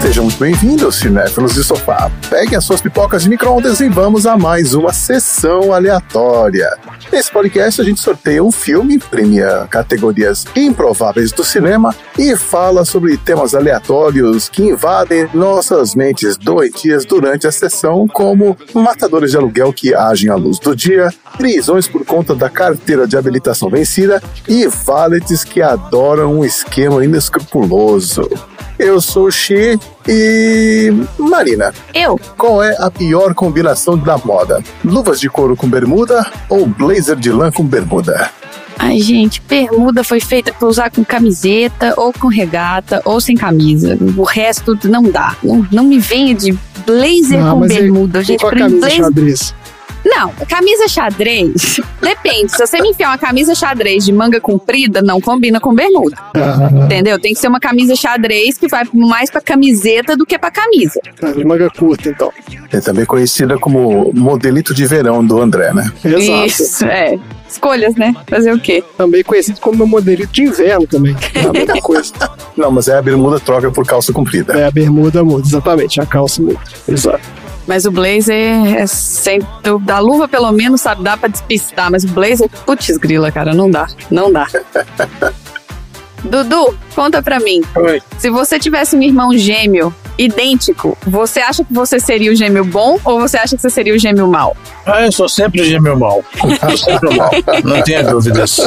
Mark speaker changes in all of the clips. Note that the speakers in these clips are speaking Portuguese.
Speaker 1: Sejam muito bem-vindos, cinéfilos de sofá. Peguem as suas pipocas de micro-ondas e vamos a mais uma sessão aleatória. Nesse podcast, a gente sorteia um filme, premia categorias improváveis do cinema e fala sobre temas aleatórios que invadem nossas mentes doentias durante a sessão, como matadores de aluguel que agem à luz do dia, prisões por conta da carteira de habilitação vencida e valetes que adoram um esquema inescrupuloso. Eu sou o Xi e. Marina,
Speaker 2: Eu?
Speaker 1: qual é a pior combinação da moda? Luvas de couro com bermuda ou blazer de lã com bermuda?
Speaker 2: Ai, gente, bermuda foi feita pra usar com camiseta, ou com regata, ou sem camisa. O resto não dá. Não, não me venha de blazer
Speaker 3: Ah,
Speaker 2: com
Speaker 3: mas é-
Speaker 2: bermuda, gente.
Speaker 3: com a
Speaker 2: pra mim,
Speaker 3: camisa
Speaker 2: blazer-
Speaker 3: xadrez.
Speaker 2: Não, camisa xadrez. Depende. Se você me enfiar uma camisa xadrez de manga comprida, não combina com bermuda.
Speaker 3: Ah,
Speaker 2: Entendeu? Tem que ser uma camisa xadrez que vai mais pra camiseta do que pra camisa.
Speaker 3: tá, de manga curta, então.
Speaker 1: É também conhecida como modelito de verão do André, né?
Speaker 3: Exato.
Speaker 2: Isso, é. Escolhas, né? Fazer o quê?
Speaker 3: Também conhecido como meu modelito de inverno também. É a mesma coisa.
Speaker 1: Não, mas é a bermuda troca por calça comprida.
Speaker 3: É, a bermuda muda, exatamente. A calça muda. Exato.
Speaker 2: Mas o blazer é sem dúvida. A luva, pelo menos, sabe, dá pra despistar. Mas o blazer, putz, grila, cara, não dá. Não dá. Dudu, conta pra mim.
Speaker 3: Oi.
Speaker 2: Se você tivesse um irmão gêmeo idêntico, você acha que você seria o gêmeo bom ou você acha que você seria o gêmeo mau?
Speaker 4: Ah, eu sou sempre o gêmeo mal. Eu sempre o mal. Não tenha dúvidas.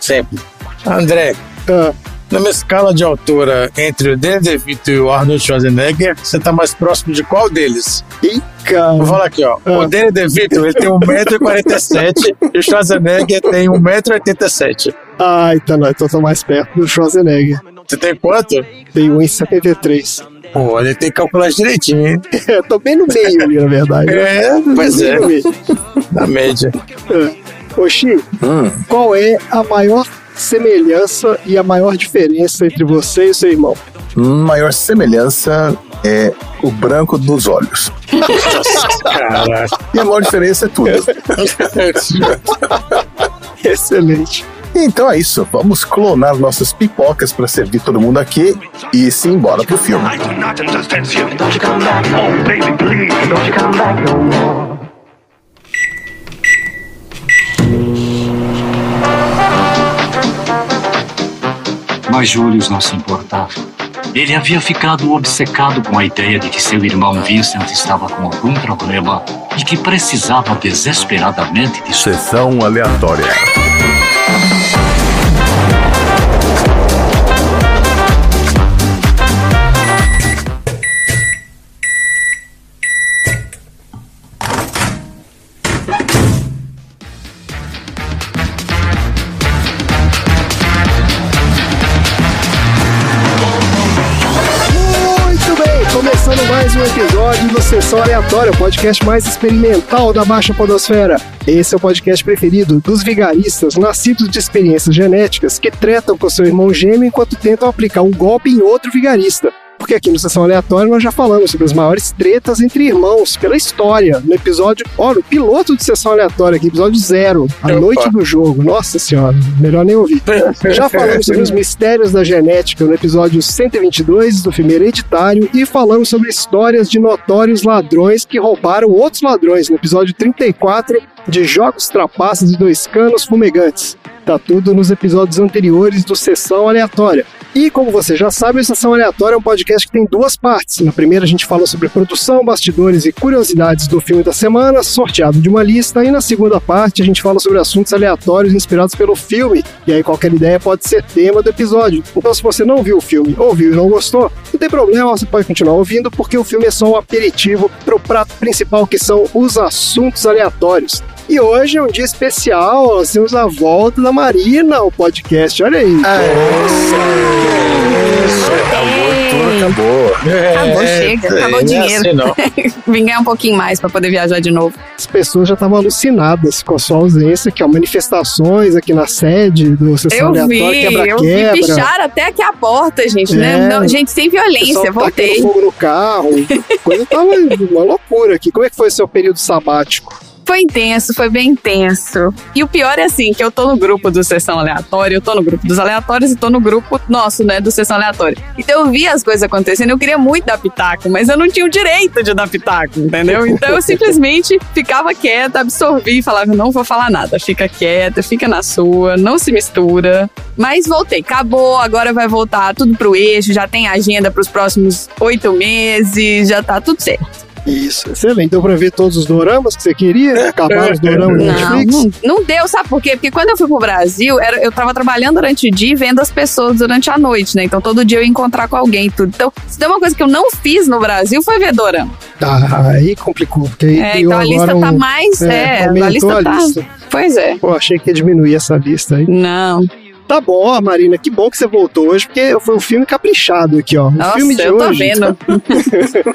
Speaker 4: Sempre. André,
Speaker 3: Ah,
Speaker 4: numa escala de altura entre o Danny DeVito e o Arnold Schwarzenegger, você tá mais próximo de qual deles?
Speaker 3: e cara.
Speaker 4: Vou falar aqui, ó. O
Speaker 3: Ah.
Speaker 4: Danny DeVito, ele tem 1,47m e o Schwarzenegger tem 1,87m.
Speaker 3: Ah, então não, então eu tô mais perto do Schwarzenegger.
Speaker 4: Você tem quanto?
Speaker 3: Tem 1,73.
Speaker 4: Pô, ele tem que calcular direitinho, hein?
Speaker 3: É, tô bem no meio ali, na verdade.
Speaker 4: É, pois é,
Speaker 3: Bem no meio.
Speaker 4: na média.
Speaker 3: Ah. Ô, Chi,
Speaker 1: Hum,
Speaker 3: qual é a maior semelhança e a maior diferença entre você e seu irmão?
Speaker 1: maior semelhança é o branco dos olhos.
Speaker 4: Caraca.
Speaker 1: E a maior diferença é tudo.
Speaker 4: É,
Speaker 3: Excelente.
Speaker 1: Então é isso, vamos clonar nossas pipocas para servir todo mundo aqui e se embora pro filme.
Speaker 5: I do not understand you. Don't you come back, oh baby, please. Don't you come back no more.
Speaker 6: Mas Julius não se importava. Ele havia ficado obcecado com a ideia de que seu irmão Vincent estava com algum problema e que precisava desesperadamente de sua
Speaker 1: Sessão aleatória.
Speaker 3: Muito bem, começando mais um episódio do Sessão Aleatória, o podcast mais experimental da Baixa Podosfera. Esse é o podcast preferido dos vigaristas nascidos de experiências genéticas que tretam com seu irmão gêmeo enquanto tentam aplicar um golpe em outro vigarista. Porque aqui no Sessão Aleatória nós já falamos sobre as maiores tretas entre irmãos pela história, no episódio, ó, no piloto de Sessão Aleatória, aqui, episódio zero, a
Speaker 4: Opa.
Speaker 3: noite do jogo. Nossa senhora, melhor nem ouvir. Já falamos sobre os mistérios da genética no episódio 122 do filme Hereditário e falamos sobre histórias de notórios ladrões que roubaram outros ladrões no episódio 34 de Jogos Trapaças e Dois Canos Fumegantes. Tá tudo nos episódios anteriores do Sessão Aleatória. E como você já sabe, o Sessão Aleatória é um podcast que tem duas partes. Na primeira a gente fala sobre produção, bastidores e curiosidades do filme da semana, sorteado de uma lista, e na segunda parte a gente fala sobre assuntos aleatórios inspirados pelo filme. E aí qualquer ideia pode ser tema do episódio. Então se você não viu o filme, ouviu e não gostou, não tem problema, você pode continuar ouvindo, porque o filme é só um aperitivo pro prato principal que são os assuntos aleatórios. E hoje é um dia especial, nós temos a volta da Marina ao podcast, olha aí.
Speaker 2: Ei,
Speaker 1: Acabou.
Speaker 2: Acabou,
Speaker 4: É,
Speaker 2: chega, acabou o
Speaker 4: não é
Speaker 2: dinheiro.
Speaker 4: assim, não.
Speaker 2: Vim ganhar um pouquinho mais pra poder viajar de novo.
Speaker 3: as pessoas já estavam alucinadas com a sua ausência, que é manifestações aqui na sede do Sessão
Speaker 2: Eu vi,
Speaker 3: Aleatória,
Speaker 2: eu vi
Speaker 3: quebra-quebra.
Speaker 2: pichar até aqui a porta, gente. né?
Speaker 3: É.
Speaker 2: Não, gente, sem violência,
Speaker 3: pessoal tá
Speaker 2: voltei.
Speaker 3: tacando fogo no carro, coisa tava uma loucura aqui. Como é que foi o seu período sabático?
Speaker 2: Foi intenso, foi bem intenso. E o pior é assim, que eu tô no grupo do Sessão Aleatória, eu tô no grupo dos aleatórios e tô no grupo nosso, né, do Sessão Aleatória. Então eu vi as coisas acontecendo, eu queria muito dar pitaco, mas eu não tinha o direito de dar pitaco, entendeu? Então eu simplesmente ficava quieta, absorvi e falava, não vou falar nada, fica quieta, fica na sua, não se mistura. Mas voltei, acabou, agora vai voltar tudo pro eixo, já tem agenda pros próximos oito meses, já tá tudo certo.
Speaker 3: Isso, excelente. Deu pra ver todos os doramas que você queria? Acabar os doramas da
Speaker 2: Não,
Speaker 3: Netflix?
Speaker 2: não, não deu, sabe por quê? Porque quando eu fui pro Brasil, era- eu tava trabalhando durante o dia e vendo as pessoas durante a noite, né? Então todo dia eu ia encontrar com alguém e tudo. Então, se tem uma coisa que eu não fiz no Brasil foi ver dorama.
Speaker 3: Tá, aí complicou, porque aí
Speaker 2: É, então
Speaker 3: criou
Speaker 2: a
Speaker 3: agora
Speaker 2: lista
Speaker 3: um...
Speaker 2: tá mais. É, a
Speaker 3: aumentou
Speaker 2: lista tá.
Speaker 3: lista.
Speaker 2: Pois é.
Speaker 3: Pô, achei que ia diminuir essa lista aí.
Speaker 2: Não.
Speaker 3: Tá bom, ó, Marina, que bom que você voltou hoje, porque foi um filme caprichado aqui, ó. O
Speaker 2: Nossa,
Speaker 3: filme de
Speaker 2: eu tô
Speaker 3: hoje. então.
Speaker 2: vendo.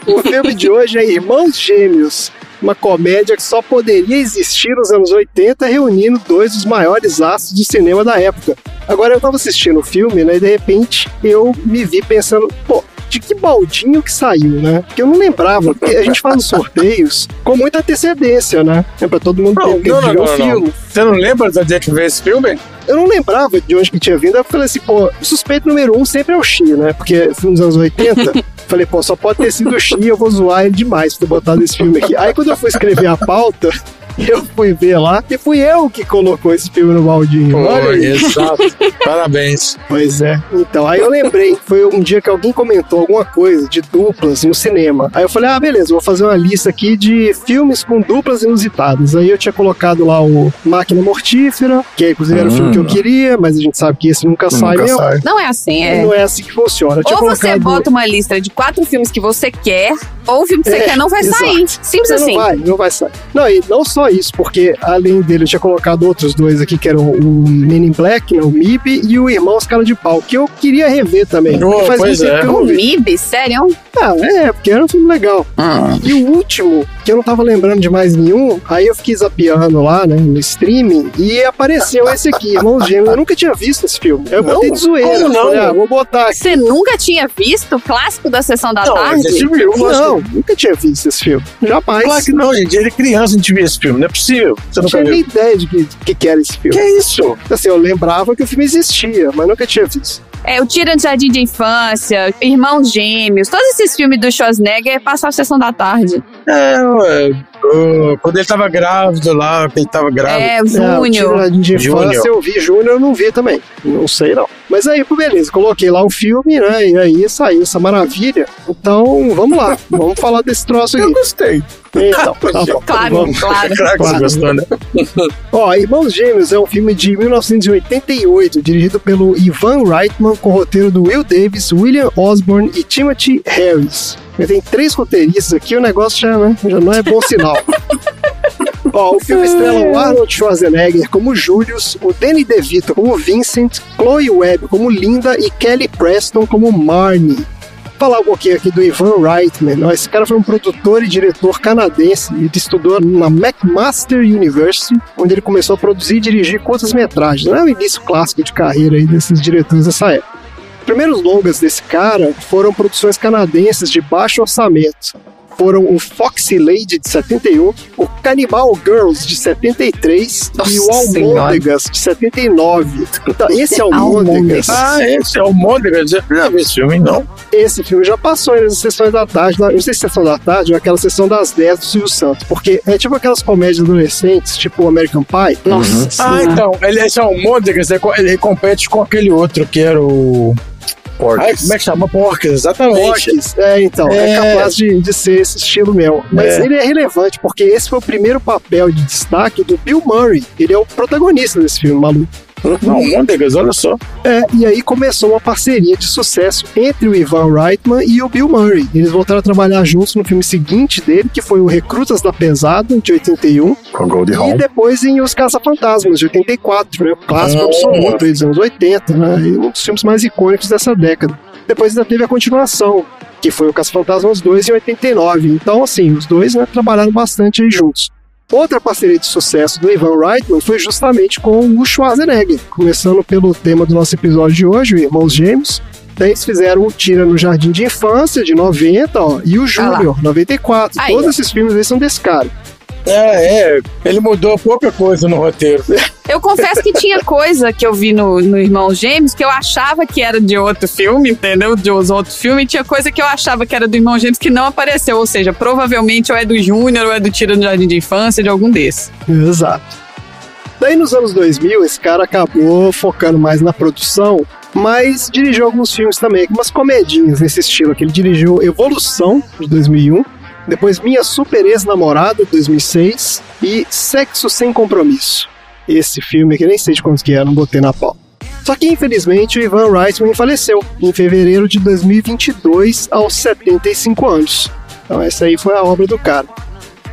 Speaker 3: O filme de hoje é Irmãos Gêmeos, uma comédia que só poderia existir nos anos 80, reunindo dois dos maiores astros do cinema da época. Agora eu tava assistindo o filme, né, e de repente eu me vi pensando, pô, de que baldinho que saiu, né? Porque eu não lembrava, porque a gente faz os sorteios com muita antecedência, né? É pra todo mundo
Speaker 4: Não,
Speaker 3: ter
Speaker 4: não,
Speaker 3: tempo
Speaker 4: não,
Speaker 3: de ver o
Speaker 4: não,
Speaker 3: filme.
Speaker 4: não. Você não lembra do dia que veio esse filme?
Speaker 3: Eu não lembrava de onde que tinha vindo. Aí eu falei assim, pô, o suspeito número um sempre é o Xi, né? Porque filme dos anos 80. falei, pô, só pode ter sido o Xi, eu vou zoar ele demais por ter botado esse filme aqui. Aí quando eu fui escrever a pauta, eu fui ver lá e fui eu que colocou esse filme no baldinho. né? Olha aí.
Speaker 4: Foi, exato. Parabéns.
Speaker 3: Pois é. Então, aí eu lembrei, foi um dia que alguém comentou alguma coisa de duplas no cinema. Aí eu falei, ah, beleza, vou fazer uma lista aqui de filmes com duplas inusitadas. Aí eu tinha colocado lá o Máquina Mortífera, que é, inclusive era o
Speaker 4: Ah.
Speaker 3: filme que eu queria, mas a gente sabe que esse nunca, sai
Speaker 1: Nunca
Speaker 3: mesmo.
Speaker 1: sai.
Speaker 2: Não é assim, é.
Speaker 3: Não é assim que funciona. Eu tinha
Speaker 2: Ou você
Speaker 3: colocado-
Speaker 2: bota um uma lista de quatro filmes que você quer, ou o filme que você
Speaker 3: É,
Speaker 2: quer não vai
Speaker 3: exato.
Speaker 2: sair. Simples
Speaker 3: Não
Speaker 2: assim.
Speaker 3: vai, não vai sair. Não, e não só isso, porque além dele eu tinha colocado outros dois aqui, que eram o Men in Black, né, o MIB, e o Irmãos Cara de Pau, que eu queria rever também.
Speaker 4: Oh,
Speaker 3: porque faz
Speaker 4: pois
Speaker 3: muito
Speaker 4: é.
Speaker 3: tempo que eu
Speaker 2: O
Speaker 3: não vi.
Speaker 2: Um MIB, sério?
Speaker 3: Ah, é, porque era um filme legal.
Speaker 4: Ah.
Speaker 3: E o último, que eu não tava lembrando de mais nenhum, aí eu fiquei zapeando lá, né, no streaming, e apareceu esse aqui, Irmãos Gêmeos. Eu nunca tinha visto esse filme. Eu botei de zoeira.
Speaker 4: Como não?
Speaker 3: Falei, ah, vou botar aqui. Ah,
Speaker 2: Você nunca tinha visto o clássico da Sessão da Tarde?
Speaker 4: esse filme, é
Speaker 3: Não, nunca tinha visto esse filme. Jamais.
Speaker 4: Claro que não, gente. Ele é criança, a gente viu esse filme. Não é possível. Você
Speaker 3: não
Speaker 4: nunca
Speaker 3: tinha
Speaker 4: viu.
Speaker 3: nem ideia de que, que, que era esse filme.
Speaker 4: Que isso?
Speaker 3: Assim, eu lembrava que o filme existia, mas nunca tinha visto.
Speaker 2: É, o Tira de Jardim de Infância, Irmãos Gêmeos, todos esses filmes do Schwarzenegger passavam Sessão da Tarde.
Speaker 4: É, ué, ô, quando ele tava grávido lá, quando ele tava grávido.
Speaker 2: é, Júnior.
Speaker 3: É, o Tiro de infância
Speaker 4: Júnior.
Speaker 3: eu vi, Júnior eu não vi também. Não sei não. Mas aí, pô, beleza, coloquei lá o filme, né? E aí saiu essa maravilha. Então, vamos lá. vamos falar desse troço
Speaker 1: Eu
Speaker 3: aqui.
Speaker 1: gostei.
Speaker 3: Então, tá bom.
Speaker 2: Claro,
Speaker 3: Vamos.
Speaker 2: claro.
Speaker 4: Claro que você
Speaker 3: Claro.
Speaker 4: gostou, né?
Speaker 3: Ó, Irmãos Gêmeos é um filme de 1988, dirigido pelo Ivan Reitman, com roteiro do Will Davis, William Osborne e Timothy Harris. Mas Tem três roteiristas aqui, o negócio já, né, já não é bom sinal. Ó, o filme estrela o Arnold Schwarzenegger como Julius, o Danny DeVito como Vincent, Chloe Webb como Linda e Kelly Preston como Marnie falar um pouquinho aqui do Ivan Reitman. Ó, Esse cara foi um produtor e diretor canadense. Ele estudou na McMaster University, onde ele começou a produzir e dirigir curtas-metragens. Não é o início clássico de carreira aí desses diretores dessa época. Os primeiros longas desse cara foram produções canadenses de baixo orçamento. Foram o Foxy Lady de 71, o Cannibal Girls de 73 e o
Speaker 2: Nossa Senhora.
Speaker 3: Almôndegas de 79. Então, esse Almôndegas.
Speaker 4: Ah, esse é o Mônica. Você não viu esse filme, não?
Speaker 3: Esse filme já passou aí nas sessões da tarde, na, não sei se é sessão da tarde ou aquela sessão das 10 do Silvio Santos, porque é tipo aquelas comédias adolescentes, tipo American Pie.
Speaker 2: Nossa
Speaker 4: Ah,
Speaker 2: Senhora.
Speaker 4: então. Ele, esse é o Mônica. ele co- Ele compete com aquele outro que era o. Ai,
Speaker 1: Porcas.
Speaker 4: como é que chama? Porcas, exatamente.
Speaker 3: Orques, é, então, é,
Speaker 4: É.
Speaker 3: capaz de, de ser esse estilo mesmo. Mas
Speaker 4: É.
Speaker 3: ele é relevante, porque esse foi o primeiro papel de destaque do Bill Murray. Ele é o protagonista desse filme, maluco.
Speaker 4: Não, Môndegas, olha só.
Speaker 3: É, e aí começou uma parceria de sucesso entre o Ivan Reitman e o Bill Murray. Eles voltaram a trabalhar juntos no filme seguinte dele, que foi o Recrutas da Pesada, de 81,
Speaker 1: Com Goldie
Speaker 3: E um.
Speaker 1: Hawn.
Speaker 3: depois em Os Caça-Fantasmas, de 84, né? Clássico
Speaker 4: Ah.
Speaker 3: absoluto aí dos anos 80, né? E um dos filmes mais icônicos dessa década. Depois ainda teve a continuação, que foi o Caça-Fantasmas 2 em 89. Então, assim, os dois né, trabalharam bastante aí juntos. Outra parceria de sucesso do Ivan Reitman foi justamente com o Schwarzenegger. Começando pelo tema do nosso episódio de hoje, o Irmãos Gêmeos. Daí eles fizeram o Tira no Jardim de Infância, de 90, ó, e o
Speaker 2: lá.
Speaker 3: Júnior, 94.
Speaker 2: Aí,
Speaker 3: Todos esses filmes aí são desse cara.
Speaker 4: É, é. Ele mudou pouca coisa no roteiro.
Speaker 2: Eu confesso que tinha coisa que eu vi no, no Irmão Gêmeos que eu achava que era de outro filme, entendeu? De os outros filmes. E tinha coisa que eu achava que era do Irmão Gêmeos que não apareceu. Ou seja, provavelmente ou é do Júnior, ou é do Tira no Jardim de Infância, de algum desses.
Speaker 3: Exato. Daí nos anos 2000, esse cara acabou focando mais na produção, mas dirigiu alguns filmes também, umas comedinhas nesse estilo, que ele dirigiu Evolução, de 2001, depois Minha Super Ex-Namorada, de 2006, e Sexo Sem Compromisso. Esse filme que eu nem sei de quantos que é, não botei na pau. Só que infelizmente o Ivan Reitman faleceu em fevereiro de 2022, aos 75 anos. Então essa aí foi a obra do cara.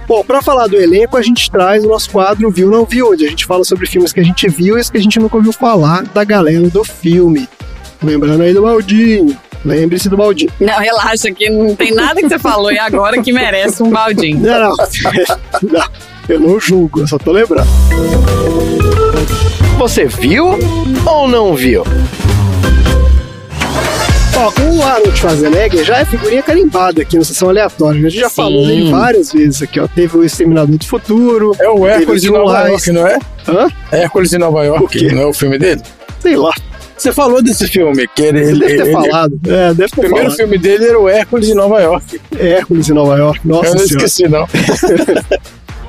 Speaker 3: Bom, para falar do elenco, a gente traz o nosso quadro Viu Não Viu, onde a gente fala sobre filmes que a gente viu e os que a gente nunca ouviu falar da galera do filme. Lembrando aí do Baldinho. Lembre-se do Baldinho.
Speaker 2: Não, relaxa, que não tem nada que você falou e agora que merece um baldinho.
Speaker 3: Não, não. Não, Eu não julgo, eu só tô lembrando.
Speaker 7: Você viu ou não viu?
Speaker 3: Ó, o Arnold Schwarzenegger já é figurinha carimbada aqui no Sessão Aleatória. né? A gente já
Speaker 2: Sim.
Speaker 3: falou dele várias vezes aqui, ó. Teve o Exterminador do Futuro.
Speaker 4: É o Hércules de
Speaker 3: teve o
Speaker 4: Nova
Speaker 3: Lies.
Speaker 4: York, não é?
Speaker 3: Hã?
Speaker 4: Hércules de Nova
Speaker 3: O
Speaker 4: York,
Speaker 3: quê?
Speaker 4: não é o filme dele?
Speaker 3: Sei lá.
Speaker 4: Você falou desse filme, que ele.
Speaker 3: Ele deve ter
Speaker 4: ele-
Speaker 3: falado. É, deve ter
Speaker 4: O primeiro
Speaker 3: falado.
Speaker 4: filme dele era o Hércules de Nova York.
Speaker 3: Hércules em Nova York. Nossa
Speaker 4: eu não
Speaker 3: senhora.
Speaker 4: esqueci, não.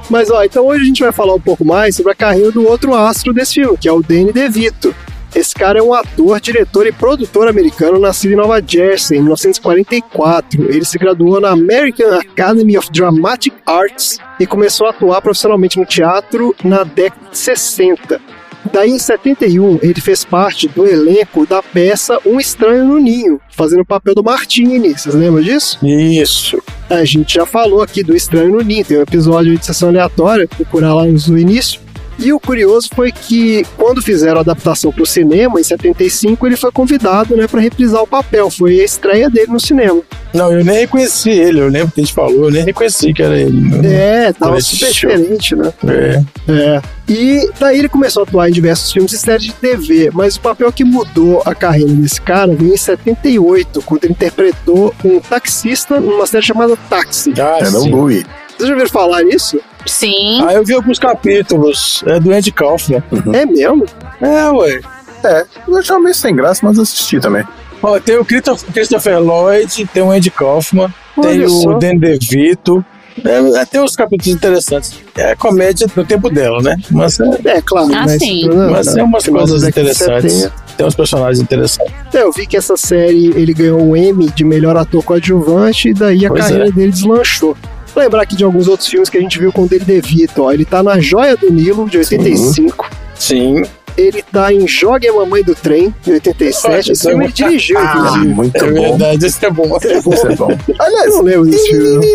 Speaker 3: Mas ó, então hoje a gente vai falar um pouco mais sobre a carreira do outro astro desse filme, que é o Danny DeVito. Esse cara é um ator, diretor e produtor americano nascido em Nova Jersey, em 1944. Ele se graduou na American Academy of Dramatic Arts e começou a atuar profissionalmente no teatro na década de 60. Daí, em 71, ele fez parte do elenco da peça Um Estranho no Ninho, fazendo o papel do Martini. Vocês lembram disso?
Speaker 4: Isso.
Speaker 3: A gente já falou aqui do Estranho no Ninho, tem um episódio de sessão aleatória, procurar lá no início. E o curioso foi que, quando fizeram a adaptação para o cinema, em 75, ele foi convidado né, para reprisar o papel. Foi a estreia dele no cinema.
Speaker 4: Não, eu nem reconheci ele. Eu lembro que a gente falou, eu nem reconheci que era ele.
Speaker 3: É, tava
Speaker 4: Esse
Speaker 3: super
Speaker 4: Uhum. show.
Speaker 3: diferente, né?
Speaker 4: É.
Speaker 3: É. E daí ele começou a atuar em diversos filmes e séries de TV, mas o papel que mudou a carreira desse cara veio em 78, quando ele interpretou um taxista numa série chamada Táxi.
Speaker 4: Ah,
Speaker 1: É não
Speaker 4: sim.
Speaker 1: Louie.
Speaker 3: Vocês já ouviram falar nisso?
Speaker 2: Sim.
Speaker 4: Ah, eu vi alguns capítulos. É do Andy Kaufman.
Speaker 3: É mesmo?
Speaker 4: É, ué.
Speaker 1: É, eu achava meio sem graça, mas assisti também.
Speaker 4: Ó, tem o Christo- Christopher Lloyd, tem o Andy Kaufman,
Speaker 3: Olha
Speaker 4: tem
Speaker 3: só.
Speaker 4: o Dan DeVito. É, é, tem uns capítulos interessantes. É a comédia do tempo dela, né? Mas, é,
Speaker 3: É, claro.
Speaker 2: Ah,
Speaker 3: mas,
Speaker 2: sim.
Speaker 3: Não,
Speaker 4: mas
Speaker 3: não, Tipo,
Speaker 4: tem umas
Speaker 3: final
Speaker 4: coisas
Speaker 3: da década de
Speaker 4: interessantes.
Speaker 3: 70.
Speaker 4: Tem uns personagens interessantes.
Speaker 3: É, eu vi que essa série ele ganhou o M de melhor ator coadjuvante e daí a
Speaker 4: Pois
Speaker 3: carreira
Speaker 4: é.
Speaker 3: dele deslanchou. Lembrar aqui de alguns outros filmes que a gente viu com o Danny DeVito, ó. Ele tá na Joia do Nilo, de 85.
Speaker 4: Sim.
Speaker 3: Ele tá em Jogue a Mamãe do Trem, de 87.
Speaker 4: Olha,
Speaker 3: Esse filme ele
Speaker 4: então-
Speaker 3: dirigiu,
Speaker 4: Ah,
Speaker 1: Ah,
Speaker 3: inclusive.
Speaker 1: muito
Speaker 4: é
Speaker 1: bom.
Speaker 4: verdade, isso é bom.
Speaker 1: Isso é bom.
Speaker 4: Ah,
Speaker 1: Aliás,
Speaker 3: Eu não lembro desse filme.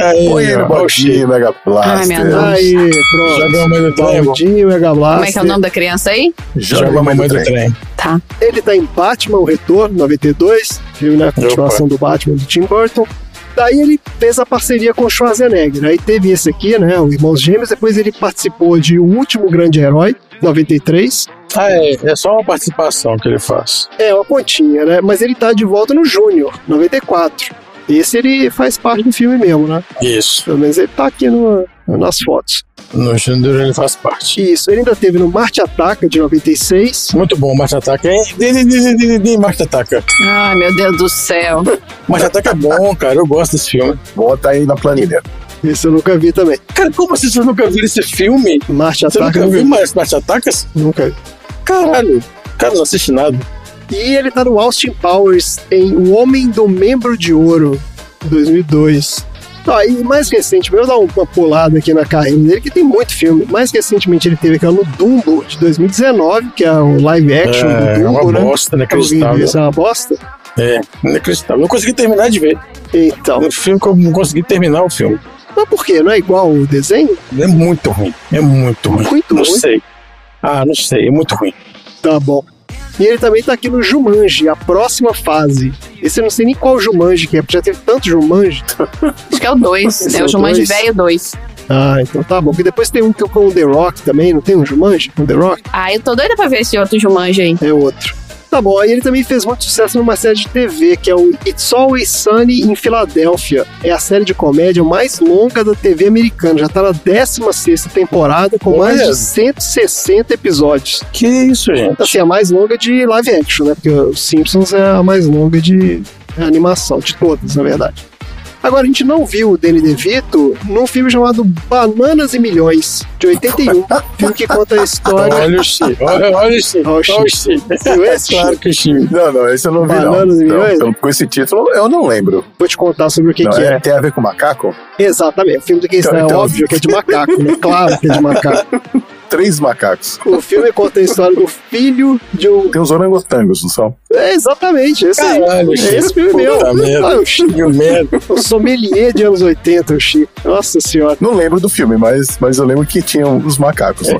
Speaker 4: Aí,
Speaker 1: põe ele
Speaker 4: ó,
Speaker 1: no
Speaker 4: ó, o
Speaker 1: botinho,
Speaker 4: Chico.
Speaker 1: Mega
Speaker 2: Ai, meu Deus.
Speaker 1: Blaster.
Speaker 3: Aí,
Speaker 4: Joga a
Speaker 3: pronto.
Speaker 4: mãe do trem, irmão.
Speaker 3: Baldinho, Mega
Speaker 2: Como é que é
Speaker 3: Blaster.
Speaker 2: o nome da criança aí?
Speaker 1: Joga um a mamãe do trem.
Speaker 2: Tá.
Speaker 3: Ele tá em Batman, o Retorno, 92, filme na continuação do Batman do Tim Burton. Daí ele fez a parceria com o Schwarzenegger. Aí teve esse aqui, né? O Irmãos Gêmeos. Depois ele participou de O Último Grande Herói, 93.
Speaker 4: Ah, é, é só uma participação que ele faz.
Speaker 3: É, uma pontinha, né? Mas ele tá de volta no Júnior, 94. Esse ele faz parte do filme mesmo, né?
Speaker 4: Isso.
Speaker 3: Pelo menos ele tá aqui no- nas fotos.
Speaker 4: No Júnior ele faz parte.
Speaker 3: Isso, ele ainda teve no Marte Ataca, de 96.
Speaker 4: Muito bom, Marte Ataca. hein? Din, din, din, din, din, din, Marte Ataca.
Speaker 2: Ai, meu Deus do céu.
Speaker 4: Marte Ataca é bom, cara. Eu gosto desse filme.
Speaker 1: Bota aí na planilha.
Speaker 3: Esse eu nunca vi também.
Speaker 4: Cara, como assim vocês nunca viram esse filme?
Speaker 3: Marte
Speaker 4: Você
Speaker 3: Ataca,
Speaker 4: nunca
Speaker 3: eu
Speaker 4: viu
Speaker 3: vi.
Speaker 4: mais Marte Atacas?
Speaker 3: Nunca vi.
Speaker 4: Caralho. Cara, não assiste nada.
Speaker 3: E ele tá no Austin Powers em O Homem do Membro de Ouro, 2002. Tá, e mais recentemente, eu vou dar uma pulada aqui na carreira dele, que tem muito filme. Mais recentemente ele teve aquela no Dumbo, de 2019, que é o live action
Speaker 4: é,
Speaker 3: do
Speaker 4: é
Speaker 3: Dumbo,
Speaker 4: uma
Speaker 3: né?
Speaker 4: bosta,
Speaker 3: Eu vi
Speaker 4: inacreditável.
Speaker 3: Isso é uma bosta?
Speaker 4: É, inacreditável. Eu consegui terminar de ver.
Speaker 3: Então,
Speaker 4: O filme que eu não consegui terminar o filme.
Speaker 3: mas por quê? Não é igual o desenho?
Speaker 4: É muito ruim. É muito ruim.
Speaker 3: Muito
Speaker 4: não
Speaker 3: ruim?
Speaker 4: sei. Ah, não sei. É muito ruim.
Speaker 3: Tá bom. E ele também tá aqui no Jumanji, a próxima fase. Esse eu não sei nem qual Jumanji que é, porque já teve tanto Jumanji.
Speaker 2: Acho que é o 2.
Speaker 3: Esse
Speaker 2: É
Speaker 3: é o
Speaker 2: o Jumanji
Speaker 3: dois.
Speaker 2: Velho 2.
Speaker 3: Ah, então tá bom. Porque depois tem um que eu com o The Rock também, não tem um Jumanji? Com o The Rock?
Speaker 2: Ah, eu tô doida pra ver esse outro Jumanji aí.
Speaker 3: É outro. Tá bom, aí ele também fez muito sucesso numa série de TV, que é o It's Always Sunny em Filadélfia. É a série de comédia mais longa da TV americana. Já tá na 16 temporada, com mais de
Speaker 4: Olha.
Speaker 3: 160 episódios.
Speaker 4: Que isso, gente?
Speaker 3: Assim, a mais longa de live action, né? Porque os Simpsons é a mais longa de animação, de todas, na verdade. Agora, a gente não viu o Danny DeVito num filme chamado Bananas e Milhões, de 81. filme que conta a história.
Speaker 4: Olha o Chi, olha, olha o Chi,
Speaker 3: Ó, o
Speaker 4: olha o Chi.
Speaker 3: Viu esse?
Speaker 4: Claro que o Chi.
Speaker 1: Não, não, esse eu não vi, não.
Speaker 3: Bananas e
Speaker 1: Não,
Speaker 3: milhões?
Speaker 1: então, com esse título, eu não lembro.
Speaker 3: Vou te contar sobre o que,
Speaker 1: Não,
Speaker 3: que é.
Speaker 1: é- Tem a ver com macaco?
Speaker 3: Exatamente. O filme do Keystone é
Speaker 1: Então-
Speaker 3: óbvio que é de macaco, né? Claro que é de macaco.
Speaker 1: Três macacos.
Speaker 3: O filme conta a história do filho de um.
Speaker 1: Tem os orangotangos, não são?
Speaker 3: É, exatamente, esse aí.
Speaker 4: Caralho,
Speaker 3: É esse filme meu.
Speaker 4: Puta merda.
Speaker 3: Ah, o, Chico,
Speaker 4: Que merda.
Speaker 3: o sommelier de anos 80, o Chico. Nossa senhora.
Speaker 1: Não lembro do filme, mas, mas eu lembro que tinha os macacos lá.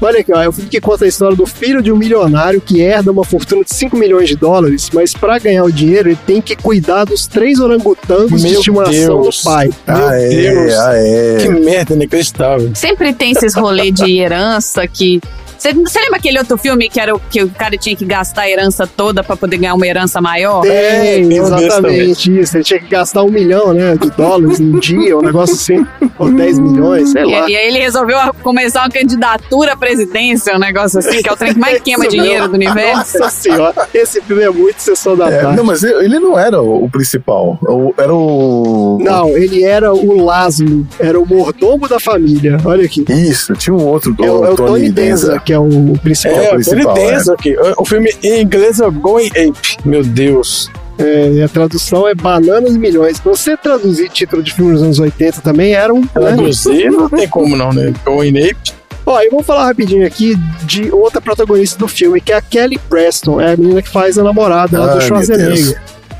Speaker 3: Olha aqui, ó, é o filme que conta a história do filho de um milionário que herda uma fortuna de 5 milhões de dólares, mas pra ganhar o dinheiro ele tem que cuidar dos três orangotangos de
Speaker 4: Meu
Speaker 3: estimação
Speaker 4: Deus.
Speaker 3: do pai. tá?
Speaker 1: Ah, é,
Speaker 4: Deus.
Speaker 1: ah, é.
Speaker 4: Que merda inacreditável.
Speaker 2: Sempre tem esses rolês de herança que. Você lembra aquele outro filme que era o que o cara tinha que gastar a herança toda pra poder ganhar uma herança maior?
Speaker 3: Tem,
Speaker 4: tem um desse
Speaker 3: exatamente isso. Ele tinha que gastar um milhão, né, de dólares em dia, um negócio assim, ou 10 milhões, sei
Speaker 2: E,
Speaker 3: lá.
Speaker 2: e aí ele resolveu a- começar uma candidatura à presidência, um negócio assim, que é o trem que mais queima
Speaker 3: Isso
Speaker 2: dinheiro
Speaker 3: mesmo.
Speaker 2: do universo.
Speaker 3: Nossa senhora, esse filme é muito Sessão da
Speaker 1: É,
Speaker 3: Tarde.
Speaker 1: não, mas ele não era o, o principal. O- era o.
Speaker 3: Não, ele era o Laszlo, era o mordomo da família. Olha aqui.
Speaker 1: Isso, tinha um outro do
Speaker 3: É o, é o
Speaker 1: Tony, Danza.
Speaker 3: que é o principal.
Speaker 1: É,
Speaker 4: É,
Speaker 1: o
Speaker 4: ele
Speaker 1: principal,
Speaker 4: dança aqui. O filme em inglês é Going Ape. Meu Deus.
Speaker 3: É, e a tradução é Bananas e Milhões. Você traduzir título de filme dos anos 80 também era um. Né?
Speaker 4: Traduzir não tem como não, né? Going Ape.
Speaker 3: Ó, eu vou falar rapidinho aqui de outra protagonista do filme, que é a Kelly Preston. É a menina que faz a namorada lá
Speaker 1: Ai,
Speaker 3: do
Speaker 1: meu
Speaker 3: Schwarzenegger.
Speaker 1: Deus.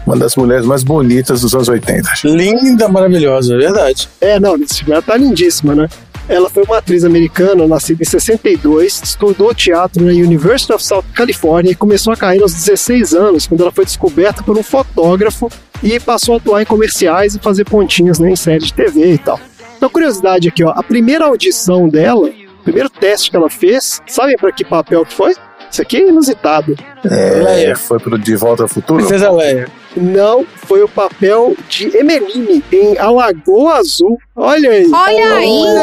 Speaker 1: Uma das mulheres mais bonitas dos anos 80.
Speaker 4: Linda, maravilhosa, é verdade.
Speaker 3: É, não, esse filme ela tá lindíssima, né? Ela foi uma atriz americana, nascida em 62, estudou teatro na University of South California e começou a carreira aos 16 anos, quando ela foi descoberta por um fotógrafo e passou a atuar em comerciais e fazer pontinhas né, em série de TV e tal. Então, curiosidade aqui, ó, a primeira audição dela, o primeiro teste que ela fez, sabem para que papel que foi? Isso aqui é inusitado.
Speaker 1: É,
Speaker 4: Leia.
Speaker 1: foi pro De Volta ao Futuro?
Speaker 3: é
Speaker 4: Princesa Leia.
Speaker 3: Não foi o papel de Emeline em Alagoa Azul. Olha aí.
Speaker 2: Olha
Speaker 1: Olha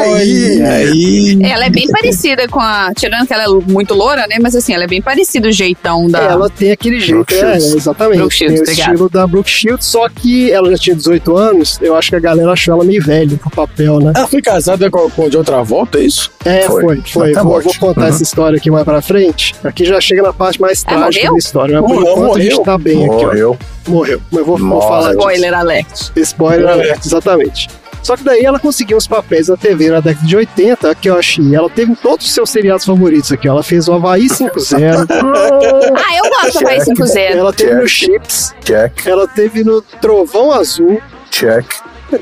Speaker 1: aí!
Speaker 2: aí!
Speaker 4: aí.
Speaker 2: Ela é bem parecida com a. Tirando que ela é muito loura, né? Mas assim, ela é bem parecida o jeitão da.
Speaker 3: É, Ela tem aquele jeito,
Speaker 1: Brooke
Speaker 3: é,
Speaker 1: Shields.
Speaker 3: exatamente.
Speaker 2: Brooke Shields,
Speaker 3: tem o
Speaker 2: obrigado.
Speaker 3: estilo da Brooke Shields, só que ela já tinha 18 anos, eu acho que a galera achou ela meio velha pro papel, né?
Speaker 4: Ela foi casada com, com de outra volta, é isso?
Speaker 3: É,
Speaker 1: Foi.
Speaker 3: foi, foi.
Speaker 1: Tá
Speaker 3: vou,
Speaker 1: morte.
Speaker 3: vou contar
Speaker 1: Uhum.
Speaker 3: essa história aqui mais pra frente. Aqui já chega na parte mais
Speaker 2: Ela
Speaker 3: trágica
Speaker 2: Ah, morreu?
Speaker 3: da história, mas por
Speaker 4: Morreu,
Speaker 3: enquanto a gente
Speaker 4: morreu.
Speaker 3: tá bem aqui, ó.
Speaker 1: Morreu.
Speaker 3: Morreu. Mas vou, vou
Speaker 1: Nossa.
Speaker 3: falar disso.
Speaker 2: Spoiler alert.
Speaker 3: Spoiler
Speaker 4: Spoiler.
Speaker 1: É.
Speaker 3: alert, exatamente. Só que daí ela conseguiu uns papéis na TV na década de 80, que eu achei. Ela teve em todos os seus seriados favoritos aqui. ó. Ela fez o Havaí 5-0,
Speaker 2: Ah, eu gosto da País 5-0.
Speaker 3: ela teve no
Speaker 1: Jack.
Speaker 3: Chips,
Speaker 1: Check,
Speaker 3: ela teve no Trovão Azul.
Speaker 1: check.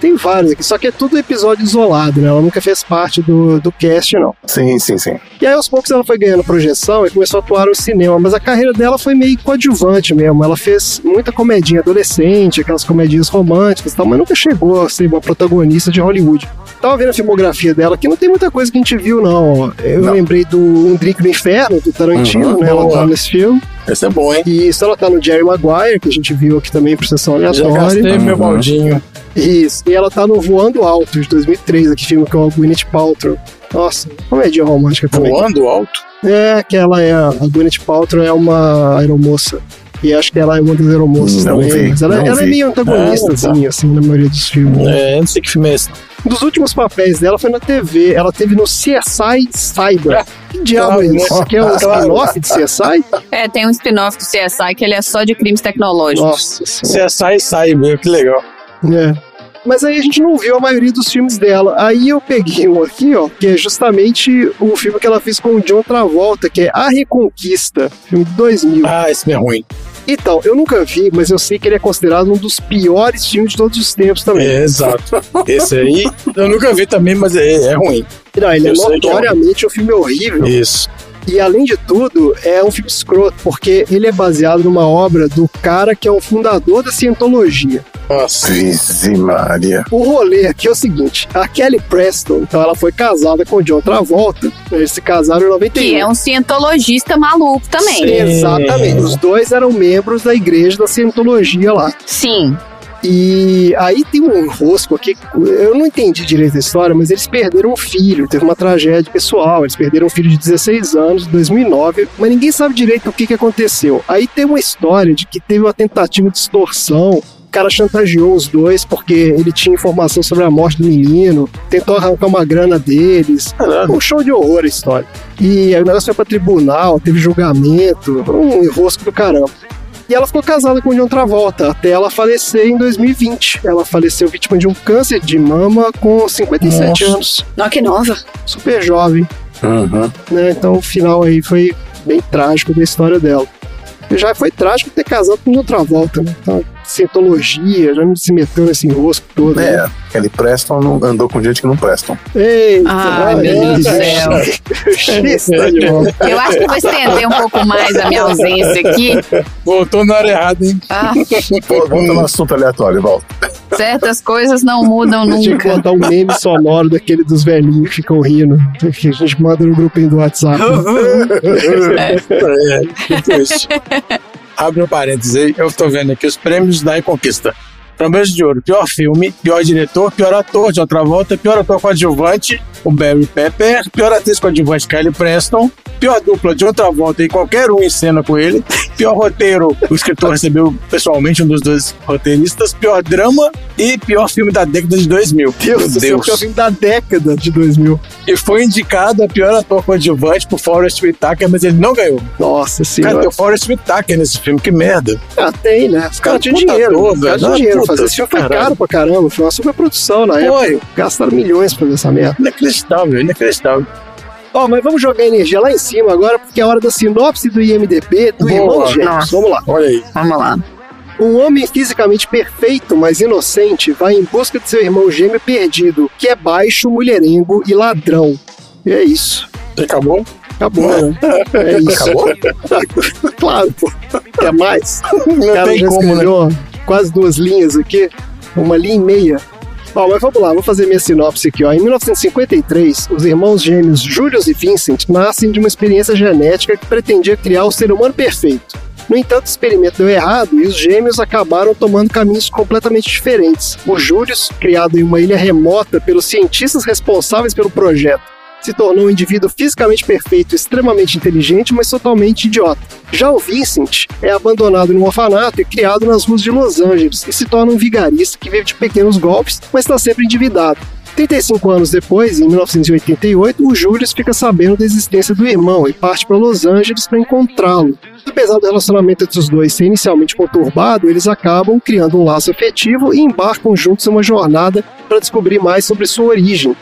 Speaker 3: Tem vários aqui, só que é tudo episódio isolado, né? Ela nunca fez parte do, do cast, não.
Speaker 1: Sim, sim, sim.
Speaker 3: E aí, aos poucos, ela foi ganhando projeção e começou a atuar no cinema, mas a carreira dela foi meio coadjuvante mesmo. Ela fez muita comedinha adolescente, aquelas comedinhas românticas e tal, mas nunca chegou a ser uma protagonista de Hollywood. Tava vendo a filmografia dela, que não tem muita coisa que a gente viu, não. Eu
Speaker 1: Não.
Speaker 3: lembrei do Um Drink no Inferno, do Tarantino,
Speaker 4: Uhum,
Speaker 3: né? Ela
Speaker 4: boa.
Speaker 3: tá nesse filme.
Speaker 4: Esse é bom, hein?
Speaker 3: E isso ela tá no Jerry Maguire, que a gente viu aqui também, por sessão
Speaker 4: Já
Speaker 3: aleatória.
Speaker 4: gastei meu
Speaker 1: Uhum.
Speaker 4: baldinho.
Speaker 3: Isso, e ela tá no Voando Alto, de 2003, aquele filme com a Gwyneth Paltrow. Nossa, comédia romântica também.
Speaker 4: Voando alto?
Speaker 3: É, que ela é... A Gwyneth Paltrow é uma aeromoça. E acho que ela é uma das aeromoças
Speaker 1: Não
Speaker 3: também.
Speaker 1: vi,
Speaker 3: mas ela,
Speaker 1: não
Speaker 3: ela é
Speaker 1: vi.
Speaker 3: meio antagonista,
Speaker 4: Ah, tá.
Speaker 3: assim, assim, na maioria dos filmes.
Speaker 4: É, não sei que filme é esse.
Speaker 3: Um dos últimos papéis dela foi na TV. Ela teve no CSI Cyber. Que diabo é
Speaker 4: Claro,
Speaker 3: isso?
Speaker 4: né?
Speaker 3: Que é um
Speaker 4: Claro.
Speaker 3: spin-off de CSI?
Speaker 2: É, tem um spin-off do CSI que ele é só de crimes tecnológicos.
Speaker 3: Nossa senhora.
Speaker 4: Você é sai e sai, meu, que legal.
Speaker 3: É. Mas aí a gente não viu a maioria dos filmes dela. Aí eu peguei um aqui, ó, que é justamente o filme que ela fez com o John Travolta, que é A Reconquista, filme de 2000.
Speaker 4: Ah, esse filme é ruim.
Speaker 3: Então, eu nunca vi, mas eu sei que ele é considerado um dos piores filmes de todos os tempos também.
Speaker 4: É, exato. Esse aí eu nunca vi também, mas é, é ruim.
Speaker 3: Não, ele é
Speaker 4: eu sei que é
Speaker 3: notoriamente um filme horrível.
Speaker 4: Isso.
Speaker 3: E além de tudo, é um filme escroto, porque ele é baseado numa obra do cara que é o fundador da cientologia.
Speaker 4: Nossa.
Speaker 1: Vize Maria.
Speaker 3: O rolê aqui é o seguinte: a Kelly Preston, então ela foi casada com o John Travolta, eles se casaram em 91.
Speaker 2: Que é um cientologista maluco também.
Speaker 3: Sim, Exatamente. Os dois eram membros da igreja da cientologia lá.
Speaker 2: Sim.
Speaker 3: E aí tem um enrosco aqui, eu não entendi direito a história, mas eles perderam um filho, teve uma tragédia pessoal, eles perderam um filho de 16 anos, em 2009, mas ninguém sabe direito o que, que aconteceu. Aí tem uma história de que teve uma tentativa de extorsão, o cara chantageou os dois porque ele tinha informação sobre a morte do menino, tentou arrancar uma grana deles, um show de horror a história. E aí o negócio foi pra tribunal, teve julgamento, um enrosco do caramba. E ela ficou casada com o John Travolta até ela falecer em 2020. Ela faleceu vítima de um câncer de mama com 57 anos.
Speaker 2: Nossa, que nova.
Speaker 3: Super jovem. Né? Então o final aí foi bem trágico da história dela. E já foi trágico ter casado com o John Travolta, né? Então, cientologia, já me se meteu nesse enrosco todo. né?
Speaker 1: É, ele prestam, não- andou com gente que não prestam.
Speaker 3: Eita,
Speaker 2: Ai, meu Deus do céu.
Speaker 3: Está de volta.
Speaker 2: Eu acho que vou estender um pouco mais a minha ausência aqui.
Speaker 4: Voltou na hora errada, hein?
Speaker 2: Ah,
Speaker 1: Vol-
Speaker 3: Hum.
Speaker 1: Volta no um assunto aleatório, volta.
Speaker 2: certas coisas não mudam
Speaker 3: Eu tinha que
Speaker 2: nunca.
Speaker 3: contar um meme sonoro daquele dos velhinhos que ficam rindo, que a gente manda no grupinho do WhatsApp.
Speaker 4: É, tipo isso. Abre um parênteses aí, eu tô vendo aqui os prêmios da Reconquista. Prêmios de ouro, pior filme, pior diretor, pior ator de outra volta, pior ator coadjuvante, o Barry Pepper, pior atriz coadjuvante, Kelly Preston, pior dupla de outra volta e qualquer um em cena com ele, pior roteiro, o escritor recebeu pessoalmente um dos dois roteiristas, pior drama e pior filme da década de 2000.
Speaker 3: Deus do céu, que é o filme da década de 2000.
Speaker 4: E foi indicado a pior ator coadjuvante por Forrest Whitaker, mas ele não ganhou.
Speaker 3: Nossa
Speaker 4: Cara,
Speaker 3: senhora.
Speaker 4: tem o Forrest Whitaker nesse filme, que merda.
Speaker 3: Ah, tem, né? Os caras tinham
Speaker 4: Puta
Speaker 3: dinheiro.
Speaker 4: dor,
Speaker 3: Os caras
Speaker 4: velho.
Speaker 3: tinham
Speaker 4: Ah,
Speaker 3: dinheiro.
Speaker 4: puta,
Speaker 3: Fazer esse filme foi
Speaker 4: caralho.
Speaker 3: caro pra caramba. Foi uma superprodução na época.
Speaker 4: Foi.
Speaker 3: Gastaram milhões pra fazer essa merda.
Speaker 4: é Inacreditável, é inacreditável.
Speaker 3: Ó, mas vamos jogar energia lá em cima agora, porque é hora da sinopse do IMDB do
Speaker 4: Boa.
Speaker 3: Irmão Gêmeos.
Speaker 2: Nossa.
Speaker 3: Vamos lá.
Speaker 4: Olha aí.
Speaker 2: Vamos lá.
Speaker 3: Um homem fisicamente perfeito, mas inocente, vai em busca de seu irmão gêmeo perdido, que é baixo, mulherengo e ladrão. E é isso.
Speaker 4: Acabou?
Speaker 3: Acabou, né? É isso.
Speaker 1: Acabou?
Speaker 3: claro, pô. Quer mais?
Speaker 4: Não
Speaker 3: Cara,
Speaker 4: tem
Speaker 3: já
Speaker 4: como, né?
Speaker 3: escreveu quase duas linhas aqui, uma linha e meia. Ó, mas vamos lá, vou fazer minha sinopse aqui. Ó. Em 1953, os irmãos gêmeos Julius e Vincent nascem de uma experiência genética que pretendia criar o ser humano perfeito. No entanto, o experimento deu errado e os gêmeos acabaram tomando caminhos completamente diferentes. O Julius, criado em uma ilha remota pelos cientistas responsáveis pelo projeto, se tornou um indivíduo fisicamente perfeito, extremamente inteligente, mas totalmente idiota. Já o Vincent é abandonado num orfanato e criado nas ruas de Los Angeles e se torna um vigarista que vive de pequenos golpes, mas está sempre endividado. 35 anos depois, em 1988, o Julius fica sabendo da existência do irmão e parte para Los Angeles para encontrá-lo. Apesar do relacionamento entre os dois ser inicialmente conturbado, eles acabam criando um laço afetivo e embarcam juntos em uma jornada para descobrir mais sobre sua origem.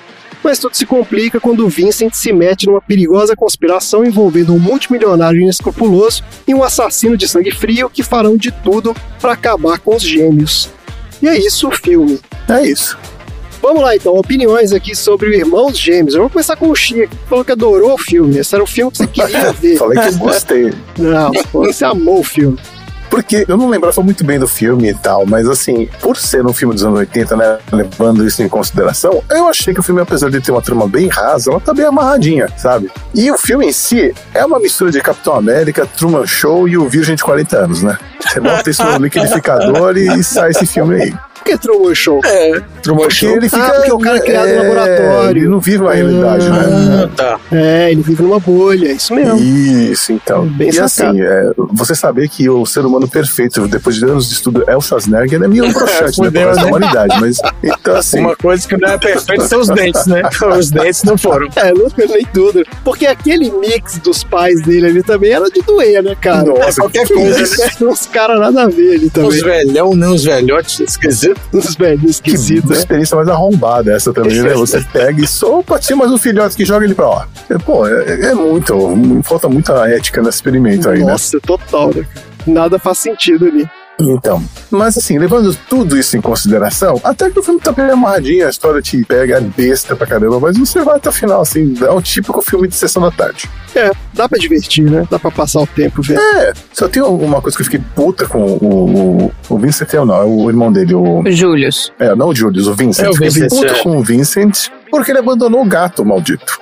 Speaker 3: Mas tudo se complica quando Vincent se mete numa perigosa conspiração envolvendo um multimilionário inescrupuloso e um assassino de sangue frio que farão de tudo para acabar com os gêmeos. E é isso o filme.
Speaker 1: É isso.
Speaker 3: Vamos lá então, opiniões aqui sobre o Irmãos Gêmeos. Eu vou começar com o Chia, que falou que adorou o filme. Esse era o filme que você queria ver.
Speaker 1: Falei que eu gostei.
Speaker 3: Não, pô, você amou o filme.
Speaker 1: Porque eu não lembrava muito bem do filme e tal, mas assim, por ser um filme dos anos 80, né, levando isso em consideração, eu achei que o filme, apesar de ter uma trama bem rasa, ela tá bem amarradinha, sabe? E o filme em si é uma mistura de Capitão América, Truman Show e o Virgem de 40 anos, né? Você bota isso no liquidificador e, e sai esse filme aí.
Speaker 3: Por que Truman Show?
Speaker 4: Truman
Speaker 1: Porque
Speaker 4: Show.
Speaker 1: ele fica.
Speaker 3: porque o cara é criado no laboratório.
Speaker 1: Ele não vive uma realidade, né?
Speaker 4: Ah, tá.
Speaker 3: É, ele vive numa bolha, é isso mesmo.
Speaker 1: Isso, então.
Speaker 4: Uhum.
Speaker 3: Bem
Speaker 1: e
Speaker 3: sacado.
Speaker 1: assim, é, você saber que o ser humano perfeito, depois de anos de estudo, é o Schwarzenegger, é meio broxante né,
Speaker 4: fudeu,
Speaker 1: pra
Speaker 4: né?
Speaker 1: da humanidade. Mas, então, assim,
Speaker 4: Uma coisa que não é perfeita são os dentes, né? Os dentes não foram.
Speaker 3: É, eu não nem tudo. Porque aquele mix dos pais dele ali também era de doer, né, cara?
Speaker 1: Nossa,
Speaker 4: É qualquer
Speaker 1: que
Speaker 4: coisa,
Speaker 1: isso.
Speaker 4: né?
Speaker 3: Eram uns caras nada a ver ali
Speaker 4: Os
Speaker 3: também.
Speaker 4: velhão, né? Os velhotes, esquisito.
Speaker 3: Uns velhinhos
Speaker 1: que
Speaker 3: esquisitos, né?
Speaker 1: experiência mais arrombada essa também, né? Você pega e sopa, tinha mais um filhote que joga ele pra lá. É, Pô, é, é muito, falta muita ética nesse experimento aí, né?
Speaker 3: Nossa, total, né? cara? Nada faz sentido ali.
Speaker 1: Então, mas assim, levando tudo isso em consideração, até que o filme tá bem amarradinho, a história te pega besta pra caramba, mas você vai até o final, assim, é um típico filme de sessão da tarde.
Speaker 3: É, dá pra divertir, né? Dá pra passar o tempo, velho.
Speaker 1: É, só tem uma coisa que eu fiquei puta com o, o, o Vincent, não, é o irmão dele, o.
Speaker 2: Július.
Speaker 1: É, não o Julius, o Vincent.
Speaker 4: É o
Speaker 1: Fiquei
Speaker 4: Vincent,
Speaker 1: puta
Speaker 4: é.
Speaker 1: com o Vincent, porque ele abandonou o gato, maldito.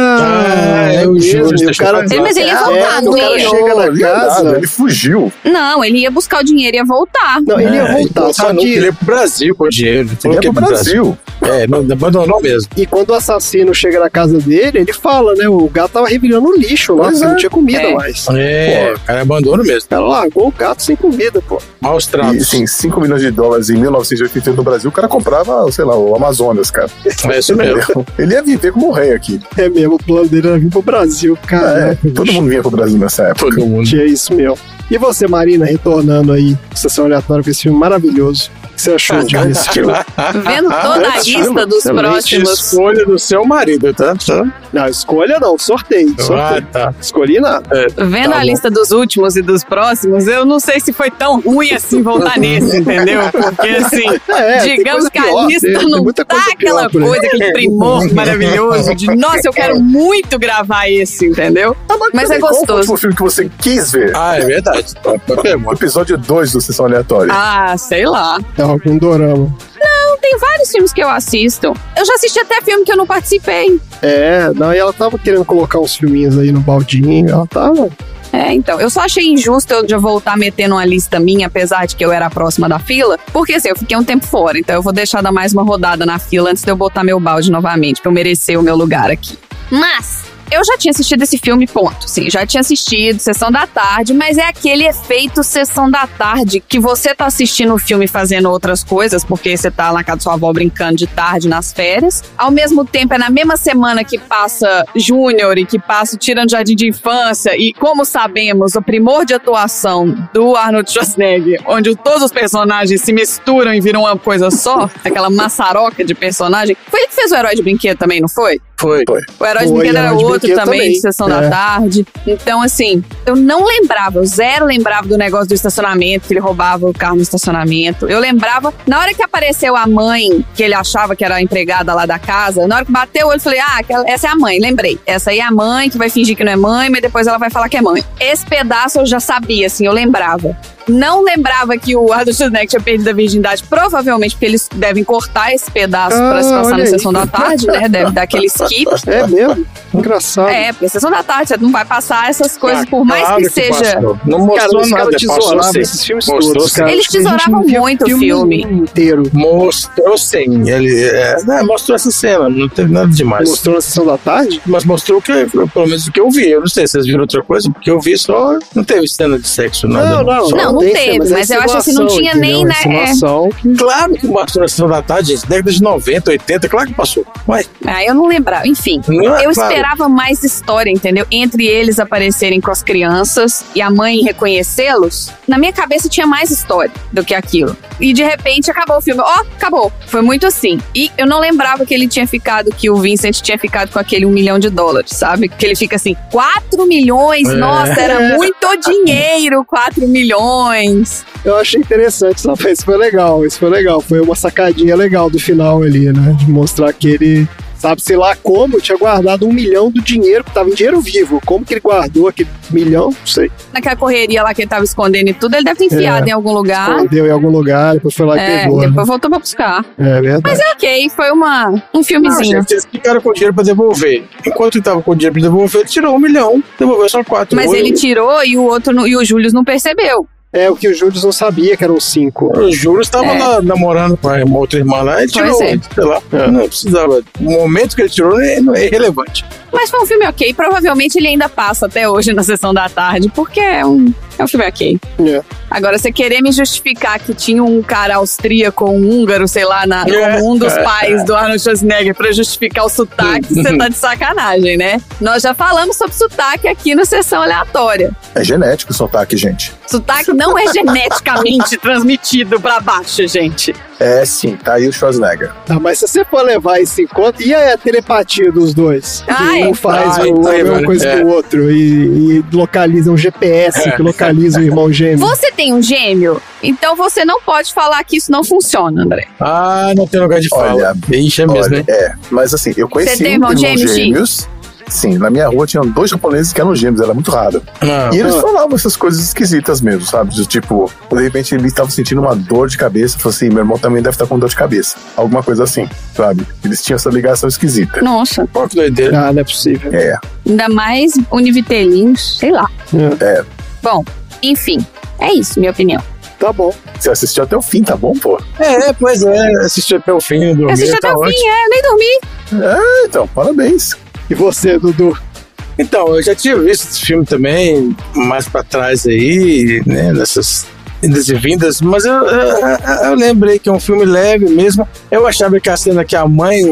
Speaker 3: Ah,
Speaker 4: Ah, é o
Speaker 3: mesmo,
Speaker 4: Judas,
Speaker 3: e
Speaker 4: deixa eu
Speaker 3: cara-
Speaker 4: falar.
Speaker 2: Sim, mas ele é
Speaker 3: É,
Speaker 2: voltado,
Speaker 3: o cara
Speaker 2: hein?
Speaker 3: chega na
Speaker 1: Ele é nada,
Speaker 3: casa.
Speaker 1: Ele fugiu.
Speaker 2: Não, ele ia buscar o dinheiro e ia voltar.
Speaker 3: Não, ele ia
Speaker 1: então
Speaker 4: É,
Speaker 3: voltar, só
Speaker 4: ah, não,
Speaker 3: que.
Speaker 4: Ele é pro Brasil com o dinheiro.
Speaker 1: Ele
Speaker 4: Falou
Speaker 1: é
Speaker 4: que
Speaker 1: pro Brasil.
Speaker 4: É, não, abandonou mesmo.
Speaker 1: é-
Speaker 3: E quando o assassino chega na casa dele, ele fala, né? O gato tava revirando lixo lá,
Speaker 1: Pois
Speaker 3: porque
Speaker 1: é.
Speaker 3: não tinha comida
Speaker 2: É.
Speaker 3: mais. O
Speaker 4: É, o cara abandonou mesmo.
Speaker 3: cara largou o gato sem comida, pô.
Speaker 4: Maus
Speaker 1: E,
Speaker 4: tratos.
Speaker 1: assim, 5 milhões de dólares em 1980 no Brasil, o cara comprava, sei lá, o Amazonas, cara.
Speaker 4: É isso mesmo.
Speaker 1: Ele ia viver como um rei aqui.
Speaker 3: É mesmo, o plano dele era vir pro Brasil, cara.
Speaker 1: É, todo mundo vinha pro Brasil nessa época.
Speaker 4: Todo mundo.
Speaker 3: Tinha é isso meu. E você, Marina, retornando aí, sessão aleatória com esse filme maravilhoso. O que você achou de desse filme?
Speaker 2: Vendo toda a lista dos próximos.
Speaker 4: Escolha do seu marido, tá?
Speaker 3: Não, escolha não, sorteio.
Speaker 4: Ah,
Speaker 3: sorteio.
Speaker 4: tá.
Speaker 3: Escolhi nada.
Speaker 2: Vendo
Speaker 4: Tá
Speaker 2: a
Speaker 4: bom.
Speaker 2: lista dos últimos e dos próximos, eu não sei se foi tão ruim assim voltar nesse, entendeu? Porque assim,
Speaker 3: É, tem
Speaker 2: digamos
Speaker 3: coisa
Speaker 2: que a
Speaker 3: pior,
Speaker 2: lista
Speaker 3: tem- tem
Speaker 2: não
Speaker 3: muita
Speaker 2: tá
Speaker 3: coisa pior
Speaker 2: aquela
Speaker 3: por aí.
Speaker 2: coisa, aquele primor maravilhoso de nossa, eu quero muito gravar esse, entendeu?
Speaker 3: Tá
Speaker 2: Mas é
Speaker 1: Qual foi o
Speaker 2: gostoso.
Speaker 1: último filme que você quis ver?
Speaker 4: Ah, é verdade. Boa
Speaker 1: O
Speaker 4: pergunta.
Speaker 1: episódio 2 do Sessão Aleatória.
Speaker 2: Ah, sei lá.
Speaker 3: Não, É, com dorama.
Speaker 2: Tem vários filmes que eu assisto. Eu já assisti até filme que eu não participei.
Speaker 3: É, não, e ela tava querendo colocar uns filminhos aí no baldinho, ela tava.
Speaker 2: É, então. Eu só achei injusto eu já voltar metendo uma lista minha, apesar de que eu era próxima da fila, porque assim, eu fiquei um tempo fora, então eu vou deixar dar mais uma rodada na fila antes de eu botar meu balde novamente, pra eu merecer o meu lugar aqui. Mas. Eu já tinha assistido esse filme, ponto. Sim, já tinha assistido, Sessão da Tarde, mas é aquele efeito Sessão da Tarde que você tá assistindo o filme e fazendo outras coisas, porque você tá na casa da sua avó brincando de tarde nas férias. Ao mesmo tempo, é na mesma semana que passa Júnior e que passa o Tirando Jardim de Infância, e como sabemos, o primor de atuação do Arnold Schwarzenegger, onde todos os personagens se misturam e viram uma coisa só, aquela maçaroca de personagem. Foi ele que fez o Herói de Brinquedo também, não foi?
Speaker 4: Foi.
Speaker 2: O Herói de
Speaker 3: Foi,
Speaker 2: Brinquedo era
Speaker 3: Herói de
Speaker 2: outro
Speaker 3: Brinquedo
Speaker 2: também,
Speaker 3: também.
Speaker 2: de Sessão
Speaker 3: É.
Speaker 2: da Tarde. Então, assim, eu não lembrava, eu zero lembrava do negócio do estacionamento, que ele roubava o carro no estacionamento. Eu lembrava, na hora que apareceu a mãe, que ele achava que era a empregada lá da casa, na hora que bateu o olho, eu falei, ah, aquela- essa é a mãe, lembrei. Essa aí é a mãe, que vai fingir que não é mãe, mas depois ela vai falar que é mãe. Esse pedaço eu já sabia, assim, eu lembrava. Não lembrava que o Arnold Schwarzenegger tinha perdido a virgindade, provavelmente porque eles devem cortar esse pedaço pra se
Speaker 3: Ah,
Speaker 2: passar
Speaker 3: olha
Speaker 2: na
Speaker 3: aí.
Speaker 2: sessão da tarde, né? Deve dar aquele skip.
Speaker 3: É mesmo? Engraçado.
Speaker 2: É, porque sessão da tarde, você não vai passar essas coisas,
Speaker 4: Ah,
Speaker 2: por mais
Speaker 4: claro
Speaker 2: que seja.
Speaker 4: passou. Não
Speaker 3: Cara,
Speaker 4: mostrou
Speaker 3: os
Speaker 4: nada,
Speaker 3: caras
Speaker 4: passou
Speaker 3: tesouravam
Speaker 4: sim.
Speaker 3: esses filmes
Speaker 4: Mostrou
Speaker 3: todos,
Speaker 4: sim.
Speaker 3: cara.
Speaker 2: Eles
Speaker 3: Acho que a gente
Speaker 2: tesouravam
Speaker 3: não via
Speaker 2: muito o filme.
Speaker 3: inteiro.
Speaker 4: Mostrou sim. Ele, é, né, mostrou essa cena, não teve nada demais.
Speaker 3: Mostrou na sessão da tarde?
Speaker 4: Mas mostrou que, pelo menos o que eu vi. Eu não sei se vocês viram outra coisa, porque eu vi só. Não teve cena de sexo, nada. Só-
Speaker 2: Não, não
Speaker 3: tem
Speaker 2: teve,
Speaker 3: cena,
Speaker 2: mas
Speaker 3: é
Speaker 2: eu acho assim, não
Speaker 3: insinuação,
Speaker 2: tinha nem,
Speaker 3: entendeu?
Speaker 2: né, é.
Speaker 3: Insinuação que-
Speaker 4: Claro que mostrou na sessão da tarde, gente. Década de 90, 80, claro que passou. Ué,
Speaker 2: Ah, eu não lembrava. Enfim.
Speaker 4: não é
Speaker 2: Eu
Speaker 4: claro.
Speaker 2: esperava mais história, entendeu? Entre eles aparecerem com as crianças e a mãe reconhecê-los. Na minha cabeça tinha mais história do que aquilo. E de repente acabou o filme. Ó, acabou. Foi muito assim. E eu não lembrava que ele tinha ficado, que o Vincent tinha ficado com aquele um milhão de dólares, sabe? Que ele fica assim, 4 milhões?
Speaker 4: É.
Speaker 2: Nossa, era muito dinheiro, 4 milhões.
Speaker 3: Eu achei interessante, só foi, isso foi legal, isso foi legal. Foi uma sacadinha legal do final ali, né? De mostrar que ele, sabe, sei lá como, tinha guardado um milhão do dinheiro, que tava em dinheiro vivo. Como que ele guardou aquele milhão? Não sei.
Speaker 2: Naquela correria lá que ele tava escondendo e tudo, ele deve ter enfiado
Speaker 4: É.
Speaker 2: em algum lugar.
Speaker 3: Escondeu em algum lugar, depois foi lá e
Speaker 2: Ah. É,
Speaker 3: pegou. né?
Speaker 2: depois voltou pra buscar.
Speaker 3: É verdade.
Speaker 2: Ok, foi uma, um
Speaker 4: Não,
Speaker 2: filmezinho.
Speaker 4: ah, gente, eles ficaram com dinheiro pra devolver. Enquanto ele tava com dinheiro pra devolver, ele tirou um milhão, devolveu só quatro.
Speaker 2: Mas
Speaker 4: Oi,
Speaker 2: ele tirou e o outro não- e o Júlio não percebeu.
Speaker 3: É o que o Júlio não sabia que eram cinco.
Speaker 4: O Júlio estava
Speaker 2: É.
Speaker 4: lá namorando com a outra irmã lá, ele
Speaker 2: Pois
Speaker 4: tirou,
Speaker 2: é.
Speaker 4: sei lá, não precisava. O momento que ele tirou é, não é irrelevante.
Speaker 2: Mas foi um filme ok. Provavelmente ele ainda passa até hoje na sessão da tarde, porque é um, é um filme ok.
Speaker 3: É.
Speaker 2: Agora, você querer me justificar que tinha um cara austríaco ou um húngaro, sei lá, na,
Speaker 4: É.
Speaker 2: como um dos pais do Arnold Schwarzenegger pra justificar o sotaque, você tá de sacanagem, né? Nós já falamos sobre sotaque aqui no Sessão Aleatória.
Speaker 1: É genético o sotaque, gente.
Speaker 2: Sotaque não é geneticamente transmitido pra baixo, gente.
Speaker 1: É sim, tá aí o Schwarzenegger.
Speaker 3: Tá, mas se você for levar isso em conta, e a telepatia dos dois?
Speaker 2: Ah,
Speaker 3: Que um faz
Speaker 4: Ah,
Speaker 3: o-
Speaker 4: então,
Speaker 3: a mesma
Speaker 4: mano,
Speaker 3: coisa
Speaker 4: é.
Speaker 3: que o outro e, e localiza um GPS que localiza o irmão gêmeo.
Speaker 2: Você tem um gêmeo, então você não pode falar que isso não funciona, André.
Speaker 4: Ah, não tem lugar de fala.
Speaker 1: Olha,
Speaker 4: Ixi, é mesmo,
Speaker 1: Olha,
Speaker 4: né?
Speaker 1: É, mas assim, eu conheci
Speaker 2: Você tem
Speaker 1: um
Speaker 2: irmão
Speaker 1: irmão
Speaker 2: gêmeo, Gi?
Speaker 1: gêmeos. Sim, na minha rua tinham dois japoneses que eram gêmeos, era muito raro.
Speaker 4: Ah,
Speaker 1: E eles falavam essas coisas esquisitas mesmo, sabe? Do tipo, de repente ele estava sentindo uma dor de cabeça, falou assim: meu irmão também deve estar com dor de cabeça. Alguma coisa assim, sabe? Eles tinham essa ligação esquisita.
Speaker 2: Nossa,
Speaker 4: pô, que doideira.
Speaker 3: Ah, não é possível.
Speaker 1: É,
Speaker 2: ainda mais univitelinhos, sei lá.
Speaker 1: É.
Speaker 2: Bom, enfim, é isso, minha opinião.
Speaker 3: Tá bom.
Speaker 1: você assistiu até o fim, tá bom, pô?
Speaker 4: É, é, pois é, assistir até o fim,
Speaker 2: Eu
Speaker 4: dormir,
Speaker 2: assisti
Speaker 4: tá
Speaker 2: até o
Speaker 4: ótimo.
Speaker 2: fim, é, eu nem dormi.
Speaker 1: É, então, parabéns.
Speaker 3: E você, Dudu?
Speaker 4: Então, eu já tinha visto esse filme também, mais pra trás aí, né, nessas idas e vindas, mas eu, eu, eu lembrei que é um filme leve mesmo. Eu achava que a cena que a mãe,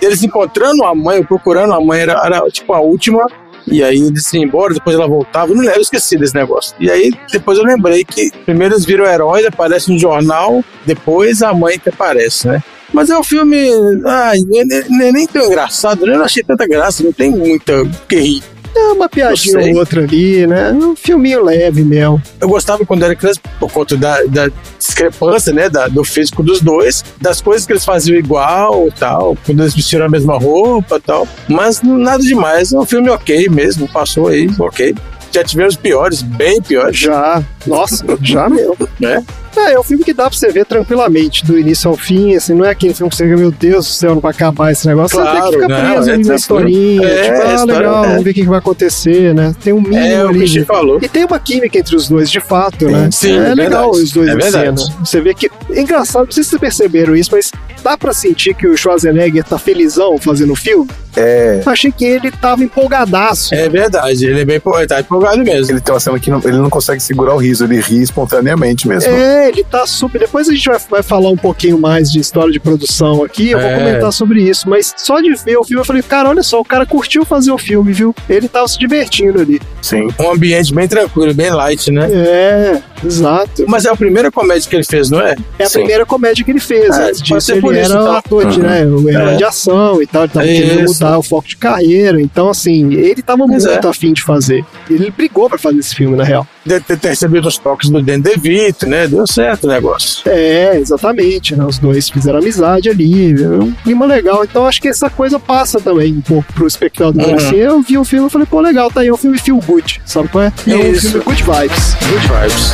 Speaker 4: eles encontrando a mãe, procurando a mãe, era, era, tipo a última, e aí eles iam embora, depois ela voltava, eu não lembro, eu esqueci desse negócio. E aí depois eu lembrei que primeiro eles viram heróis, aparece no jornal, depois a mãe que aparece, né? Mas é um filme. Ai, nem- nem, nem tão engraçado, né? Eu não achei tanta graça, não tem muita o que rir.
Speaker 3: É uma piadinha
Speaker 4: Não sei.
Speaker 3: ou outra ali, né? Um filminho leve mesmo.
Speaker 4: Eu gostava quando era criança, por conta da, da discrepância, né? da- do físico dos dois, das coisas que eles faziam igual e tal, quando eles vestiram a mesma roupa e tal. Mas nada demais, é um filme ok mesmo, passou aí, ok. Já tivemos piores, bem piores.
Speaker 3: Já. Nossa, já mesmo.
Speaker 4: Né?
Speaker 3: É, é um filme que dá pra você ver tranquilamente, do início ao fim, assim, não é aquele filme que você fica, meu Deus do céu, não vai acabar esse negócio. você tem
Speaker 4: Claro,
Speaker 3: que ficar preso
Speaker 4: não, é
Speaker 3: ali na
Speaker 4: tranquilo.
Speaker 3: historinha,
Speaker 4: É,
Speaker 3: tipo, ah,
Speaker 4: história-
Speaker 3: legal,
Speaker 4: é.
Speaker 3: vamos ver o que que vai acontecer, né? Tem um mínimo
Speaker 4: É o que
Speaker 3: ali.
Speaker 4: o Chico
Speaker 3: de-
Speaker 4: falou.
Speaker 3: E tem uma química entre os dois, de fato, né?
Speaker 4: Sim,
Speaker 3: é
Speaker 4: é
Speaker 3: legal
Speaker 4: verdade.
Speaker 3: os dois
Speaker 4: É
Speaker 3: em cena.
Speaker 4: verdade.
Speaker 3: Você vê que. É engraçado, não sei se vocês perceberam isso, mas dá pra sentir que o Schwarzenegger tá felizão fazendo o filme.
Speaker 1: É,
Speaker 3: Achei que ele tava empolgadaço.
Speaker 4: É verdade, ele é bem empol- ele tá empolgado mesmo.
Speaker 1: ele tem uma cena que não- ele não consegue segurar o riso, ele ri espontaneamente mesmo.
Speaker 3: É, ele tá super. Depois a gente vai, vai falar um pouquinho mais de história de produção aqui, eu
Speaker 4: É.
Speaker 3: vou comentar sobre isso, mas só de ver o filme eu falei, cara, olha só, o cara curtiu fazer o filme, viu? Ele tava se divertindo ali.
Speaker 1: Sim.
Speaker 4: Um ambiente bem tranquilo, bem light, né?
Speaker 3: É, exato.
Speaker 4: Mas é a primeira comédia que ele fez, não é?
Speaker 3: É a
Speaker 1: Sim.
Speaker 3: primeira comédia que ele fez. né? Tipo,
Speaker 4: É,
Speaker 3: Antes
Speaker 4: pode
Speaker 3: disso,
Speaker 4: ser
Speaker 3: ele
Speaker 4: por
Speaker 3: era
Speaker 4: isso, então.
Speaker 3: ator de,
Speaker 1: Uhum.
Speaker 3: né, um herói
Speaker 4: É.
Speaker 3: de ação e tal, ele tava querendo
Speaker 4: Isso.
Speaker 3: mudar o foco de carreira. Então, assim, ele tava
Speaker 4: Pois
Speaker 3: muito
Speaker 4: é.
Speaker 3: afim de fazer. Ele brigou pra fazer esse filme, na real.
Speaker 4: Deve ter ter recebido os toques do Dan DeVito, né? Deu certo o negócio.
Speaker 3: É, exatamente, né? Os dois fizeram amizade ali, é um clima legal. Então acho que essa coisa passa também um pouco pro espectador.
Speaker 4: Uhum.
Speaker 3: Assim, eu vi o filme e falei, pô, legal, tá aí, é um filme feel good, sabe qual é? É um
Speaker 4: Isso.
Speaker 3: filme good vibes.
Speaker 4: Good vibes.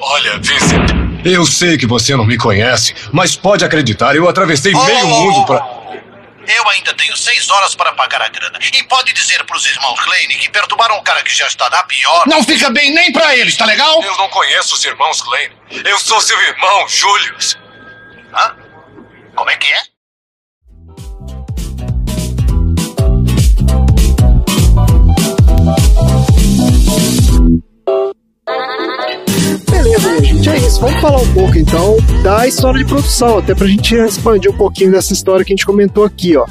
Speaker 8: Olha, Vincent, eu sei que você não me conhece, mas pode acreditar, eu atravessei meio mundo pra.
Speaker 9: Oh! Eu ainda tenho seis horas para pagar a grana. E pode dizer pros irmãos Klein que perturbaram um cara que já está na pior.
Speaker 8: Não fica bem nem pra eles, tá legal? Eu não conheço os irmãos Klein. Eu sou seu irmão, Julius.
Speaker 9: Como é que é?
Speaker 3: Beleza, minha gente, é isso. Vamos falar um pouco então da história de produção, até pra gente expandir um pouquinho dessa história que a gente comentou aqui, ó.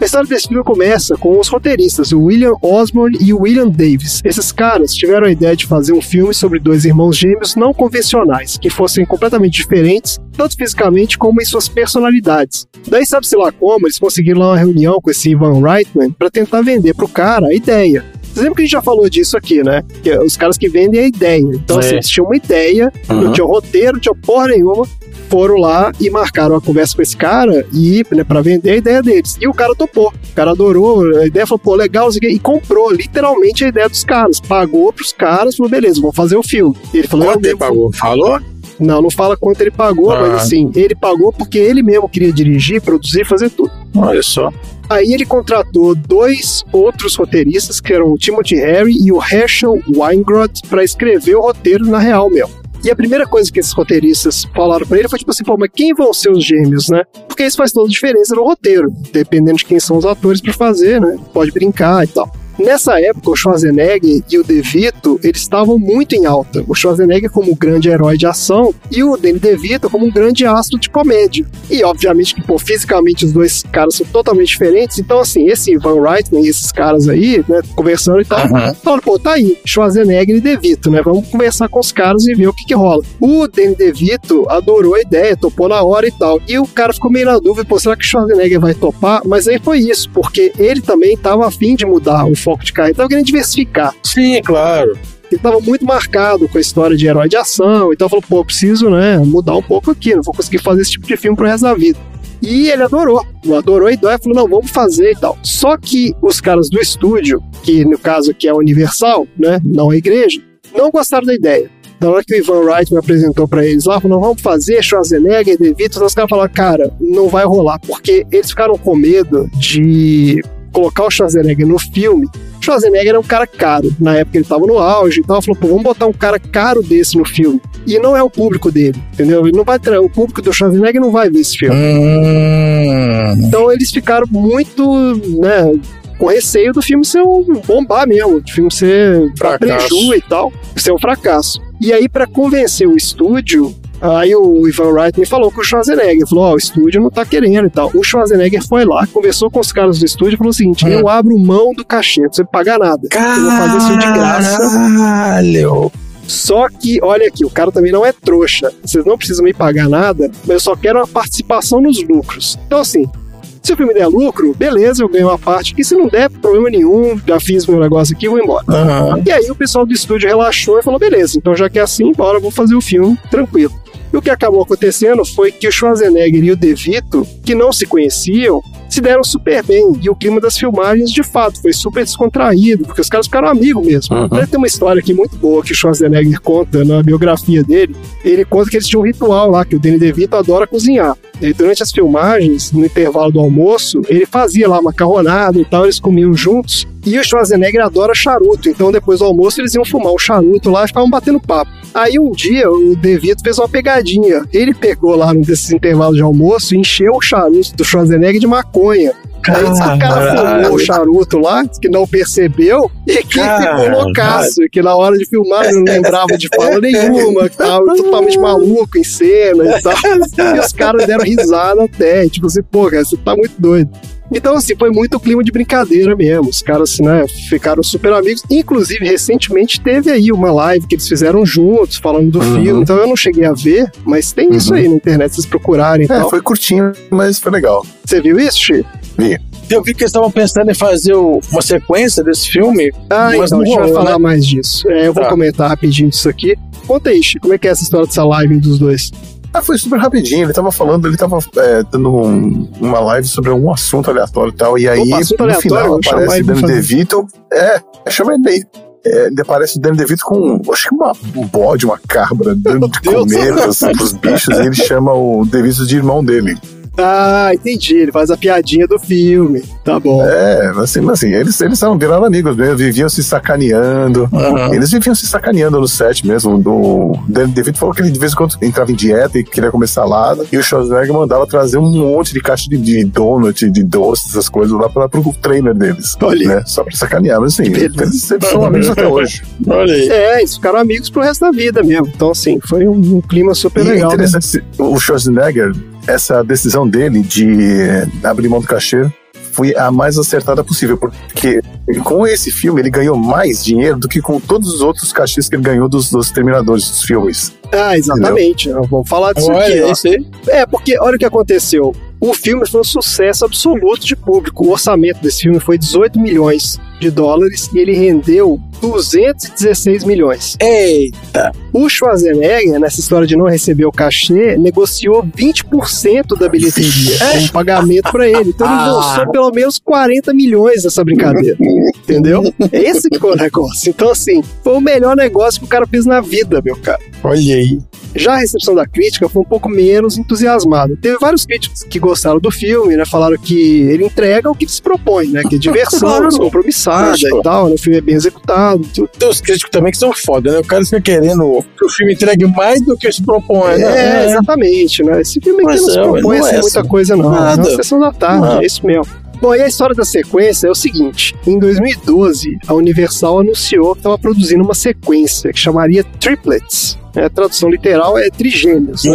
Speaker 3: A história desse filme começa com os roteiristas, o William Osborne e o William Davis. Esses caras tiveram a ideia de fazer um filme sobre dois irmãos gêmeos não convencionais, que fossem completamente diferentes, tanto fisicamente como em suas personalidades. Daí sabe-se lá como, eles conseguiram lá uma reunião com esse Ivan Reitman pra tentar vender pro cara a ideia. Vocês lembram que a gente já falou disso aqui, né? Que é os caras que vendem a ideia. Então,
Speaker 4: É.
Speaker 3: assim, eles tinham uma ideia,
Speaker 4: Uhum.
Speaker 3: não tinha roteiro, não tinha porra nenhuma. Foram lá e marcaram a conversa com esse cara e, né, pra vender a ideia deles. E o cara topou. O cara adorou a ideia, falou, pô, legal, não sei o quê, e comprou literalmente a ideia dos caras. Pagou pros caras, falou, beleza, vou fazer o filme. E ele falou, eu
Speaker 4: Quanto ele
Speaker 3: mesmo vou
Speaker 4: pagou? Falou?
Speaker 3: não, não fala quanto ele pagou,
Speaker 4: Ah.
Speaker 3: mas assim, ele pagou porque ele mesmo queria dirigir, produzir, fazer tudo.
Speaker 4: Olha só.
Speaker 3: Aí ele contratou dois outros roteiristas, que eram o Timothy Harry e o Herschel Weingrod, pra escrever o roteiro na real, meu. E a primeira coisa que esses roteiristas falaram pra ele foi tipo assim, pô, mas quem vão ser os gêmeos, né? Porque isso faz toda a diferença no roteiro, dependendo de quem são os atores pra fazer, né? Pode brincar e tal. Nessa época, o Schwarzenegger e o De Vito, eles estavam muito em alta. O Schwarzenegger como um grande herói de ação e o Danny DeVito como um grande astro de comédia. E, obviamente, que, pô, fisicamente os dois caras são totalmente diferentes. Então, assim, esse Van Reitman e esses caras aí, né, conversando e tal,
Speaker 4: Aham.
Speaker 3: falaram, pô, tá aí, Schwarzenegger e De Vito, né? Vamos conversar com os caras e ver o que que rola. O Danny DeVito adorou a ideia, topou na hora e tal. E o cara ficou meio na dúvida, pô, será que Schwarzenegger vai topar? Mas aí foi isso, porque ele também tava afim de mudar o foco de carreira, tava querendo diversificar
Speaker 4: Sim, claro.
Speaker 3: ele tava muito marcado com a história de herói de ação, então falou, pô, eu preciso, né, mudar um pouco aqui, não vou conseguir fazer esse tipo de filme pro resto da vida. E ele adorou, adorou a ideia, falou, não, vamos fazer e tal. Só que os caras do estúdio, que no caso aqui é a Universal, né, não a igreja, não gostaram da ideia. Na hora que o Ivan Reitman apresentou pra eles lá, falou, não, vamos fazer Schwarzenegger, De Vito, então os caras falaram, cara, não vai rolar, porque eles ficaram com medo de colocar o Schwarzenegger no filme Schwarzenegger era um cara caro. Na época ele tava no auge e tal. Falou, pô, vamos botar um cara caro desse no filme. E não é o público dele, entendeu? Ele não vai tra- o público do Schwarzenegger não vai ver esse filme.
Speaker 4: Hum.
Speaker 3: Então eles ficaram muito, né, com receio do filme ser um bombar mesmo, do filme ser pra
Speaker 4: Fracasso.
Speaker 3: preju e tal, ser um fracasso. E aí, pra convencer o estúdio, aí o Ivan Wright me falou com o Schwarzenegger, falou, ó, o estúdio não tá querendo e tal. O Schwarzenegger foi lá, conversou com os caras do estúdio e falou o seguinte,
Speaker 4: Hum.
Speaker 3: eu abro mão do cachê, não precisa pagar nada. Eu vou fazer isso de graça.
Speaker 4: Caralho.
Speaker 3: Só que, olha aqui, o cara também não é trouxa. Vocês não precisam me pagar nada, mas eu só quero uma participação nos lucros. Então, assim, se o filme der lucro, beleza, eu ganho uma parte. E se não der, problema nenhum, já fiz meu negócio aqui, vou embora.
Speaker 4: Aham.
Speaker 3: E aí o pessoal do estúdio relaxou e falou: beleza, então já que é assim, bora, vou fazer o filme tranquilo. E o que acabou acontecendo foi que o Schwarzenegger e o De Vito, que não se conheciam, se deram super bem. E o clima das filmagens, de fato, foi super descontraído, porque os caras ficaram amigos mesmo.
Speaker 4: Uhum.
Speaker 3: Deve ter uma história aqui muito boa que o Schwarzenegger conta na biografia dele. Ele conta que eles tinham um ritual lá, que o Danny DeVito adora cozinhar. E durante as filmagens, no intervalo do almoço, ele fazia lá macarronada e tal, eles comiam juntos. E o Schwarzenegger adora charuto, então depois do almoço eles iam fumar o charuto lá e ficavam batendo papo. Aí um dia o DeVito fez uma pegadinha. Ele pegou lá num desses intervalos de almoço e encheu o charuto do Schwarzenegger de maconha. Aí disse que o cara
Speaker 4: Caralho.
Speaker 3: fumou o charuto lá, que não percebeu, e que ficou
Speaker 4: Caralho.
Speaker 3: loucaço, que na hora de filmar não lembrava de fala nenhuma, que tava totalmente maluco em cena e tal. E os caras deram risada até, tipo assim, pô, cara, você tá muito doido. Então, assim, foi muito clima de brincadeira mesmo. Os caras, né, ficaram super amigos. Inclusive, recentemente teve aí uma live que eles fizeram juntos, falando do filme. Então, eu não cheguei a ver, mas tem isso aí na internet, se vocês procurarem e
Speaker 1: É,
Speaker 3: tal.
Speaker 1: foi curtinho, mas foi legal.
Speaker 3: Você viu isso, Chi?
Speaker 4: Eu vi que eles estavam pensando em fazer o- uma sequência desse filme.
Speaker 3: Ah,
Speaker 4: Mas
Speaker 3: então, a
Speaker 4: não
Speaker 3: gente vai
Speaker 4: rolou,
Speaker 3: falar
Speaker 4: né?
Speaker 3: mais disso. É, eu vou
Speaker 4: Tá.
Speaker 3: comentar rapidinho disso aqui. Conta aí, Chi, como é que é essa história dessa live dos dois?
Speaker 1: Ah, foi super rapidinho. Ele tava falando, ele tava é, dando um- uma live sobre algum assunto aleatório e tal. E aí,
Speaker 3: Opa, assunto
Speaker 1: no
Speaker 3: aleatório,
Speaker 1: final,
Speaker 3: vou chamar
Speaker 1: aparece
Speaker 3: ele
Speaker 1: o
Speaker 3: pra
Speaker 1: Danny
Speaker 3: fazer.
Speaker 1: DeVito. É, chama ele aí. É, ele aparece o Danny DeVito com, acho que uma, um bode, uma cabra, dando de
Speaker 3: Deus. um
Speaker 1: comer assim, pros bichos. E ele chama o DeVito de irmão dele.
Speaker 3: Ah, entendi. Ele faz a piadinha do filme. Tá bom.
Speaker 1: É, assim, mas assim, eles, eles eram, viraram amigos mesmo, viviam se sacaneando.
Speaker 4: Aham.
Speaker 1: Eles viviam se sacaneando no set mesmo. O Danny DeVito falou que ele de vez em quando entrava em dieta e queria comer salada. E o Schwarzenegger mandava trazer um monte de caixa de, de donut, de doces, essas coisas lá pra, pro trainer deles.
Speaker 3: Olha.
Speaker 1: Né? Só pra sacanear. Mas assim,
Speaker 3: beleza. Tá
Speaker 1: eles sempre são amigos até hoje.
Speaker 4: Olha aí.
Speaker 3: É, eles ficaram amigos pro resto da vida mesmo. Então, assim, foi um, um clima super
Speaker 1: E é
Speaker 3: legal. né?
Speaker 1: interessante, o Schwarzenegger, essa decisão dele de eh, abrir mão do cachê foi a mais acertada possível, porque com esse filme ele ganhou mais dinheiro do que com todos os outros cachês que ele ganhou dos, dos terminadores dos filmes.
Speaker 3: Ah, exatamente. Vamos falar disso aqui.
Speaker 4: Olha
Speaker 3: ó.
Speaker 4: isso aí.
Speaker 3: É, porque olha o que aconteceu. O filme foi um sucesso absoluto de público. O orçamento desse filme foi 18 milhões de dólares e ele rendeu 216 milhões.
Speaker 4: Ei,
Speaker 3: O Schwarzenegger, nessa história de não receber o cachê, negociou 20% da bilheteria como pagamento pra ele. Então ele embolsou pelo menos 40 milhões nessa brincadeira. Entendeu? É Esse que foi o negócio. Então, assim, foi o melhor negócio que o cara fez na vida, meu cara.
Speaker 4: olha aí.
Speaker 3: Já a recepção da crítica foi um pouco menos entusiasmada. Teve vários críticos que gostaram do filme, né? Falaram que ele entrega o que se propõe, né? Que é diversão,
Speaker 4: Claro.
Speaker 3: descompromissada e
Speaker 4: Lógico.
Speaker 3: tal, né? O filme é bem executado. tudo.
Speaker 4: Tem os críticos também que são foda, né? O cara fica querendo que o filme entregue mais do que se propõe, né?
Speaker 2: É,
Speaker 3: É, exatamente, né? Esse filme aqui
Speaker 4: Mas
Speaker 3: não se
Speaker 4: é, ué,
Speaker 3: propõe
Speaker 4: não
Speaker 3: a ser
Speaker 4: é
Speaker 3: muita
Speaker 4: essa.
Speaker 3: coisa, não. É
Speaker 4: Nada.
Speaker 3: uma sessão da tarde,
Speaker 4: Não.
Speaker 3: é isso mesmo. Bom, e a história da sequência é o seguinte: em 2012, a Universal anunciou que estava produzindo uma sequência que chamaria Triplets. A tradução literal é trigêmeos, né?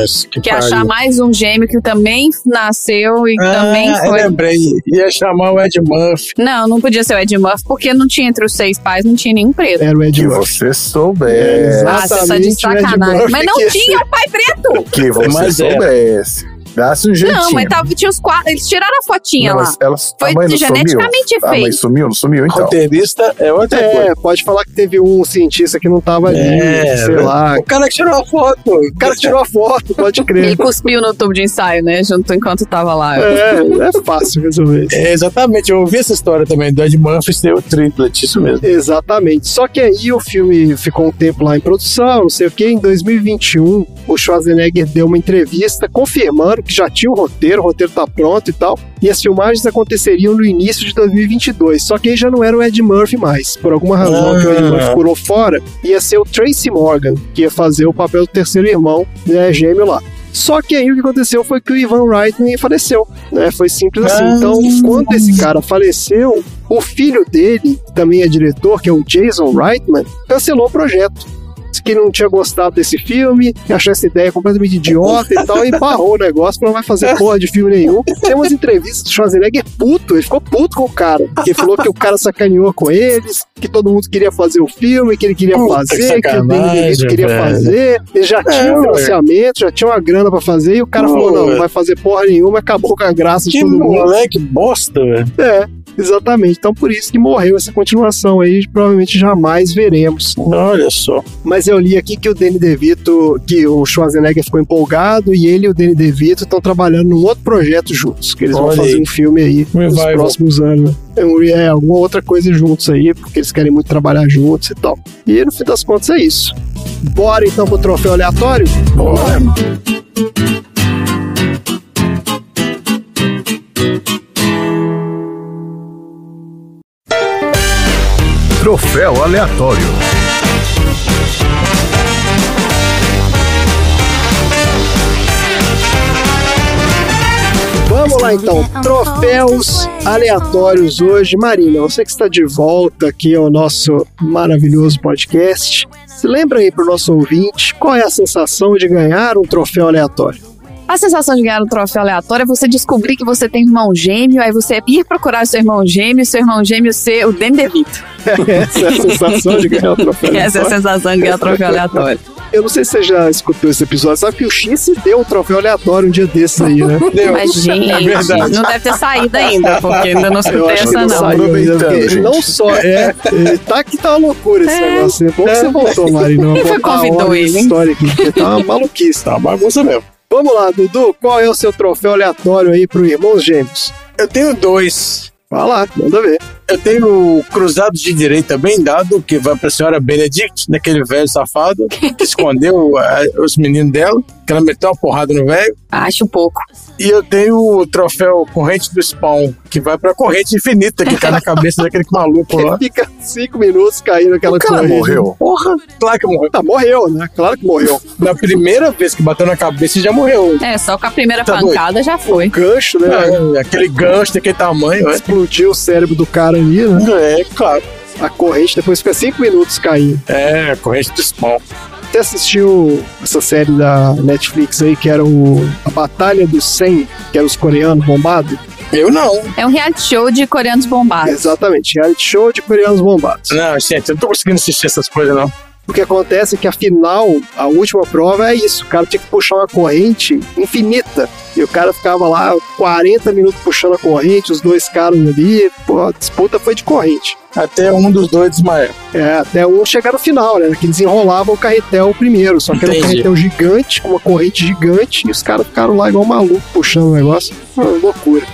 Speaker 4: Nossa, que
Speaker 2: Que achar
Speaker 4: pariu.
Speaker 2: mais um gêmeo que também nasceu e
Speaker 4: Ah,
Speaker 2: também
Speaker 4: eu
Speaker 2: foi.
Speaker 4: lembrei. Ia chamar é o Ed Murphy.
Speaker 2: Não, não podia ser o Ed Murphy, porque não tinha entre os seis pais, não tinha nenhum
Speaker 4: É.
Speaker 2: preto.
Speaker 3: Era o Ed
Speaker 1: Que
Speaker 3: Murphy.
Speaker 1: você soubesse.
Speaker 2: Ah, você tá de
Speaker 3: exatamente o Ed
Speaker 2: sacanagem.
Speaker 3: Murphy
Speaker 2: Mas não
Speaker 3: que-
Speaker 2: tinha o pai preto!
Speaker 1: Que você
Speaker 4: Mas era.
Speaker 1: soubesse. Dá-se um jeitinho.
Speaker 2: Não, mas tava, tinha os quatro. Eles tiraram a fotinha
Speaker 1: Não,
Speaker 2: lá.
Speaker 1: mas elas-
Speaker 2: Foi
Speaker 1: a mãe não
Speaker 2: geneticamente
Speaker 1: sumiu? A mãe
Speaker 2: feito.
Speaker 1: sumiu, não sumiu então?
Speaker 4: Roteirista é outra coisa.
Speaker 3: É, pode falar que teve um cientista que não tava ali,
Speaker 4: É,
Speaker 3: sei lá.
Speaker 4: O cara que tirou a foto.
Speaker 3: O cara que tirou a foto, pode
Speaker 2: Ele
Speaker 3: crer.
Speaker 2: cuspiu no tubo de ensaio, né? Junto enquanto tava lá.
Speaker 3: É, é fácil resolver isso.
Speaker 4: É, exatamente, eu ouvi essa história também do Ed Murphy ser o triplet, isso mesmo.
Speaker 3: Exatamente. Só que aí o filme ficou um tempo lá em produção, não sei o que. Em 2021, o Schwarzenegger deu uma entrevista confirmando que já tinha o roteiro, o roteiro tá pronto e tal. E as filmagens aconteceriam no início de 2022. Só que aí já não era o Ed Murphy mais. Por alguma razão
Speaker 4: Ah.
Speaker 3: que o Ed Murphy curou fora, ia ser o Tracy Morgan, que ia fazer o papel do terceiro irmão, né, gêmeo lá. Só que aí o que aconteceu foi que o Ivan Reitman faleceu, né? Foi simples
Speaker 4: Ah,
Speaker 3: assim. Então, quando esse cara faleceu, o filho dele, também é diretor, que é o Jason Reitman, cancelou o projeto. Disse que não tinha gostado desse filme, que achou essa ideia completamente idiota e tal, e barrou o negócio, não vai fazer porra de filme nenhum. Tem umas entrevistas do Schwarzenegger é puto, ele ficou puto com o cara. Ele falou que o cara sacaneou com eles, que todo mundo queria fazer o filme, que ele queria
Speaker 4: Puta, que
Speaker 3: fazer, que, o o
Speaker 4: sacanagem,
Speaker 3: DeVito queria
Speaker 4: velho.
Speaker 3: fazer, ele já tinha
Speaker 4: É,
Speaker 3: o
Speaker 4: ué.
Speaker 3: financiamento, já tinha uma grana pra fazer, e o cara falou: não,
Speaker 4: Pô.
Speaker 3: não vai fazer porra nenhuma, acabou com a graça de
Speaker 4: é. Que
Speaker 3: todo mundo.
Speaker 4: moleque bosta, velho.
Speaker 3: É, exatamente. Então por isso que morreu essa continuação aí, provavelmente jamais veremos.
Speaker 4: Olha só.
Speaker 3: Mas eu li aqui que o Danny DeVito, que o Schwarzenegger ficou empolgado e ele e o Danny DeVito estão trabalhando num outro projeto juntos, que eles
Speaker 4: Olha
Speaker 3: vão fazer
Speaker 4: aí.
Speaker 3: um filme aí nos
Speaker 4: Revival.
Speaker 3: próximos anos. É, um- é, alguma outra coisa juntos aí, porque eles querem muito trabalhar juntos e tal. E no fim das contas é isso. Bora então pro troféu aleatório?
Speaker 1: Troféu aleatório.
Speaker 3: Vamos lá então,
Speaker 2: É um
Speaker 3: troféus aleatórios hoje. Marina, você que está de volta aqui ao nosso maravilhoso podcast, se lembra aí para o nosso ouvinte qual é a sensação de ganhar um troféu aleatório?
Speaker 2: A sensação de ganhar um troféu aleatório é você descobrir que você tem um irmão gêmeo, aí você ir procurar seu irmão gêmeo, seu irmão gêmeo ser o Danny DeVito.
Speaker 3: Essa é a sensação de ganhar um troféu
Speaker 2: Essa é a
Speaker 3: aleatório.
Speaker 2: sensação de ganhar troféu aleatório.
Speaker 3: Eu não sei se você já escutou esse episódio, sabe que o X se deu um troféu aleatório um dia desses aí, né?
Speaker 4: Deu.
Speaker 2: Mas,
Speaker 4: É
Speaker 2: gente,
Speaker 4: verdade.
Speaker 2: não deve ter saído ainda, porque ainda não
Speaker 3: Eu
Speaker 2: escutei
Speaker 3: acho que
Speaker 2: essa,
Speaker 3: não
Speaker 2: não.
Speaker 3: saiu ainda,
Speaker 1: Aproveitando,
Speaker 3: porque
Speaker 1: gente.
Speaker 3: não só é, é, tá que tá uma loucura esse
Speaker 2: É.
Speaker 3: negócio. É bom que você voltou, Marina.
Speaker 2: Quem foi
Speaker 3: Vou botar a
Speaker 2: convidou
Speaker 3: ordem
Speaker 2: ele,
Speaker 3: nessa
Speaker 2: hein?
Speaker 3: História aqui, porque tá uma maluquice.
Speaker 4: Tá uma bagunça mesmo.
Speaker 3: Vamos lá, Dudu, qual é o seu troféu aleatório aí pro Irmãos Gêmeos?
Speaker 4: Eu tenho dois.
Speaker 3: Vai lá, manda ver.
Speaker 4: Eu tenho o cruzado de direita bem dado, que vai pra senhora Benedict, naquele velho safado, que escondeu ah, os meninos dela, que ela meteu uma porrada no velho.
Speaker 2: Acho um pouco.
Speaker 4: E eu tenho o troféu corrente do spawn, que vai pra corrente infinita, que cai na cabeça daquele maluco lá.
Speaker 3: Ele fica cinco minutos caindo aquela
Speaker 1: O cara
Speaker 3: corrente.
Speaker 1: morreu.
Speaker 4: Porra, claro que morreu.
Speaker 3: Tá, morreu, né? Claro que morreu.
Speaker 4: Na primeira vez que bateu na cabeça, já morreu.
Speaker 2: É, só com a primeira
Speaker 4: Tá doido.
Speaker 2: pancada já foi.
Speaker 3: Gancho, né?
Speaker 4: É, aquele gancho daquele tamanho, é.
Speaker 3: Explodiu o cérebro do cara ali, né?
Speaker 4: É, claro.
Speaker 3: A corrente depois fica cinco minutos caindo.
Speaker 4: É, corrente do spawn.
Speaker 3: Você assistiu essa série da Netflix aí, que era o A Batalha dos 100, que era os coreanos bombados?
Speaker 4: Eu não.
Speaker 2: É um reality show de coreanos bombados.
Speaker 3: Exatamente, reality show de coreanos bombados.
Speaker 4: Não, gente, eu não tô conseguindo assistir essas coisas, não.
Speaker 3: O que acontece é que a final, a última prova é isso. O cara tinha que puxar uma corrente infinita. E o cara ficava lá 40 minutos puxando a corrente, os dois caras ali. Pô, a disputa foi de corrente.
Speaker 4: Até um dos dois desmaiou.
Speaker 3: É, até um chegar no final, né? Que desenrolava o carretel primeiro. Só que era um
Speaker 4: Entendi.
Speaker 3: carretel gigante, com uma corrente gigante. E os caras ficaram lá igual maluco puxando o negócio. Pô, loucura.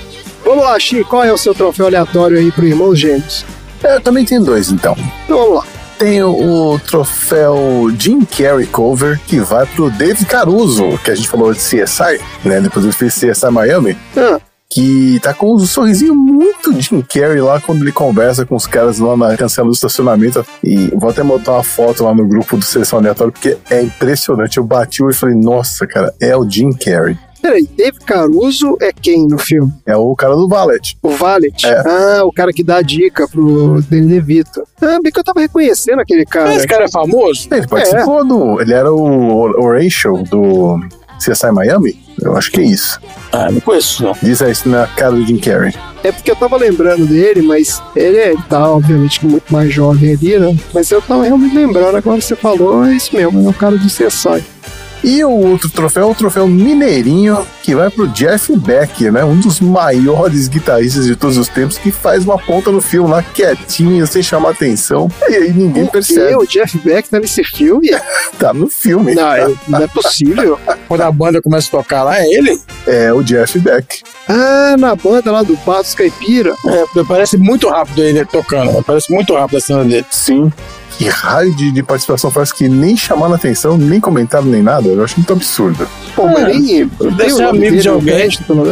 Speaker 3: Vamos lá, Chico. Qual é o seu troféu aleatório aí pro Irmãos Gêmeos?
Speaker 1: Eu também tenho dois, então.
Speaker 3: Então vamos lá.
Speaker 1: Tenho o troféu Jim Carrey Cover, que vai pro David Caruso, que a gente falou de CSI, né? Depois eu fiz CSI Miami.
Speaker 3: Ah.
Speaker 1: Que tá com um sorrisinho muito Jim Carrey lá quando ele conversa com os caras lá na cancela do estacionamento. E vou até botar uma foto lá no grupo do Seleção Aleatório, porque é impressionante. Eu bati o olho e falei, nossa, cara, é o Jim Carrey.
Speaker 3: Peraí, Dave Caruso é quem no filme?
Speaker 1: É o cara do Valet.
Speaker 3: O Valet?
Speaker 1: É.
Speaker 3: Ah, o cara que dá a dica pro Danny DeVito. Ah, bem que eu tava reconhecendo aquele cara.
Speaker 4: Esse cara é famoso?
Speaker 1: Ele participou do. Ele era o Horatio do CSI Miami? Eu acho que é isso.
Speaker 4: Ah, não conheço, não.
Speaker 1: Diz isso na cara do Jim Carrey.
Speaker 3: É porque eu tava lembrando dele, mas ele, é- ele tá, obviamente, que muito mais jovem ali, né? Mas eu tava realmente lembrando, agora que você falou, é isso mesmo, é o cara do CSI.
Speaker 1: E o outro troféu é o troféu Mineirinho, que vai pro Jeff Beck, né? Um dos maiores guitarristas de todos os tempos, que faz uma ponta no filme lá, quietinho, sem chamar atenção. E aí ninguém
Speaker 3: Por que
Speaker 1: percebe.
Speaker 3: o Jeff Beck tá nesse filme?
Speaker 1: Tá no filme.
Speaker 3: Não, é- não é possível.
Speaker 4: Quando a banda começa a tocar lá, é ele?
Speaker 1: É o Jeff Beck.
Speaker 3: Ah, na banda lá do Patos Caipira.
Speaker 4: É, porque parece muito rápido ele tocando. né? Parece muito rápido a cena dele.
Speaker 1: Sim. Que raio de, de participação faz que nem chamaram atenção, nem comentaram, nem nada. Eu acho muito absurdo.
Speaker 3: Pô, mas Ah, nem.
Speaker 4: Deve ser amigo de alguém.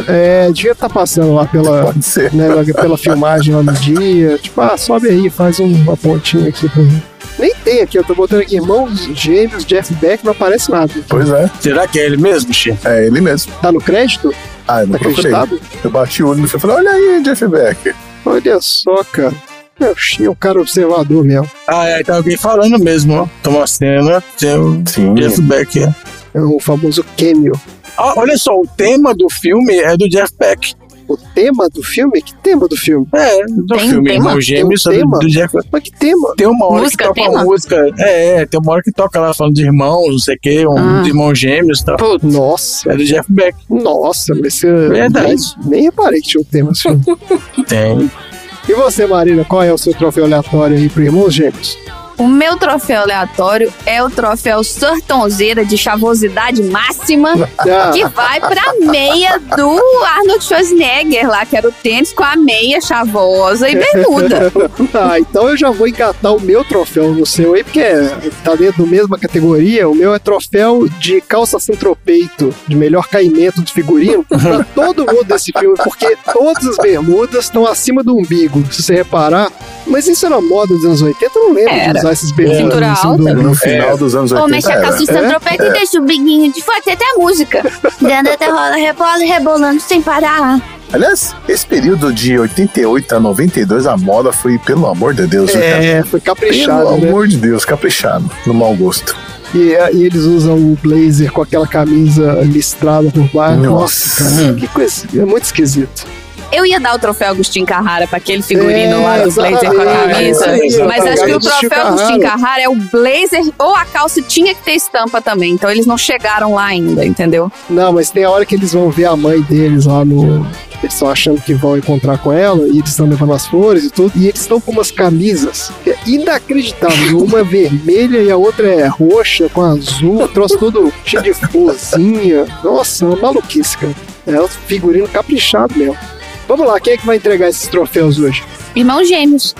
Speaker 3: É, devia estar passando lá pela.
Speaker 1: Pode ser.
Speaker 3: né, lá pela filmagem lá no dia. Tipo, ah, sobe aí, faz um- uma pontinha aqui pra mim. Nem tem aqui, eu tô botando aqui irmãos gêmeos, Jeff Beck, não aparece nada.
Speaker 1: Pois é,
Speaker 4: Será que é ele mesmo, Xi?
Speaker 1: é ele mesmo.
Speaker 3: Tá no crédito?
Speaker 1: Ah, eu não
Speaker 3: Tá
Speaker 1: procurei.
Speaker 3: acreditado?
Speaker 1: Eu bati o olho no filme e falei, olha aí, Jeff Beck.
Speaker 3: Olha só, cara. Meu, Xi é um cara observador mesmo.
Speaker 4: Ah, é, tá alguém falando mesmo, ó. Toma a cena, tem o
Speaker 1: Sim.
Speaker 4: Jeff Beck. é.
Speaker 3: É o famoso cameo.
Speaker 4: Ah, olha só, o tema do filme é do Jeff Beck.
Speaker 3: O tema do filme? Que tema do filme?
Speaker 4: É, do
Speaker 2: Tem
Speaker 4: filme
Speaker 2: tema?
Speaker 4: Irmão Gêmeos,
Speaker 3: Tem um
Speaker 4: é do,
Speaker 3: tema?
Speaker 4: do Jeff Beck.
Speaker 3: Mas que tema?
Speaker 4: Tem uma hora
Speaker 2: Música,
Speaker 4: que toca
Speaker 2: tema?
Speaker 4: uma música. É, é, tem uma hora que toca lá falando de irmãos, não sei o quê, um
Speaker 2: Ah.
Speaker 4: de irmãos gêmeos e tal.
Speaker 3: Nossa,
Speaker 4: É do Jeff Beck.
Speaker 3: nossa, mas você.
Speaker 1: É
Speaker 4: Verdade.
Speaker 3: Nem, nem reparei que tinha um tema esse filme.
Speaker 4: Tem.
Speaker 3: e você, Marina, qual é o seu troféu aleatório aí pro Irmãos Gêmeos?
Speaker 2: O meu troféu aleatório é o troféu Sertãozeira de chavosidade máxima,
Speaker 3: Ah,
Speaker 2: que vai pra meia do Arnold Schwarzenegger lá, que era o tênis com a meia chavosa e bermuda.
Speaker 3: Ah, então eu já vou engatar o meu troféu no seu aí, porque é- tá dentro da mesma categoria. O meu é troféu de calça sem tropeito, de melhor caimento de figurino, pra todo mundo desse filme, porque todas as bermudas estão acima do umbigo, se você reparar. Mas isso era moda dos anos 80, eu não lembro de
Speaker 2: Era.
Speaker 3: usar esses bermudas
Speaker 2: Cintura
Speaker 3: em cima do
Speaker 2: alta.
Speaker 3: umbigo.
Speaker 1: No final dos anos 80.
Speaker 10: Ou mexe a
Speaker 1: era.
Speaker 10: calça
Speaker 3: É?
Speaker 10: tropeiro e deixa o biguinho de fora, tem até a música. Dando até rola, rebola, rebolando sem parar.
Speaker 1: Aliás, esse período de 88 a 92, a moda foi, pelo amor de Deus, né, cara?
Speaker 3: É, foi
Speaker 1: pelo
Speaker 3: caprichado, né?
Speaker 1: amor de Deus, caprichado, no mau gosto.
Speaker 3: E, e eles usam o blazer com aquela camisa listrada por baixo.
Speaker 1: Nossa.
Speaker 3: cara, que coisa. É muito esquisito.
Speaker 2: Eu ia dar o troféu Agostinho Carrara pra aquele figurino
Speaker 3: É,
Speaker 2: lá do blazer com a
Speaker 3: exatamente,
Speaker 2: camisa.
Speaker 4: isso aí,
Speaker 2: Mas acho que o
Speaker 3: exatamente.
Speaker 2: troféu Agostinho Carrara é o blazer ou a calça tinha que ter estampa também. Então eles não chegaram lá ainda, entendeu?
Speaker 3: Não, mas tem a hora que eles vão ver a mãe deles lá no. Eles estão achando que vão encontrar com ela e eles estão levando as flores e tudo. E eles estão com umas camisas que é inacreditável. Uma é vermelha e a outra é roxa com azul. Trouxe tudo cheio de florzinha. Nossa, é uma maluquice, cara. É um figurino caprichado mesmo. Vamos lá, quem é que vai entregar esses troféus hoje?
Speaker 2: Irmãos gêmeos.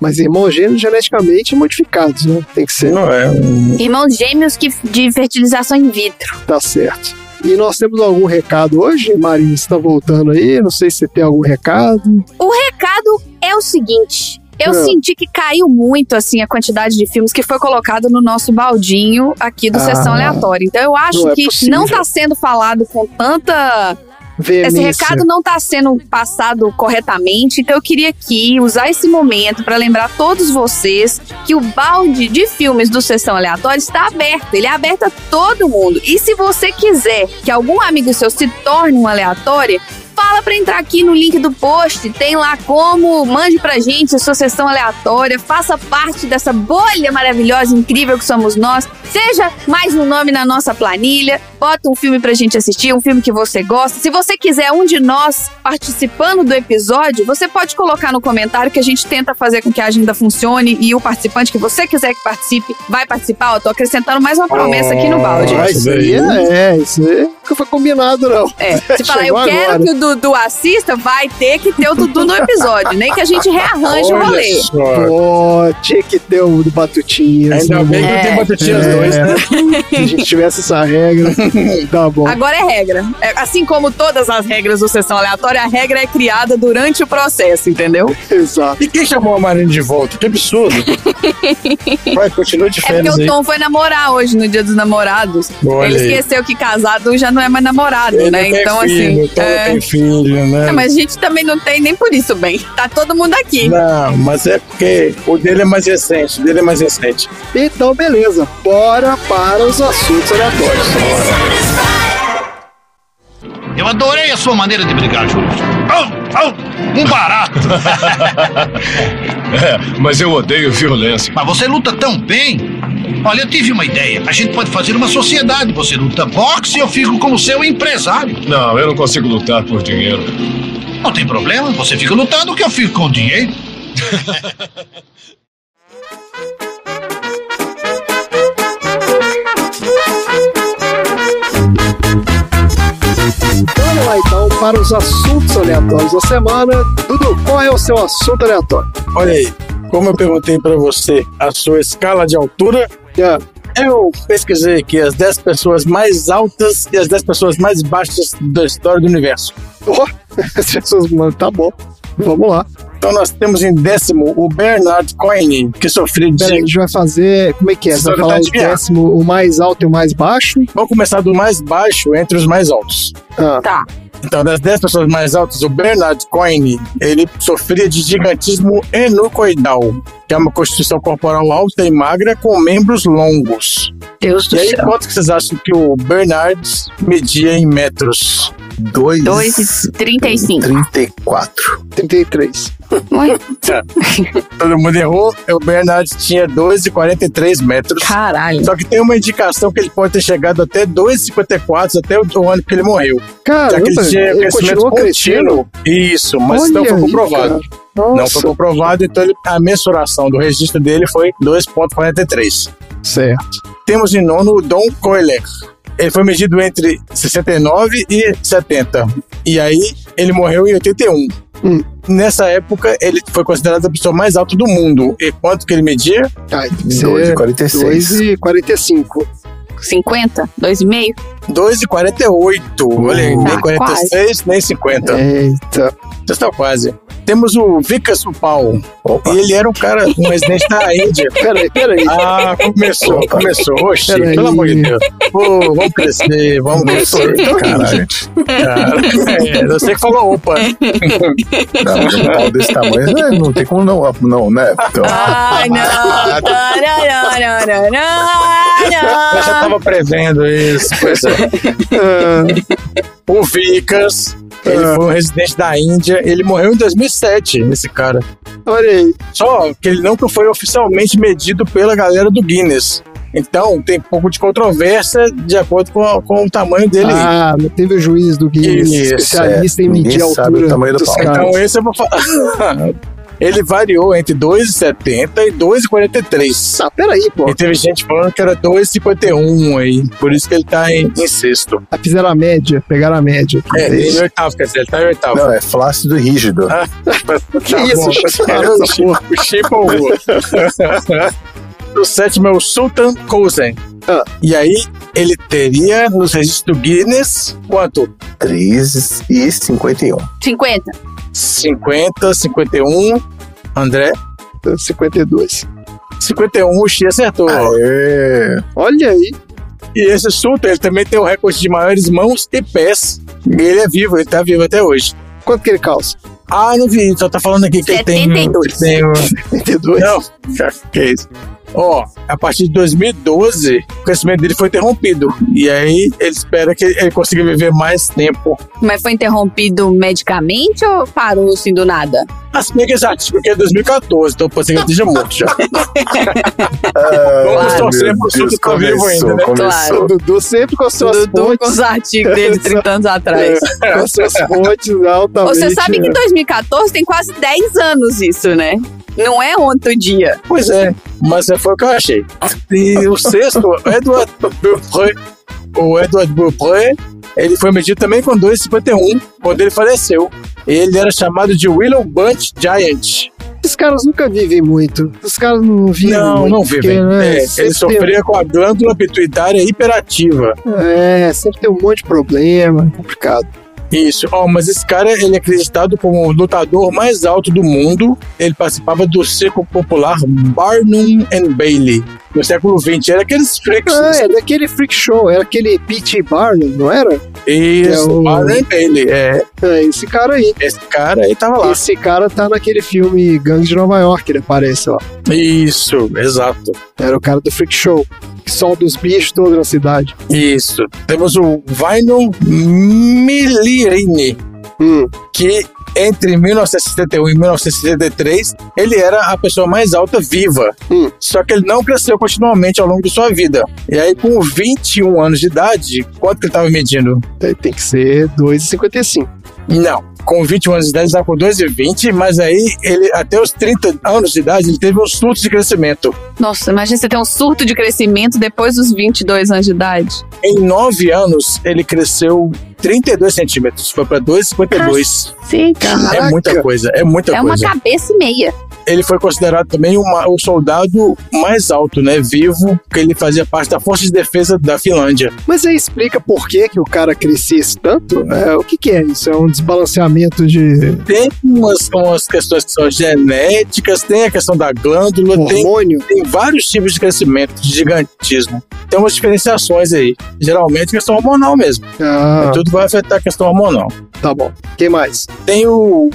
Speaker 3: Mas irmãos gêmeos geneticamente modificados, né? Tem que ser,
Speaker 4: Não é.
Speaker 10: Irmãos gêmeos que, de fertilização in vitro.
Speaker 3: tá certo. E nós temos algum recado hoje, Marina? Você tá voltando aí? Não sei se você tem algum recado.
Speaker 2: O recado é o seguinte. Eu
Speaker 3: Ah.
Speaker 2: senti que caiu muito assim a quantidade de filmes que foi colocado no nosso baldinho aqui do
Speaker 3: Ah.
Speaker 2: Sessão Aleatória. Então eu acho
Speaker 3: Não é
Speaker 2: que
Speaker 3: possível.
Speaker 2: não tá sendo falado com tanta Esse
Speaker 3: Veemência.
Speaker 2: recado não está sendo passado corretamente, então eu queria aqui usar esse momento para lembrar todos vocês que o balde de filmes do Sessão Aleatória está aberto. Ele é aberto a todo mundo. E se você quiser que algum amigo seu se torne um aleatório, fala para entrar aqui no link do post. Tem lá como, mande pra gente a sua sessão aleatória, faça parte dessa bolha maravilhosa, incrível que somos nós. Seja mais um nome na nossa planilha, bota um filme pra gente assistir, um filme que você gosta. Se você quiser um de nós participando do episódio, você pode colocar no comentário que a gente tenta fazer com que a agenda funcione e o participante que você quiser que participe vai participar. Eu tô acrescentando mais uma promessa aqui no balde.
Speaker 3: Ah, isso aí é, é, isso aí nunca foi combinado, não.
Speaker 2: É, se falar, eu
Speaker 3: Chegou
Speaker 2: quero
Speaker 3: agora.
Speaker 2: que o Dudu assista, vai ter que ter o Dudu no episódio, nem que a gente rearranje o
Speaker 4: Olha
Speaker 2: um rolê.
Speaker 4: só.
Speaker 3: Pô, tinha que ter o do Batutinhas. né?
Speaker 4: Ainda
Speaker 2: É.
Speaker 4: bem que não tem batutinhas dois, né?
Speaker 3: Se a gente tivesse essa regra. tá bom.
Speaker 2: Agora é regra. É, assim como todas as regras do Sessão Aleatória, a regra é criada durante o processo, entendeu? É
Speaker 3: Exato.
Speaker 4: E quem chamou a Marina de volta? Que absurdo. Vai, continua de
Speaker 2: É porque
Speaker 4: férias
Speaker 2: o
Speaker 4: aí.
Speaker 2: Tom foi namorar hoje, no dia dos namorados.
Speaker 4: Olha
Speaker 2: Ele
Speaker 4: aí.
Speaker 2: esqueceu que casado já não é mais namorado,
Speaker 4: Ele
Speaker 2: né?
Speaker 4: tem
Speaker 2: Então,
Speaker 4: filho,
Speaker 2: assim.
Speaker 4: Tom
Speaker 2: é.
Speaker 4: tem filho, né?
Speaker 2: Não, mas a gente também não tem nem por isso bem. Tá todo mundo aqui.
Speaker 4: Não, mas é porque o dele é mais recente, o dele é mais recente.
Speaker 3: Então, beleza. Bora para os assuntos aleatórios.
Speaker 9: Eu adorei a sua maneira de brigar, Júlio. Oh, oh, um barato.
Speaker 8: É, mas eu odeio violência.
Speaker 9: Mas você luta tão bem. Olha, eu tive uma ideia. A gente pode fazer uma sociedade. Você luta boxe e eu fico como seu empresário.
Speaker 8: Não, eu não consigo lutar por dinheiro.
Speaker 9: Não tem problema. Você fica lutando que eu fico com o dinheiro.
Speaker 3: Vamos lá então para os assuntos aleatórios da semana. Dudu, qual é o seu assunto aleatório?
Speaker 4: Olha aí, como eu perguntei pra você a sua escala de altura,
Speaker 3: É,
Speaker 4: eu pesquisei aqui as 10 pessoas mais altas e as 10 pessoas mais baixas da história do universo.
Speaker 3: Oh, as pessoas, mano, tá bom. Vamos lá.
Speaker 4: Então nós temos em décimo o Bernard Cohen, que sofreu
Speaker 3: Pera, aí, a
Speaker 4: de...
Speaker 3: gente vai fazer. Como é que é? Você vai
Speaker 4: Só
Speaker 3: falar
Speaker 4: tentar
Speaker 3: o
Speaker 4: adivinhar.
Speaker 3: décimo, o mais alto e o mais baixo?
Speaker 4: Vamos começar do mais baixo entre os mais altos.
Speaker 3: Ah,
Speaker 2: Tá.
Speaker 4: Então, das 10 pessoas mais altas, o Bernard Cohen, ele sofria de gigantismo enucoidal, que é uma constituição corporal alta e magra com membros longos.
Speaker 2: Deus
Speaker 4: E aí, quanto que vocês acham que o Bernard media em metros? Então,
Speaker 1: 2,
Speaker 2: 2,35.
Speaker 1: 34.
Speaker 3: 33.
Speaker 4: Todo mundo errou. O Bernard tinha 2,43 metros.
Speaker 2: Caralho.
Speaker 4: Só que tem uma indicação que ele pode ter chegado até 2,54 até o o ano que ele morreu. Já que
Speaker 3: Caramba,
Speaker 4: ele tinha
Speaker 3: ele
Speaker 4: crescimento
Speaker 3: continuou crescendo.
Speaker 4: contínuo. Isso, mas não
Speaker 3: Olha
Speaker 4: foi
Speaker 3: aí,
Speaker 4: comprovado.
Speaker 3: cara.
Speaker 4: Não foi
Speaker 3: Nossa,
Speaker 4: comprovado, então ele- a mensuração do registro dele foi 2,43.
Speaker 3: certo.
Speaker 4: Temos em nono o Don Coiler. Ele foi medido entre 69 e 70. E aí ele morreu em 81.
Speaker 3: Hum.
Speaker 4: Nessa época, ele foi considerado a pessoa mais alta do mundo. E quanto que ele media?
Speaker 3: Ai, é tem que ser
Speaker 4: é
Speaker 1: 2 e 46.
Speaker 3: 2,45.
Speaker 2: 50? 2,5?
Speaker 4: 2,48. Olha, aí, nem
Speaker 2: Tá
Speaker 4: 46, nem 50.
Speaker 3: Eita.
Speaker 4: Vocês estão quase. Temos o Vikas Upal.
Speaker 1: Opa.
Speaker 4: Ele era um cara, um residente da Índia.
Speaker 3: Peraí, peraí.
Speaker 4: Ah, começou, começou. Oxi,
Speaker 3: Peraí.
Speaker 4: pelo amor de Deus. Pô, vamos crescer, vamos crescer.
Speaker 1: Caralho.
Speaker 4: Cara, é, eu sei que falou opa.
Speaker 1: Não, um pau desse tamanho, né, não tem como não, não né? Então,
Speaker 2: Ai, não. Ah, não, não, não,
Speaker 4: Eu já
Speaker 2: não, não.
Speaker 4: tava prevendo isso. Pois é.
Speaker 3: Ah,
Speaker 4: O Vicas, ele foi um residente da Índia. Ele morreu em 2007, esse cara.
Speaker 3: Olha aí.
Speaker 4: Só que ele nunca foi oficialmente medido pela galera do Guinness. Então, tem um pouco de controvérsia de acordo com, a- com o tamanho dele.
Speaker 3: Ah, teve o juiz do Guinness,
Speaker 4: Isso, é.
Speaker 3: especialista em
Speaker 1: Ninguém
Speaker 3: medir a
Speaker 1: sabe
Speaker 3: altura
Speaker 1: o tamanho do
Speaker 3: dos
Speaker 1: pau.
Speaker 3: caras.
Speaker 4: Então esse eu vou falar. Ele variou entre 2,70 e 2,43.
Speaker 3: Ah, peraí, pô.
Speaker 4: E teve gente falando que era 2,51 aí. Por isso que ele tá em, em sexto.
Speaker 3: Ah, Fizeram a média, pegaram a média.
Speaker 4: É, ele em oitavo, quer dizer, ele tá em oitavo.
Speaker 1: não, é flácido e rígido.
Speaker 4: Ah.
Speaker 3: que isso, Chico?
Speaker 4: o Chico, o Chico ou o outro? O sétimo é o Sultan Kozen.
Speaker 3: Ah.
Speaker 4: E aí, ele teria nos registros do Guinness quanto?
Speaker 1: 13 e 51.
Speaker 2: 50.
Speaker 4: 50, 51. André,
Speaker 3: 52.
Speaker 4: 51, o Xi acertou.
Speaker 1: Ah. Aê!
Speaker 3: Olha aí.
Speaker 4: E esse Sultan, ele também tem o recorde de maiores mãos e pés. E ele é vivo, ele tá vivo até hoje.
Speaker 3: Quanto que ele calça?
Speaker 4: Ah, não vi, só tá falando aqui que ele tem...
Speaker 2: 72.
Speaker 4: tem um-
Speaker 3: 32.
Speaker 4: Não, que é isso. Ó, a partir de 2012, o crescimento dele foi interrompido. E aí, ele espera que ele consiga viver mais tempo.
Speaker 2: Mas foi interrompido medicamente ou parou assim do nada?
Speaker 4: Assim que já porque é 2014, então pode ser que ele esteja morto já. Vamos
Speaker 1: Ai,
Speaker 4: torcer
Speaker 1: meu
Speaker 4: pro Sultan
Speaker 1: Deus,
Speaker 4: tá vivo ainda, né?
Speaker 1: começou.
Speaker 3: O Dudu sempre com as suas
Speaker 2: Dudu com
Speaker 3: fontes.
Speaker 2: os artigos dele 30 anos atrás.
Speaker 3: é, com as suas fontes altamente.
Speaker 2: Você sabe que
Speaker 3: é.
Speaker 2: 2014 tem quase 10 anos isso, né? Não é ontem o dia.
Speaker 4: Pois é, mas foi o que eu achei. E o sexto, o Edward Beaupré, o Edward Beaupré, ele foi medido também com 2,51 quando ele faleceu. Ele era chamado de Willow Bunch Giant.
Speaker 3: Esse caras nunca vivem muito. Os caras não vivem
Speaker 4: Não,
Speaker 3: muito.
Speaker 4: não
Speaker 3: porque,
Speaker 4: vivem.
Speaker 3: né,
Speaker 4: É,
Speaker 3: sempre
Speaker 4: ele sofria
Speaker 3: tem-
Speaker 4: com a glândula pituitária hiperativa.
Speaker 3: É, sempre tem um monte de problema. é Complicado.
Speaker 4: Isso. Ó, mas esse cara, ele é acreditado como o lutador mais alto do mundo. Ele participava do circo popular Barnum and Bailey no século XX. Era aqueles freaks.
Speaker 3: Ah, é daquele freak show, era aquele P.T. Barnum, não era?
Speaker 4: Isso,
Speaker 3: é o-
Speaker 4: Barnum and Bailey. É,
Speaker 3: É, esse cara aí.
Speaker 4: esse cara aí tava lá.
Speaker 3: Esse cara tá naquele filme Gangues de Nova York, ele aparece lá.
Speaker 4: Isso, exato.
Speaker 3: Era o cara do freak show, que solta os bichos todos na cidade.
Speaker 4: Isso. Temos o Vaino Milirini,
Speaker 3: Hum.
Speaker 4: que entre 1971 e 1973, ele era a pessoa mais alta viva.
Speaker 3: Hum.
Speaker 4: Só que ele não cresceu continuamente ao longo de sua vida. E aí, com 21 anos de idade, quanto que ele estava medindo?
Speaker 3: Daí Tem que ser 2,55.
Speaker 4: Não. Com 21 anos de idade, ele estava com 2,20, mas aí, ele, até os 30 anos de idade, ele teve um surto de crescimento.
Speaker 2: Nossa, imagina você ter um surto de crescimento depois dos 22 anos de idade.
Speaker 4: Em 9 anos, ele cresceu 32 centímetros. Foi para 2,52.
Speaker 2: Sim,
Speaker 4: É muita coisa, é muita
Speaker 10: É uma
Speaker 4: coisa.
Speaker 10: cabeça e meia.
Speaker 4: Ele foi considerado também uma- o soldado mais alto, né? Vivo, porque ele fazia parte da Força de Defesa da Finlândia.
Speaker 3: Mas aí explica por que, que o cara crescesse tanto? É, o que, que é isso? É um desbalanceamento de
Speaker 4: Tem umas, umas questões que são genéticas, tem a questão da glândula,
Speaker 10: Uhum.
Speaker 4: tem,
Speaker 3: hormônio?
Speaker 4: tem vários tipos de crescimento, de gigantismo. Tem umas diferenciações aí. Geralmente questão hormonal mesmo.
Speaker 3: Ah,
Speaker 4: Tudo vai afetar a questão hormonal.
Speaker 3: tá bom. Quem mais?
Speaker 4: Tem o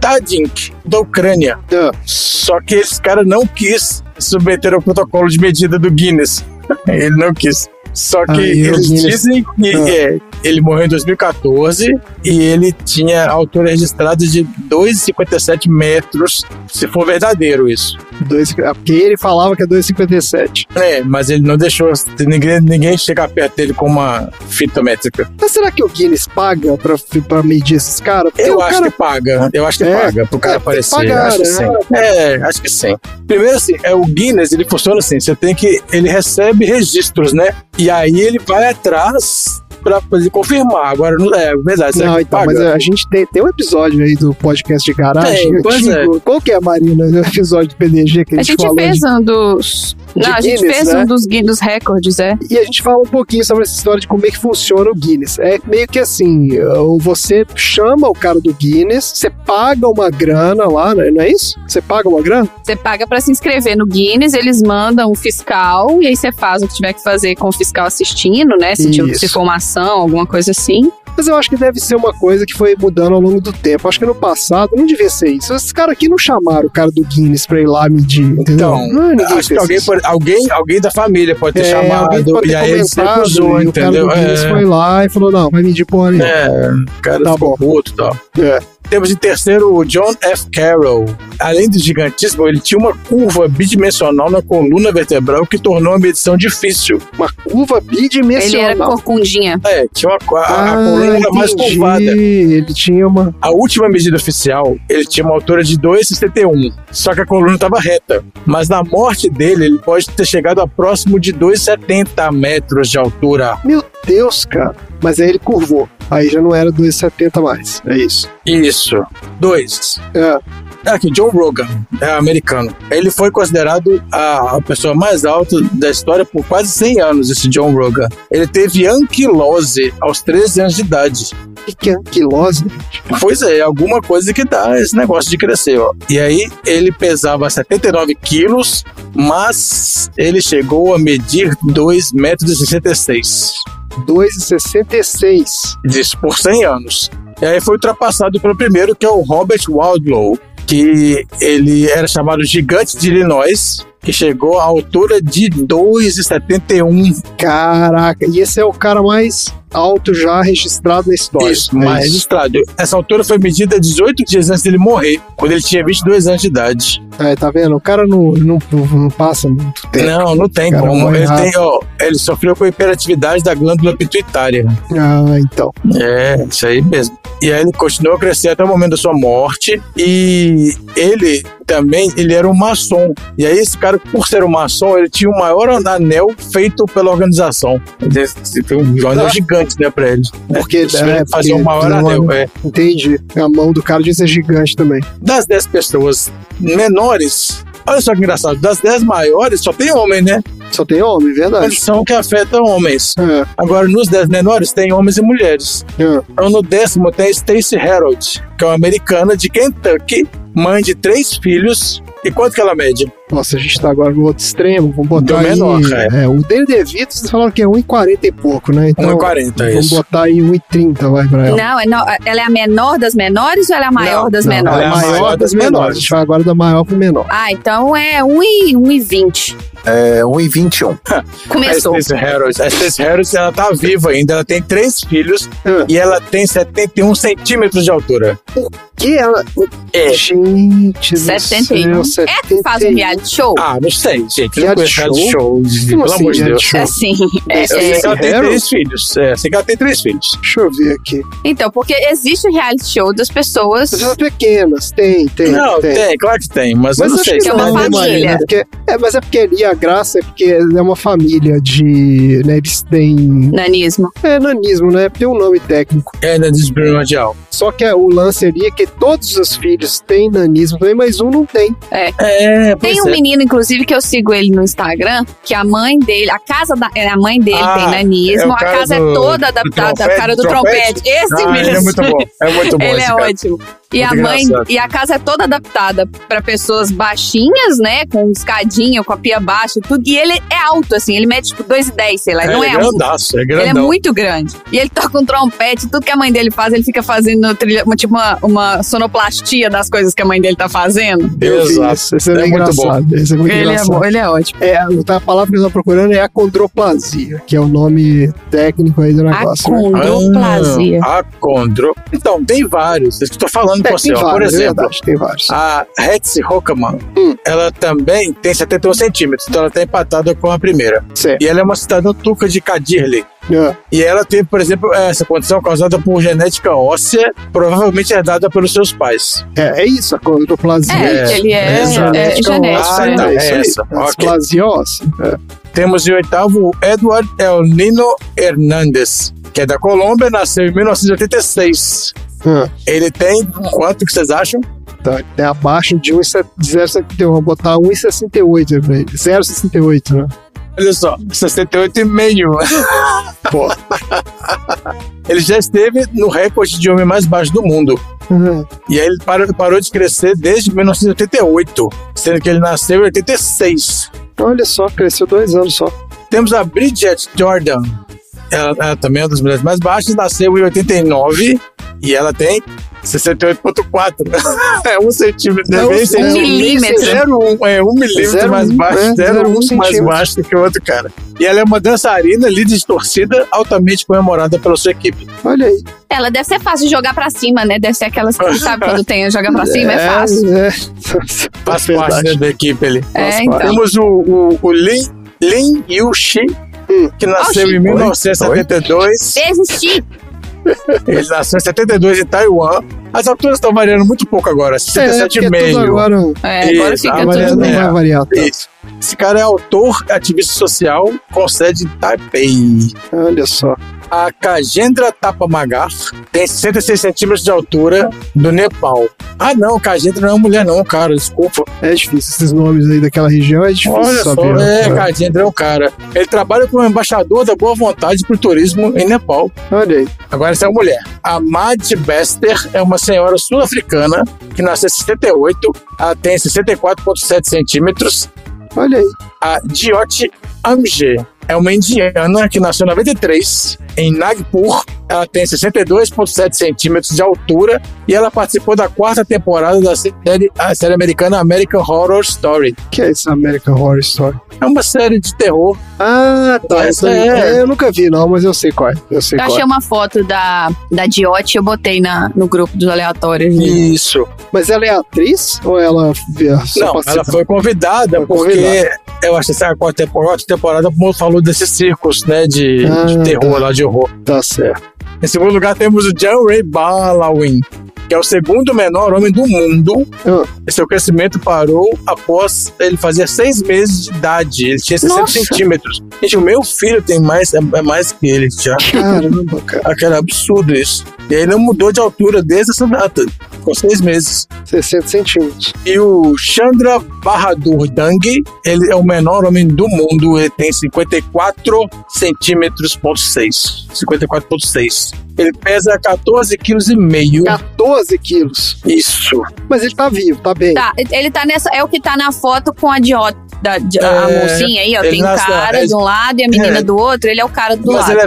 Speaker 4: Stadink, da Ucrânia.
Speaker 3: Ah,
Speaker 4: Só que esse cara não quis submeter ao protocolo de medida do Guinness. Ele não quis. Só que
Speaker 3: Aí, o
Speaker 4: eles
Speaker 3: Guinness.
Speaker 4: dizem que
Speaker 3: Ah.
Speaker 4: é, ele morreu em 2014 e ele tinha a altura registrada de 2,57 metros, se for verdadeiro isso.
Speaker 3: dois, ah, porque ele falava que é 2,57.
Speaker 4: É, mas ele não deixou ninguém, ninguém chegar perto dele com uma fita métrica.
Speaker 3: Mas será que o Guinness paga pra, pra medir esses caras? Porque
Speaker 4: Eu
Speaker 3: o
Speaker 4: acho
Speaker 3: cara-
Speaker 4: que paga. Eu acho que
Speaker 3: É,
Speaker 4: paga pro cara
Speaker 3: é, tem que
Speaker 4: aparecer.
Speaker 3: pagar,
Speaker 4: acho que
Speaker 3: né?
Speaker 4: sim. É, acho que sim. Primeiro, assim, é, o Guinness, ele funciona assim: você tem que. Ele recebe registros, né? E aí ele vai atrás pra poder confirmar. Agora, não é verdade, você
Speaker 3: Não,
Speaker 4: que
Speaker 3: então,
Speaker 4: paga.
Speaker 3: mas a gente tem, tem um episódio aí do podcast de garagem.
Speaker 4: Tem, pois
Speaker 3: antigo. Qual que é, Marina? O episódio do PDG que a gente,
Speaker 2: A gente
Speaker 3: falou
Speaker 2: fez um dos.
Speaker 3: de
Speaker 2: Não, a gente
Speaker 3: Guinness,
Speaker 2: fez
Speaker 3: né?
Speaker 2: um dos, gui- dos recordes, é.
Speaker 3: E a gente fala um pouquinho sobre essa história de como é que funciona o Guinness. É meio que assim, ou você chama o cara do Guinness, você paga uma grana lá, né? não é isso? Você paga uma grana?
Speaker 2: Você paga pra se inscrever no Guinness, eles mandam um fiscal, e aí você faz o que tiver que fazer com o fiscal assistindo, né? Se, tiver,
Speaker 3: Isso.
Speaker 2: se for uma ação, alguma coisa assim.
Speaker 3: Mas eu acho que deve ser uma coisa que foi mudando ao longo do tempo. Acho que no passado não devia ser isso. Esses caras aqui não chamaram o cara do Guinness pra ir lá medir, entendeu?
Speaker 4: Então,
Speaker 3: não, ninguém
Speaker 4: acho que
Speaker 3: fez
Speaker 4: alguém,
Speaker 3: isso.
Speaker 4: pode- alguém, alguém da família pode ter
Speaker 3: É, alguém
Speaker 4: chamado
Speaker 3: pode ter
Speaker 4: e aí ele se
Speaker 3: comentado, né? e
Speaker 4: recusou,
Speaker 3: o cara
Speaker 4: entendeu?
Speaker 3: do Guinness
Speaker 4: É.
Speaker 3: foi lá e falou, não, vai medir porra nenhuma.
Speaker 4: É, o cara
Speaker 3: Tá
Speaker 4: ficou puto e tal.
Speaker 3: É.
Speaker 4: Temos em terceiro o John F. Carroll. Além do gigantismo, ele tinha uma curva bidimensional na coluna vertebral que tornou a medição difícil.
Speaker 3: Uma curva
Speaker 2: Ele era
Speaker 3: bidimensional.
Speaker 2: corcundinha.
Speaker 4: É, tinha uma, co- a, a
Speaker 3: Ah,
Speaker 4: coluna era mais
Speaker 3: entendi.
Speaker 4: curvada.
Speaker 3: Ele tinha uma...
Speaker 4: A última medida oficial, ele tinha uma altura de 2,71, só que a coluna estava reta. Mas na morte dele, ele pode ter chegado a próximo de 2,70 metros de altura.
Speaker 3: Meu Deus, cara. Mas aí ele curvou. Aí já não era 2,70 mais. É isso.
Speaker 4: Isso. Dois.
Speaker 3: É.
Speaker 4: Aqui, John Rogan, é americano. Ele foi considerado a, a pessoa mais alta da história por quase 100 anos, esse John Rogan. Ele teve anquilose aos 13 anos de idade.
Speaker 3: O que que é anquilose?
Speaker 4: Pois é, alguma coisa que dá esse negócio de crescer, ó. E aí, ele pesava 79 quilos, mas ele chegou a medir 2,66 metros.
Speaker 3: 2,66.
Speaker 4: Isso, por 100 anos. E aí foi ultrapassado pelo primeiro, que é o Robert Waldlow, que ele era chamado Gigante de Illinois, que chegou à altura de 2,71.
Speaker 3: Caraca. E esse é o cara mais alto já registrado na história.
Speaker 4: Isso,
Speaker 3: É
Speaker 4: mais registrado. Essa altura foi medida 18 dias antes dele morrer, quando ele tinha 22 anos de idade.
Speaker 3: Aí, tá vendo? O cara não, não, não passa muito tempo.
Speaker 4: Não, não tem
Speaker 3: Cara,
Speaker 4: como.
Speaker 3: morre
Speaker 4: Ele,
Speaker 3: rápido.
Speaker 4: tem, ó, ele sofreu com a hiperatividade da glândula pituitária.
Speaker 3: Ah, então.
Speaker 4: É, isso aí mesmo. E aí ele continuou a crescer até o momento da sua morte. E ele também, ele era um maçom. E aí esse cara, por ser um maçom, ele tinha o maior anel feito pela organização. Ele Tem um anel gigante, né, pra eles.
Speaker 3: Porque
Speaker 4: Eles tiveram que fazer uma hora, deu, é.
Speaker 3: Entendi. A mão do cara devia ser gigante também.
Speaker 4: Das 10 pessoas menores, olha só que engraçado, das 10 maiores só tem homem, né?
Speaker 3: Só tem homem, verdade. É.
Speaker 4: Condição que afeta homens. Agora, nos 10 menores tem homens e mulheres. Então, no décimo tem Stacey Harold, que é uma americana de Kentucky, mãe de três filhos. E quanto que ela mede?
Speaker 3: Nossa, a gente tá agora no outro extremo. Vamos botar
Speaker 4: Do
Speaker 3: aí...
Speaker 4: menor, é.
Speaker 3: é, O Danny DeVito, vocês falaram que é 1,40 e pouco, né?
Speaker 4: 1,40,
Speaker 3: Vamos
Speaker 4: isso.
Speaker 3: botar aí 1,30, vai, pra ela.
Speaker 2: Não, é no- ela é a menor das menores ou ela é a maior das
Speaker 3: Não,
Speaker 2: menores?
Speaker 3: ela é a maior das menores. A gente vai agora da maior pro menor.
Speaker 2: Ah, então é 1 e, 1 e 20.
Speaker 1: É 1,21.
Speaker 2: Começou.
Speaker 4: A Stacey Harold, a Stacey Harold, ela tá viva ainda, ela tem três filhos
Speaker 3: É.
Speaker 4: e ela tem 71 centímetros de altura.
Speaker 3: Que ela. É. Gente, do
Speaker 2: 71.
Speaker 3: céu,
Speaker 2: É que faz um reality show?
Speaker 4: Ah, não sei, gente. Eu
Speaker 3: Reality
Speaker 4: não conheço reality
Speaker 3: show?
Speaker 4: show,
Speaker 3: Como
Speaker 4: pelo
Speaker 3: assim,
Speaker 4: amor de
Speaker 3: reality
Speaker 4: Deus.
Speaker 3: show?
Speaker 2: Assim, é,
Speaker 4: Eu sei que ela tem
Speaker 3: Harold?
Speaker 4: três filhos. É, sei que ela tem três filhos.
Speaker 3: Deixa eu ver aqui.
Speaker 2: Então, porque existe o reality show das pessoas.
Speaker 3: Pessoas pequenas, tem, tem.
Speaker 4: não, tem.
Speaker 3: tem.
Speaker 4: claro que tem, mas, eu não
Speaker 3: acho
Speaker 4: sei.
Speaker 3: que
Speaker 4: se ela
Speaker 3: não, né,
Speaker 4: tem
Speaker 3: Maria?
Speaker 4: né?
Speaker 3: Porque- é, mas é porque ali a graça é porque é uma família de. Né, eles têm.
Speaker 2: Nanismo.
Speaker 3: É nanismo, né? Tem um nome técnico.
Speaker 4: É ainda diz primordial.
Speaker 3: Só que é, o lance ali é que todos os filhos têm nanismo também, mas um não tem.
Speaker 2: É.
Speaker 4: É, pois
Speaker 2: Tem um
Speaker 4: é.
Speaker 2: menino, inclusive, que eu sigo ele no Instagram, que a mãe dele, a casa da. é, A mãe dele
Speaker 4: Ah,
Speaker 2: tem
Speaker 4: é
Speaker 2: nanismo,
Speaker 4: o
Speaker 2: a
Speaker 4: cara
Speaker 2: casa é
Speaker 4: do-
Speaker 2: toda
Speaker 4: do
Speaker 2: adaptada, a
Speaker 4: trompete,
Speaker 2: cara do trompete.
Speaker 4: trompete?
Speaker 2: Esse
Speaker 4: Ah,
Speaker 2: mesmo.
Speaker 4: ele é muito bom, é muito bom
Speaker 2: Ele
Speaker 4: esse
Speaker 2: é
Speaker 4: cara.
Speaker 2: ótimo. E
Speaker 4: Muito
Speaker 2: a mãe
Speaker 4: engraçado.
Speaker 2: e a casa é toda adaptada pra pessoas baixinhas, né, com escadinha, com a pia baixa e tudo. E ele é alto assim, ele mede tipo 2,10, sei lá,
Speaker 4: É,
Speaker 2: não é
Speaker 4: ele é
Speaker 2: alto.
Speaker 4: grandaço, é
Speaker 2: Ele é
Speaker 4: grandão.
Speaker 2: muito grande. E ele toca um trompete, tudo que a mãe dele faz, ele fica fazendo trilha- uma, tipo uma, uma sonoplastia das coisas que a mãe dele tá fazendo.
Speaker 3: Eu vi
Speaker 4: Exato.
Speaker 3: isso. Esse é,
Speaker 4: É
Speaker 3: bem
Speaker 4: muito bom.
Speaker 3: engraçado. Esse é muito
Speaker 2: Ele é,
Speaker 3: engraçado.
Speaker 2: bom, ele é ótimo.
Speaker 3: É, a palavra que eu estou procurando é acondroplasia, que é o nome técnico aí do negócio. né?
Speaker 2: Acondroplasia.
Speaker 4: Ah, acondro. Então, tem vários. É isso que eu tô falando
Speaker 3: É,
Speaker 4: com você.
Speaker 3: tem
Speaker 4: ó. Por
Speaker 3: vários, é
Speaker 4: exemplo,
Speaker 3: verdade, Hum. tem vários.
Speaker 4: a Hetzi Hockerman, ela também tem 71 centímetros, então ela tá empatada com a primeira.
Speaker 3: Certo.
Speaker 4: E ela é uma cidadã turca de Kadirli.
Speaker 3: É.
Speaker 4: E ela teve, por exemplo, essa condição causada por genética óssea, provavelmente herdada pelos seus pais.
Speaker 3: É, é isso, acondroplasia.
Speaker 2: É, que ele é, é,
Speaker 3: genética
Speaker 2: genético.
Speaker 3: óssea,
Speaker 4: Ah, tá,
Speaker 3: é
Speaker 4: é
Speaker 3: isso aí.
Speaker 4: essa, ok.
Speaker 3: Displasia óssea. É.
Speaker 4: Temos em oitavo o Edward Elnino Hernandes, que é da Colômbia, nasceu em 1986.
Speaker 3: Ah,
Speaker 4: Ele tem quanto que vocês acham?
Speaker 3: Tá, é abaixo de 1,7 de 0,71. Vou botar 1,68 aí pra ele. 0,68, né?
Speaker 4: Olha só, 68,5.
Speaker 3: Pô.
Speaker 4: Ele já esteve no recorde de homem mais baixo do mundo.
Speaker 3: Uhum.
Speaker 4: E aí ele parou, parou de crescer desde 1988, sendo que ele nasceu em 86.
Speaker 3: Então, Olha só, cresceu dois anos só.
Speaker 4: Temos a Bridget Jordan. Ela, ela também é uma das mulheres mais baixas, nasceu em 89 e ela tem 68,4. é um centímetro, é
Speaker 3: Não,
Speaker 4: bem
Speaker 3: um
Speaker 2: milímetro.
Speaker 4: Zero, um, é um milímetro
Speaker 3: Zero
Speaker 4: mais
Speaker 3: um,
Speaker 4: baixo,
Speaker 3: é,
Speaker 4: zero
Speaker 3: zero um
Speaker 4: um mais
Speaker 3: centímetro.
Speaker 4: baixo do que o outro cara. E ela é uma dançarina, líder de torcida, altamente comemorada pela sua equipe.
Speaker 3: Olha aí.
Speaker 2: Ela deve ser fácil de jogar pra cima, né? Deve ser aquelas que sabe quando tem jogar pra cima, é fácil.
Speaker 3: É,
Speaker 4: Faz
Speaker 3: É
Speaker 4: parte né,
Speaker 3: verdade.
Speaker 4: da equipe ali.
Speaker 2: É,
Speaker 3: fácil.
Speaker 2: então.
Speaker 4: Temos o, o, o Lin, Lin Yuxi, que nasceu
Speaker 2: Oxi.
Speaker 4: em 1972.
Speaker 2: Desistir.
Speaker 4: Ele nasceu em 72 em Taiwan. As alturas estão variando muito pouco agora,
Speaker 3: É, porque tudo
Speaker 4: 67,5
Speaker 3: agora,
Speaker 2: É, agora
Speaker 4: Isso,
Speaker 2: fica
Speaker 4: a
Speaker 2: tudo
Speaker 4: Mariana
Speaker 3: tudo não
Speaker 4: é.
Speaker 3: vai variar tanto.
Speaker 4: Isso. Esse cara é autor, ativista social, com sede em Taipei.
Speaker 3: Olha só.
Speaker 4: A Kajendra Tapamagar tem 66 centímetros de altura do Nepal. Ah, não, Kajendra não é uma mulher, não, cara, desculpa.
Speaker 3: É difícil esses nomes aí daquela região, é difícil
Speaker 4: Olha só,
Speaker 3: saber. né?
Speaker 4: é, Kajendra é o cara. Ele trabalha como embaixador da boa vontade para o turismo em Nepal.
Speaker 3: Olha aí.
Speaker 4: Agora essa é uma mulher. A Mad Bester é uma senhora sul-africana que nasceu em 78. Ela tem 64,7 centímetros.
Speaker 3: Olha aí.
Speaker 4: A Diote Amje é uma indiana que nasceu em 93 em Nagpur. Ela tem 62,7 centímetros de altura e ela participou da quarta temporada da série, a série americana American Horror Story.
Speaker 3: O que é esse American Horror Story?
Speaker 4: É uma série de terror.
Speaker 3: Ah, tá. Essa aí.
Speaker 4: É.
Speaker 3: É, eu nunca vi, não, mas eu sei qual é. Eu sei
Speaker 2: Eu
Speaker 3: qual
Speaker 2: achei
Speaker 3: é.
Speaker 2: uma foto da, da Diote eu botei na, no grupo dos aleatórios. né?
Speaker 4: Isso.
Speaker 2: um-
Speaker 3: Mas ela é atriz ou ela só
Speaker 4: Não,
Speaker 3: participa?
Speaker 4: ela foi convidada
Speaker 3: Foi
Speaker 4: porque
Speaker 3: convidada.
Speaker 4: eu acho que essa é a quarta temporada, a quarta temporada o mundo falou desses circos, né, de,
Speaker 3: Ah,
Speaker 4: de terror lá, de horror.
Speaker 3: Tá certo.
Speaker 4: Em segundo lugar, temos o John Ray Baldwin, que é o segundo menor homem do mundo. E seu crescimento parou após ele fazer seis meses de idade. Ele tinha 60
Speaker 9: Nossa.
Speaker 4: centímetros. Gente, o meu filho tem mais, é, é mais que ele já.
Speaker 3: Caramba,
Speaker 4: cara. Cara, é absurdo isso. E ele não mudou de altura desde essa data. Ficou seis meses.
Speaker 3: 60 centímetros.
Speaker 4: E o Chandra Bahadur Dang, ele é o menor homem do mundo. Ele tem 54 centímetros, ponto 6. 54,6. Ele pesa 14 quilos e meio.
Speaker 2: Tá.
Speaker 3: 14 quilos.
Speaker 4: Isso.
Speaker 3: Mas ele tá vivo, tá bem.
Speaker 2: Tá, ele tá nessa. É o que tá na foto com a idiota. Da, de- a
Speaker 4: É,
Speaker 2: mocinha aí, ó.
Speaker 4: ele
Speaker 2: Tem
Speaker 4: nasce-
Speaker 2: cara
Speaker 4: é-
Speaker 2: de um lado e a menina
Speaker 4: é.
Speaker 2: do outro. Ele é o cara do
Speaker 4: Mas
Speaker 2: lado.
Speaker 4: ele é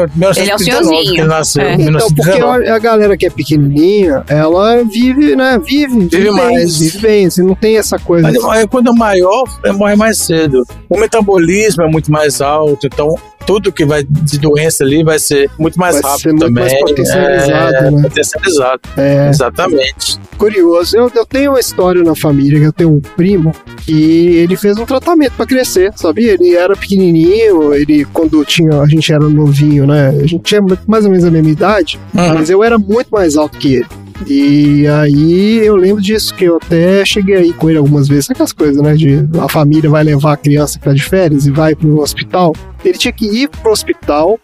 Speaker 2: Ele é o
Speaker 4: 1939, que
Speaker 2: senhorzinho.
Speaker 4: Ele nasceu
Speaker 2: É.
Speaker 4: em
Speaker 3: Então, porque
Speaker 4: 1919.
Speaker 3: a a galera que é pequenininha, ela vive, né? Vive. Vive, bem,
Speaker 4: mais.
Speaker 3: Vive bem, assim, não tem essa coisa.
Speaker 4: Mas aí, quando é maior, é, morre mais cedo. O metabolismo é muito mais alto, então tudo que vai de doença ali vai ser muito mais
Speaker 3: Vai
Speaker 4: rápido
Speaker 3: ser muito
Speaker 4: também. né?
Speaker 3: mais potencializado,
Speaker 4: é,
Speaker 3: né?
Speaker 4: Potencializado.
Speaker 3: É.
Speaker 4: Exatamente.
Speaker 3: Curioso, eu, eu tenho uma história na família, que eu tenho um primo que ele fez um tratamento pra crescer, sabia? Ele era pequenininho, ele quando tinha, a gente era novinho, né? A gente tinha mais ou menos a mesma idade, mas eu era muito mais alto que ele. E aí eu lembro disso, que eu até cheguei aí com ele algumas vezes, sabe aquelas coisas, né? De a família vai levar a criança pra de férias e vai pro hospital. Ele tinha que ir pro hospital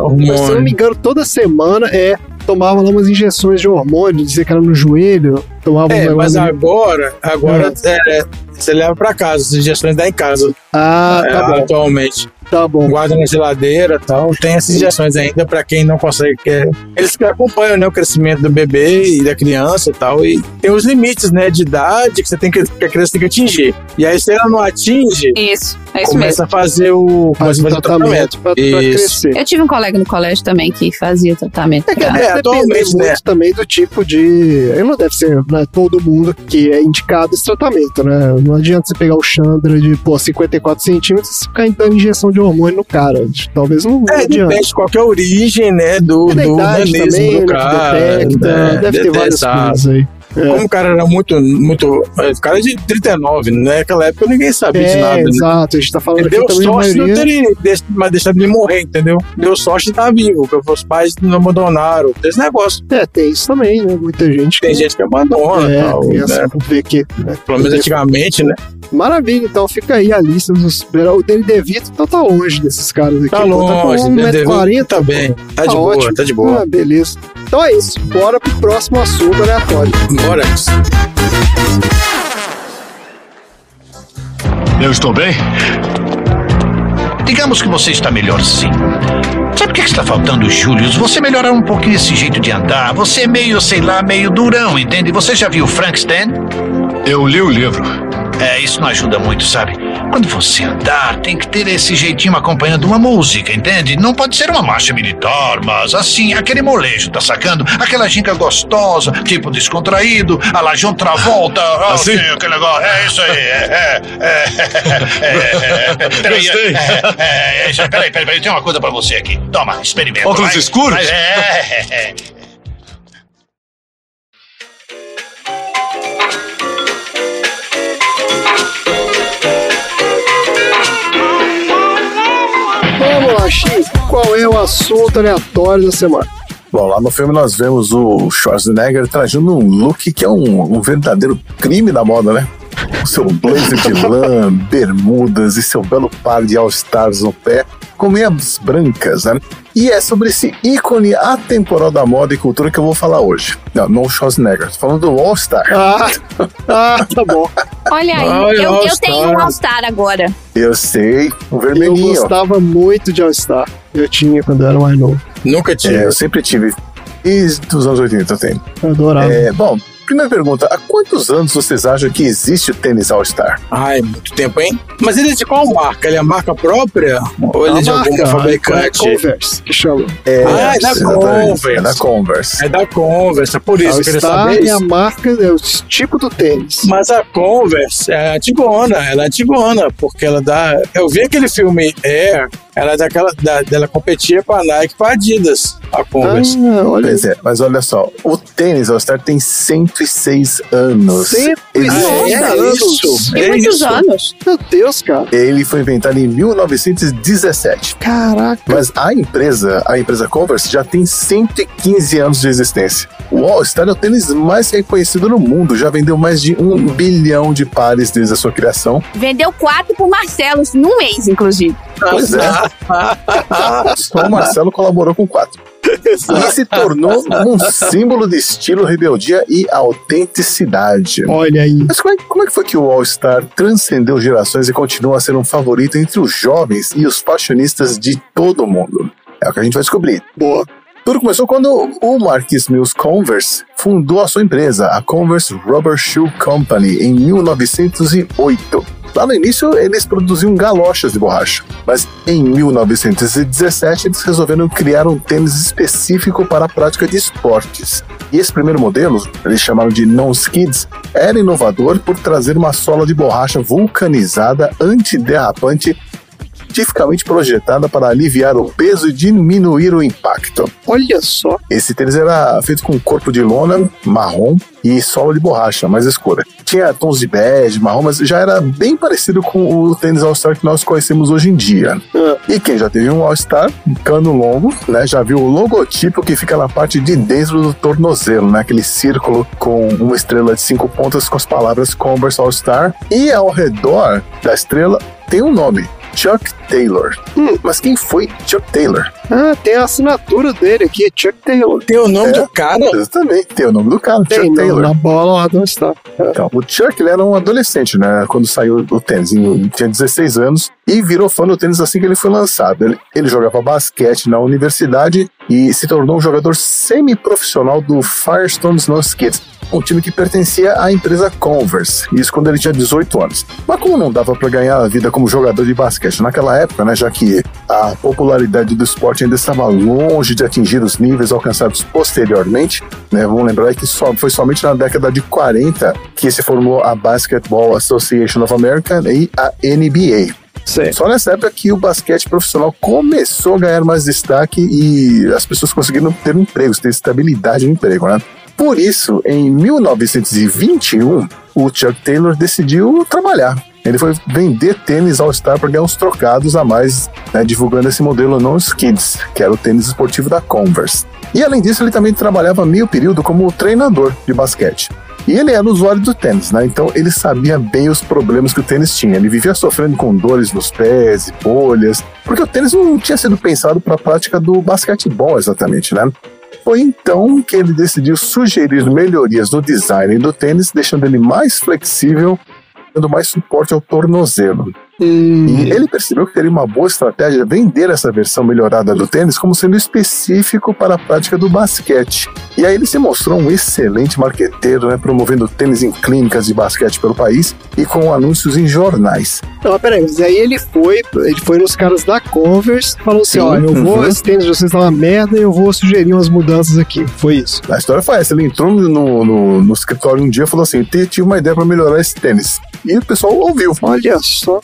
Speaker 3: mas, se eu não me
Speaker 4: hormônio.
Speaker 3: engano, toda semana é tomava lá umas injeções de hormônio, dizia que era no joelho, tomava um
Speaker 4: É,
Speaker 3: negócio
Speaker 4: mas
Speaker 3: ali.
Speaker 4: agora, agora é, você leva pra casa, as injeções dá em casa.
Speaker 3: Ah, tá
Speaker 4: É,
Speaker 3: bom.
Speaker 4: Atualmente. Um
Speaker 3: Tá bom.
Speaker 4: Guarda na geladeira e tal. Tem essas injeções ainda pra quem não consegue. é, eles que acompanham né, o crescimento do bebê e da criança e tal. E tem os limites né, de idade que, você tem que, que a criança tem que atingir. E aí, se ela não atinge,
Speaker 2: Isso, é isso mesmo.
Speaker 4: começa a fazer o,
Speaker 3: um
Speaker 4: começa a fazer o tratamento. Isso. É,
Speaker 2: Eu tive um colega no colégio também que fazia tratamento.
Speaker 3: É,
Speaker 2: pra-
Speaker 3: deve depender muito
Speaker 4: né?
Speaker 3: também do tipo de. Ele não deve ser né, todo mundo que é indicado esse tratamento, né? Não adianta você pegar o Chandra de, pô, 54 centímetros e ficar dando injeção de hormônio no cara. Talvez não, não
Speaker 4: É,
Speaker 3: adianta.
Speaker 4: depende de qualquer origem, né, do,
Speaker 3: E da
Speaker 4: do
Speaker 3: idade
Speaker 4: organismo
Speaker 3: também,
Speaker 4: do
Speaker 3: né, que
Speaker 4: cara.
Speaker 3: detecta,
Speaker 4: né,
Speaker 3: deve ter várias
Speaker 4: detectar.
Speaker 3: coisas aí. É.
Speaker 4: Como o cara era muito, muito. é, O cara é de 39, né? Naquela época ninguém sabia de
Speaker 3: É,
Speaker 4: nada. né?
Speaker 3: exato, a gente tá falando
Speaker 4: Ele
Speaker 3: aqui
Speaker 4: deu
Speaker 3: também de
Speaker 4: sorte de não
Speaker 3: maioria.
Speaker 4: ter deix- mas deixado ele morrer, entendeu? Deu sorte de estar vivo, porque os pais não abandonaram. Tem esse negócio.
Speaker 3: É, tem isso também, né? Muita gente.
Speaker 4: Tem gente que abandona
Speaker 3: É,
Speaker 4: tal,
Speaker 3: tem essa-
Speaker 4: né?
Speaker 3: vê que, né?
Speaker 4: Pelo menos antigamente, né?
Speaker 3: Maravilha, então fica aí a lista dos. O Danny DeVito então tá longe desses caras aqui.
Speaker 4: Tá
Speaker 3: pô,
Speaker 4: longe,
Speaker 3: tá com
Speaker 4: Danny DeVito
Speaker 3: 1,40m.
Speaker 4: tá bem, tá de boa, tá de boa.
Speaker 3: Ah, beleza. Então é isso, bora pro próximo assunto aleatório.
Speaker 4: Bora.
Speaker 9: Eu estou bem? Digamos que você está melhor sim. Sabe o que que está faltando, Júlio? Você melhorar um pouquinho esse jeito de andar. Você é meio, sei lá, meio durão, entende? Você já viu Frankenstein? Eu li o livro. É, isso não ajuda muito, sabe? Quando você andar, tem que ter esse jeitinho acompanhando uma música, entende? Não pode ser uma marcha militar, mas assim, aquele molejo, tá sacando? Aquela ginga gostosa, tipo descontraído, a la John Travolta. ah,
Speaker 8: Assim?
Speaker 9: sim, aquele negócio. É isso aí, é, é, é, é, é. Peraí,
Speaker 8: Gostei.
Speaker 9: é, é, é, já- peraí, peraí, peraí, tem uma coisa pra você aqui. Toma, experimenta.
Speaker 8: Óculos
Speaker 9: vai.
Speaker 8: escuros?
Speaker 9: Vai, é, é, é.
Speaker 3: Vamos lá, X, qual é o assunto aleatório da semana?
Speaker 1: Bom, lá no filme nós vemos o Schwarzenegger trajando um look que é um, um verdadeiro crime da moda, né? O seu blazer de lã, bermudas e seu belo par de All-Stars no pé, com meias brancas, né? E é sobre esse ícone atemporal da moda e cultura que eu vou falar hoje. Não, não o Schwarzenegger, tô falando do All-Star.
Speaker 3: Ah, ah, tá bom.
Speaker 2: Olha aí,
Speaker 1: Olha,
Speaker 2: eu, eu
Speaker 1: All-Star.
Speaker 2: tenho um All-Star agora.
Speaker 1: Eu sei, o vermelhinho.
Speaker 3: Eu gostava muito de All-Star. Eu tinha quando eu era mais novo.
Speaker 4: Nunca tive.
Speaker 1: É, eu sempre tive. Desde os anos 80 eu tenho.
Speaker 3: Eu adorava.
Speaker 1: É, bom, primeira pergunta: há quantos anos vocês acham que existe o tênis All-Star?
Speaker 4: Ai, muito tempo, hein? Mas ele é de qual marca? Ele é marca própria? Ou
Speaker 3: Tá
Speaker 4: ele é de algum fabricante?
Speaker 3: Converse, que chama.
Speaker 1: É,
Speaker 4: Ah, é da
Speaker 1: exatamente,
Speaker 4: Converse.
Speaker 1: É da Converse.
Speaker 4: É da Converse, é por isso que ele
Speaker 3: All-Star
Speaker 4: sabe
Speaker 3: é a
Speaker 4: isso.
Speaker 3: marca, é o tipo do tênis.
Speaker 4: Mas a Converse é antigona, ela é antigona, porque ela dá. Eu vi aquele filme Air, Ela é daquela. da- dela competia com a Nike e com a Adidas, a Converse.
Speaker 3: Ah,
Speaker 1: Pois é, mas olha só, o tênis All-Star tem 106 anos.
Speaker 3: 106
Speaker 4: Ah, é
Speaker 3: anos? Ah, é? Tem muitos anos.
Speaker 1: Meu Deus, cara. Ele foi inventado em 1917.
Speaker 3: Caraca.
Speaker 1: Mas a empresa, a empresa Converse, já tem 115 anos de existência. O All-Star é o tênis mais reconhecido no mundo, já vendeu mais de um bilhão de pares desde a sua criação.
Speaker 10: Vendeu quatro pro Marcelo, num mês, inclusive.
Speaker 1: Pois é. Só o Marcelo colaborou com quatro. E se tornou um símbolo de estilo, rebeldia e autenticidade.
Speaker 3: Olha aí.
Speaker 1: Mas como é, como é que foi que o All-Star transcendeu gerações e continua a ser um favorito entre os jovens e os fashionistas de todo o mundo? É o que a gente vai descobrir. Boa. Tudo começou quando o Marquis Mills Converse fundou a sua empresa, a Converse Rubber Shoe Company, em 1908. Lá no início, eles produziam galochas de borracha, mas em 1917 eles resolveram criar um tênis específico para a prática de esportes. E esse primeiro modelo, eles chamaram de Non-Skids, era inovador por trazer uma sola de borracha vulcanizada antiderrapante cientificamente projetada para aliviar o peso e diminuir o impacto.
Speaker 3: Olha só!
Speaker 1: Esse tênis era feito com corpo de lona marrom e sola de borracha mais escura. Tinha tons de bege, marrom, mas já era bem parecido com o tênis All-Star que nós conhecemos hoje em dia. E quem já teve um All-Star, um cano longo, né, já viu o logotipo que fica na parte de dentro do tornozelo, né, aquele círculo com uma estrela de cinco pontas com as palavras Converse All-Star. E ao redor da estrela tem um nome, Chuck Taylor. mas quem foi Chuck Taylor?
Speaker 3: Ah, tem a assinatura dele aqui, Chuck Taylor.
Speaker 4: Tem o nome
Speaker 3: É.
Speaker 1: do
Speaker 4: cara?
Speaker 1: Exatamente, Oh. tem o nome do cara,
Speaker 3: Tem,
Speaker 1: Chuck
Speaker 3: não,
Speaker 1: Taylor.
Speaker 3: na bola lá do está.
Speaker 1: Então, o Chuck ele era um adolescente, né? Quando saiu o tênis, ele tinha 16 anos e virou fã do tênis assim que ele foi lançado. Ele, ele jogava basquete na universidade e se tornou um jogador semiprofissional do Firestone Snow Kids, um time que pertencia à empresa Converse. Isso quando ele tinha 18 anos. Mas como não dava para ganhar a vida como jogador de basquete naquela época, né? Já que a popularidade do esporte ainda estava longe de atingir os níveis alcançados posteriormente, né? Vamos lembrar que só, foi somente na década de 40 que se formou a Basketball Association of America e a NBA. Só nessa época que o basquete profissional começou a ganhar mais destaque e as pessoas conseguiram ter empregos, ter estabilidade no emprego, né? Por isso, em 1921, o Chuck Taylor decidiu trabalhar. Ele foi vender tênis All-Star para ganhar uns trocados a mais, né, divulgando esse modelo non skids, que era o tênis esportivo da Converse. E além disso, ele também trabalhava meio período como treinador de basquete. E ele era usuário do tênis, né? Então ele sabia bem os problemas que o tênis tinha. Ele vivia sofrendo com dores nos pés e bolhas, porque o tênis não tinha sido pensado para a prática do basquetebol exatamente, né? Foi então que ele decidiu sugerir melhorias no design do tênis, deixando ele mais flexível, dando mais suporte ao tornozelo.
Speaker 3: Uhum. Hum.
Speaker 1: E ele percebeu que teria uma boa estratégia vender essa versão melhorada do tênis como sendo específico para a prática do basquete. E aí ele se mostrou um excelente marqueteiro, né, promovendo tênis em clínicas de basquete pelo país e com anúncios em jornais.
Speaker 3: Não, mas peraí, mas aí ele foi, ele foi nos caras da Converse, falou assim,
Speaker 1: Sim,
Speaker 3: ó, eu vou,
Speaker 1: uhum.
Speaker 3: esse tênis de vocês tá uma merda, eu vou sugerir umas mudanças aqui. Foi isso.
Speaker 1: A história foi essa: ele entrou no, no, no escritório um dia e falou assim: "Te- tive uma ideia para melhorar esse tênis. E o pessoal ouviu.
Speaker 3: Olha só.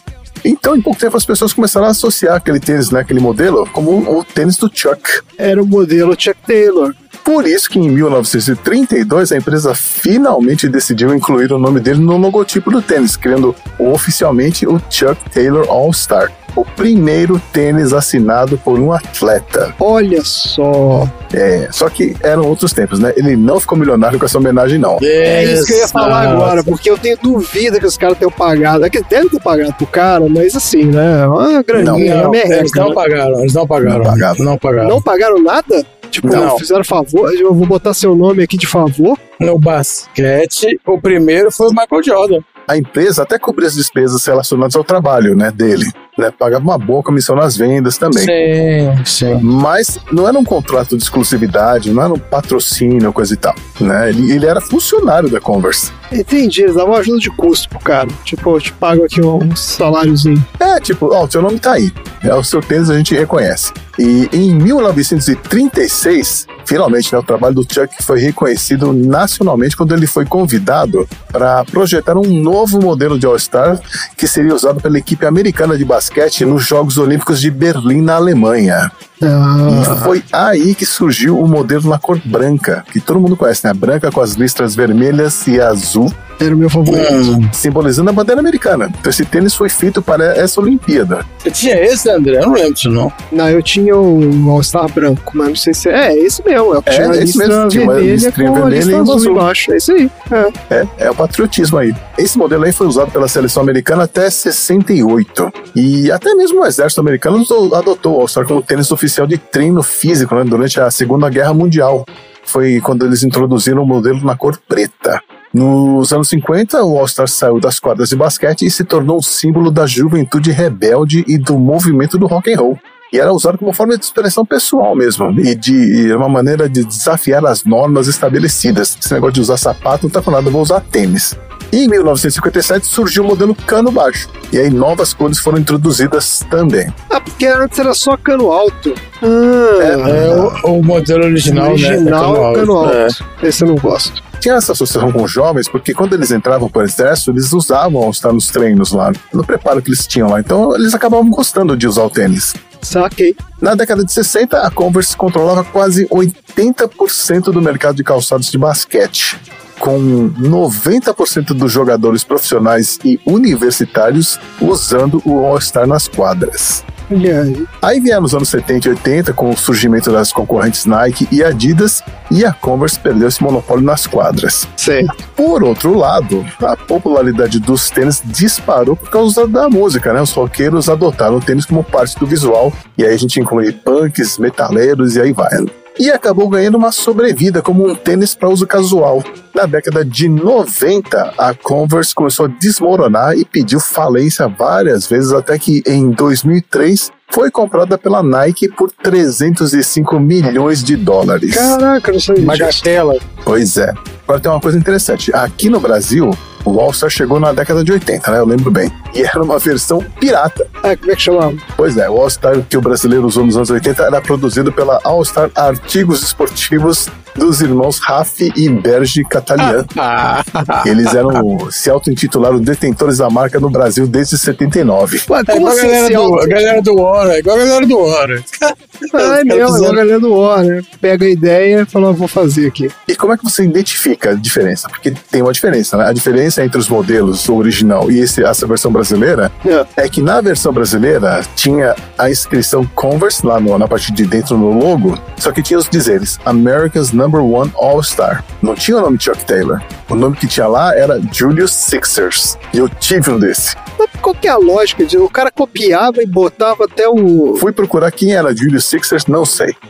Speaker 1: Então, em pouco tempo, as pessoas começaram a associar aquele tênis, né, aquele modelo, como o tênis do Chuck.
Speaker 3: Era o modelo Chuck Taylor.
Speaker 1: Por isso que em 1932 a empresa finalmente decidiu incluir o nome dele no logotipo do tênis, criando oficialmente o Chuck Taylor All-Star, o primeiro tênis assinado por um atleta.
Speaker 3: Olha só.
Speaker 1: É, só que eram outros tempos, né? Ele não ficou milionário com essa homenagem, não.
Speaker 3: É isso que eu ia falar agora, porque eu tenho dúvida que os caras tenham pagado. É que deve ter pagado pro cara, mas assim, né? Uma graninha,
Speaker 4: Não,
Speaker 3: uma merreca,
Speaker 4: eles não
Speaker 3: né?
Speaker 4: pagaram, eles não pagaram. Não pagaram. Não
Speaker 3: Não pagaram nada? Tipo,
Speaker 4: Não.
Speaker 3: fizeram favor, eu vou botar seu nome aqui de favor.
Speaker 4: No basquete, o primeiro foi o Michael Jordan.
Speaker 1: A empresa até cobria as despesas relacionadas ao trabalho, né, dele. Né? Pagava uma boa comissão nas vendas também.
Speaker 4: Sim, sim.
Speaker 1: Mas não era um contrato de exclusividade, não era um patrocínio, coisa e tal. Né? Ele, ele era funcionário da Converse.
Speaker 3: Entendi, eles davam ajuda de custo pro cara. Tipo, eu te pago aqui um saláriozinho.
Speaker 1: É, tipo, ó, o seu nome tá aí. É, o seu tênis a gente reconhece. E em 1936, finalmente, né, o trabalho do Chuck foi reconhecido nacionalmente quando ele foi convidado para projetar um novo modelo de All-Star que seria usado pela equipe americana de basquete nos Jogos Olímpicos de Berlim, na Alemanha.
Speaker 3: Ah.
Speaker 1: E foi aí que surgiu o modelo na cor branca, que todo mundo conhece, né? Branca com as listras vermelhas e azul.
Speaker 3: Era o meu favorito.
Speaker 1: Simbolizando a bandeira americana. Então esse tênis foi feito para essa Olimpíada.
Speaker 4: Você tinha esse, André? Eu não lembro disso, não.
Speaker 3: Não, eu tinha um All-Star branco, mas não sei se é. É esse mesmo. É o que
Speaker 1: É,
Speaker 3: tinha a
Speaker 1: esse
Speaker 3: lista
Speaker 1: mesmo, tinha uma
Speaker 3: vermelha
Speaker 1: listrinha
Speaker 3: com a
Speaker 1: vermelha
Speaker 3: lista
Speaker 1: e uma
Speaker 3: azul
Speaker 1: azul.
Speaker 3: embaixo. É isso aí. É.
Speaker 1: É, é o patriotismo aí. Esse modelo aí foi usado pela seleção americana até 68. E até mesmo o exército americano usou- adotou o All-Star como tênis oficial de treino físico né, durante a Segunda Guerra Mundial. Foi quando eles introduziram o modelo na cor preta. Nos anos 50, o All-Star saiu das quadras de basquete e se tornou um símbolo da juventude rebelde e do movimento do rock and roll. E era usado como forma de expressão pessoal mesmo. E de e uma maneira de desafiar as normas estabelecidas. Esse negócio de usar sapato não tá com nada, eu vou usar tênis. E em 1957 surgiu o modelo cano baixo. E aí novas cores foram introduzidas também.
Speaker 3: Ah, porque antes era só cano alto. Ah,
Speaker 4: É o, o modelo original,
Speaker 3: original
Speaker 4: né?
Speaker 3: é cano alto.
Speaker 4: É.
Speaker 3: Esse eu não gosto.
Speaker 1: Tinha essa associação com os jovens, porque quando eles entravam para o exército, eles usavam estar nos treinos lá, no preparo que eles tinham lá. Então eles acabavam gostando de usar o tênis.
Speaker 3: Saquei.
Speaker 1: Na década de 60, a Converse controlava quase 80% do mercado de calçados de basquete. Com 90% dos jogadores profissionais e universitários usando o All-Star nas quadras.
Speaker 3: Olha aí.
Speaker 1: Aí vieram os anos 70 e 80, com o surgimento das concorrentes Nike e Adidas, e a Converse perdeu esse monopólio nas quadras.
Speaker 3: Sei.
Speaker 1: Por outro lado, a popularidade dos tênis disparou por causa da música, né? Os roqueiros adotaram o tênis como parte do visual, e aí a gente inclui punks, metaleiros e aí vai. E acabou ganhando uma sobrevida como um tênis para uso casual. Na década de 90, a Converse começou a desmoronar e pediu falência várias vezes, até que em 2003 foi comprada pela Nike por 305 milhões de dólares.
Speaker 3: Caraca, eu não sabia disso.
Speaker 4: Magatela.
Speaker 1: Pois é. Agora tem uma coisa interessante. Aqui no Brasil, o All-Star chegou na década de 80, né? Eu lembro bem. E era uma versão pirata.
Speaker 3: Ah, como é que chamava?
Speaker 1: Pois é, o All-Star que o brasileiro usou nos anos 80 era produzido pela All-Star Artigos Esportivos dos irmãos Raffi e Berge Catalian.
Speaker 4: Ah,
Speaker 1: Eles eram, se auto-intitularam detentores da marca no Brasil desde 79.
Speaker 3: Ué,
Speaker 4: é
Speaker 3: como
Speaker 4: igual a
Speaker 3: assim
Speaker 4: galera
Speaker 3: se
Speaker 4: do- a
Speaker 3: auto...
Speaker 4: galera do Hora, igual a galera do Hora.
Speaker 3: Ah, é
Speaker 4: Os caras
Speaker 3: mesmo, é igual a
Speaker 4: fizeram-
Speaker 3: galera do Warner. Pega a ideia e fala, "Ah, vou fazer aqui.
Speaker 1: E como é que você identifica a diferença? Porque tem uma diferença, né? A diferença entre os modelos, o original e esse- essa versão brasileira, é que na versão brasileira tinha a inscrição Converse lá no- na parte de dentro no logo, só que tinha os dizeres America's Number One All-Star. Não tinha o nome Chuck Taylor. O nome que tinha lá era Julius Sixers. E eu tive um desse.
Speaker 3: Mas qual que é a lógica? De... O cara copiava e botava até o...
Speaker 1: Fui procurar quem era Julius Sixers, não sei.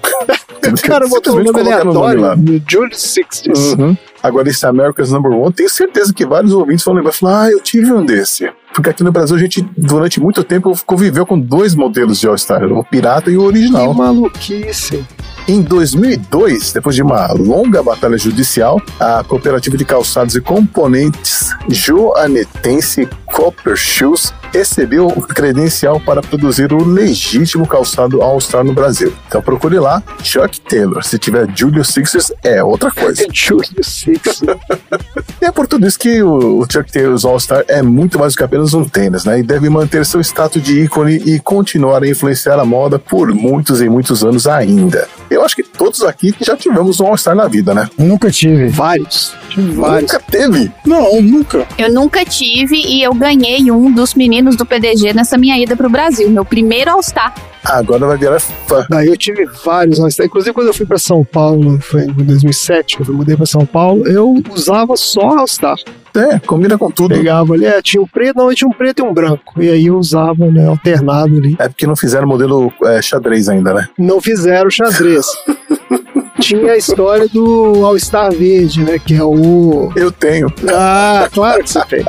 Speaker 3: O cara botou um
Speaker 1: Simplesmente
Speaker 3: nome
Speaker 1: colocaram o nome lá.
Speaker 3: aleatório, no Julius Sixties.
Speaker 1: Uhum. Agora, esse America's Number One, tenho certeza que vários ouvintes vão lembrar e falar: ah, eu tive um desse. Porque aqui no Brasil a gente, durante muito tempo, conviveu com dois modelos de All-Star, o pirata e o
Speaker 3: Que
Speaker 1: original.
Speaker 3: maluquice.
Speaker 1: Em 2002, depois de uma longa batalha judicial, a cooperativa de calçados e componentes joanetense Copper Shoes recebeu o credencial para produzir o legítimo calçado All-Star no Brasil. Então procure lá, Chuck Taylor. Se tiver Julio Sixers, é outra coisa.
Speaker 3: Julius Sixties.
Speaker 1: E é por tudo isso que o, o Chuck Taylor's All-Star é muito mais do que apenas um tênis, né? E deve manter seu status de ícone e continuar a influenciar a moda por muitos e muitos anos ainda. Eu acho que todos aqui já tivemos um All-Star na vida, né?
Speaker 4: Nunca tive.
Speaker 3: Vários. Tive vários.
Speaker 1: Nunca teve.
Speaker 4: Não, nunca.
Speaker 10: Eu nunca tive e eu ganhei um dos meninos do PDG nessa minha ida pro Brasil. Meu primeiro All-Star.
Speaker 1: Agora vai virar fã.
Speaker 3: Daí eu tive vários All-Star. Inclusive, quando eu fui pra São Paulo, foi em 2007, quando eu mudei pra São Paulo, eu usava só All-Star.
Speaker 1: É, combina com tudo.
Speaker 3: Pegava ali, é, tinha um preto, não, tinha um preto e um branco. E aí eu usava, né, alternado ali.
Speaker 1: É porque não fizeram modelo é, xadrez ainda, né?
Speaker 3: Não fizeram xadrez. tinha a história do All-Star Verde, né, que é o...
Speaker 1: Eu tenho.
Speaker 3: Ah, claro que você tem.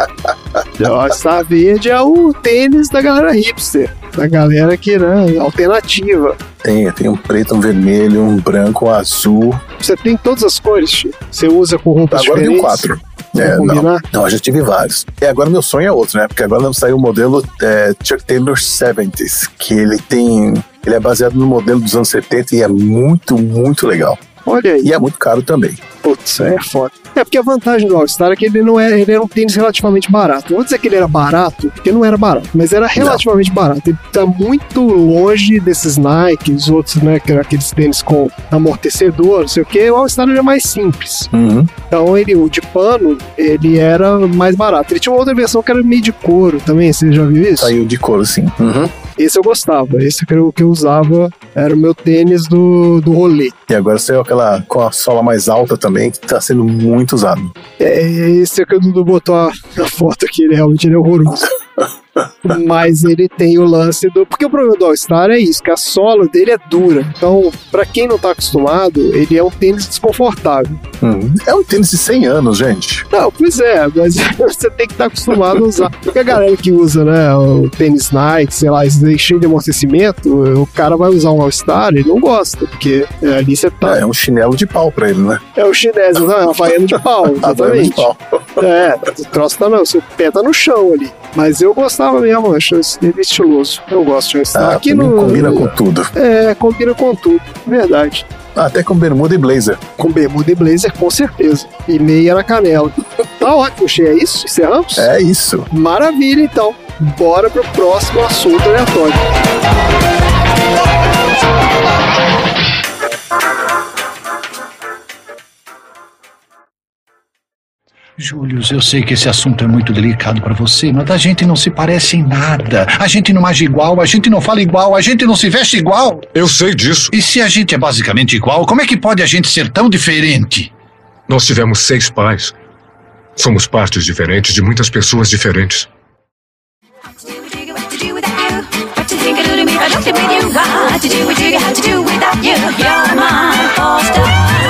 Speaker 3: All-Star Verde é o tênis da galera hipster. Da galera que, né, alternativa.
Speaker 1: Tem, tem um preto, um vermelho, um branco, um azul.
Speaker 3: Você tem todas as cores, Chico. Você usa com roupas
Speaker 1: Tá, Agora tem um
Speaker 3: diferentes.
Speaker 1: quatro.
Speaker 3: Vamos
Speaker 1: É, não.
Speaker 3: combinar?
Speaker 1: Não, eu já tive vários. E agora meu sonho é outro, né? Porque agora saiu o modelo é, Chuck Taylor 70s, que ele tem. Ele é baseado no modelo dos anos 70 e é muito, muito legal.
Speaker 3: Olha aí.
Speaker 1: E é muito caro também.
Speaker 3: Putz, é foda. É porque a vantagem do All-Star é que ele não é, ele era um tênis relativamente barato. Eu vou dizer que ele era barato, porque não era barato, mas era relativamente barato. Ele tá muito longe desses Nike, os outros, né? que- Aqueles tênis com amortecedor, não sei o que. O All-Star era mais simples. Então ele, o de pano, ele era mais barato. Ele tinha uma outra versão que era meio de couro também, você já viu isso?
Speaker 1: Saiu de couro, sim. Uhum.
Speaker 3: Esse eu gostava, esse era o que eu usava, era o meu tênis do, do rolê.
Speaker 1: E agora saiu aquela com a sola mais alta também, que tá sendo muito usado.
Speaker 3: É, esse é que o Dudu botou a, a foto aqui, ele realmente ele é horroroso. Mas ele tem o lance do. Porque o problema do All-Star é isso, que a sola dele é dura. Então, pra quem não tá acostumado, ele é um tênis desconfortável. Uhum.
Speaker 1: Hum, É um tênis de 100 anos, gente.
Speaker 3: Não, pois é, mas você tem que estar acostumado a usar. Porque a galera que usa, né, o tênis Nike, sei lá, esse daí cheio de amortecimento, o cara vai usar um All-Star, ele não gosta, porque é, ali você tá.
Speaker 1: É, é um chinelo de pau pra ele, né?
Speaker 3: É o chinês, não, é uma baiana de pau,
Speaker 1: Havaiana de
Speaker 3: exatamente.
Speaker 1: pau.
Speaker 3: É, o troço tá não, seu pé tá no chão ali. Mas eu gostava mesmo, eu acho isso dele estiloso. Eu gosto de estar
Speaker 1: Ah,
Speaker 3: aqui
Speaker 1: pra mim
Speaker 3: no.
Speaker 1: combina com tudo. Ah,
Speaker 3: É, combina com tudo, é verdade.
Speaker 1: Até com bermuda e blazer.
Speaker 3: Com bermuda e blazer, com certeza. E meia na canela. Tá ótimo, Che, é isso? Encerramos?
Speaker 1: É isso.
Speaker 3: Maravilha, então. Bora pro próximo assunto aleatório.
Speaker 9: Júlio, eu sei que esse assunto é muito delicado pra você, mas a gente não se parece em nada. A gente não age igual, a gente não fala igual, a gente não se veste igual.
Speaker 8: Eu sei disso.
Speaker 9: E se a gente é basicamente igual, como é que pode a gente ser tão diferente?
Speaker 8: Nós tivemos seis pais. Somos partes diferentes de muitas pessoas diferentes.
Speaker 11: What you think I do to me? I don't think with you. What to do with you? How to do without you? You're my foster.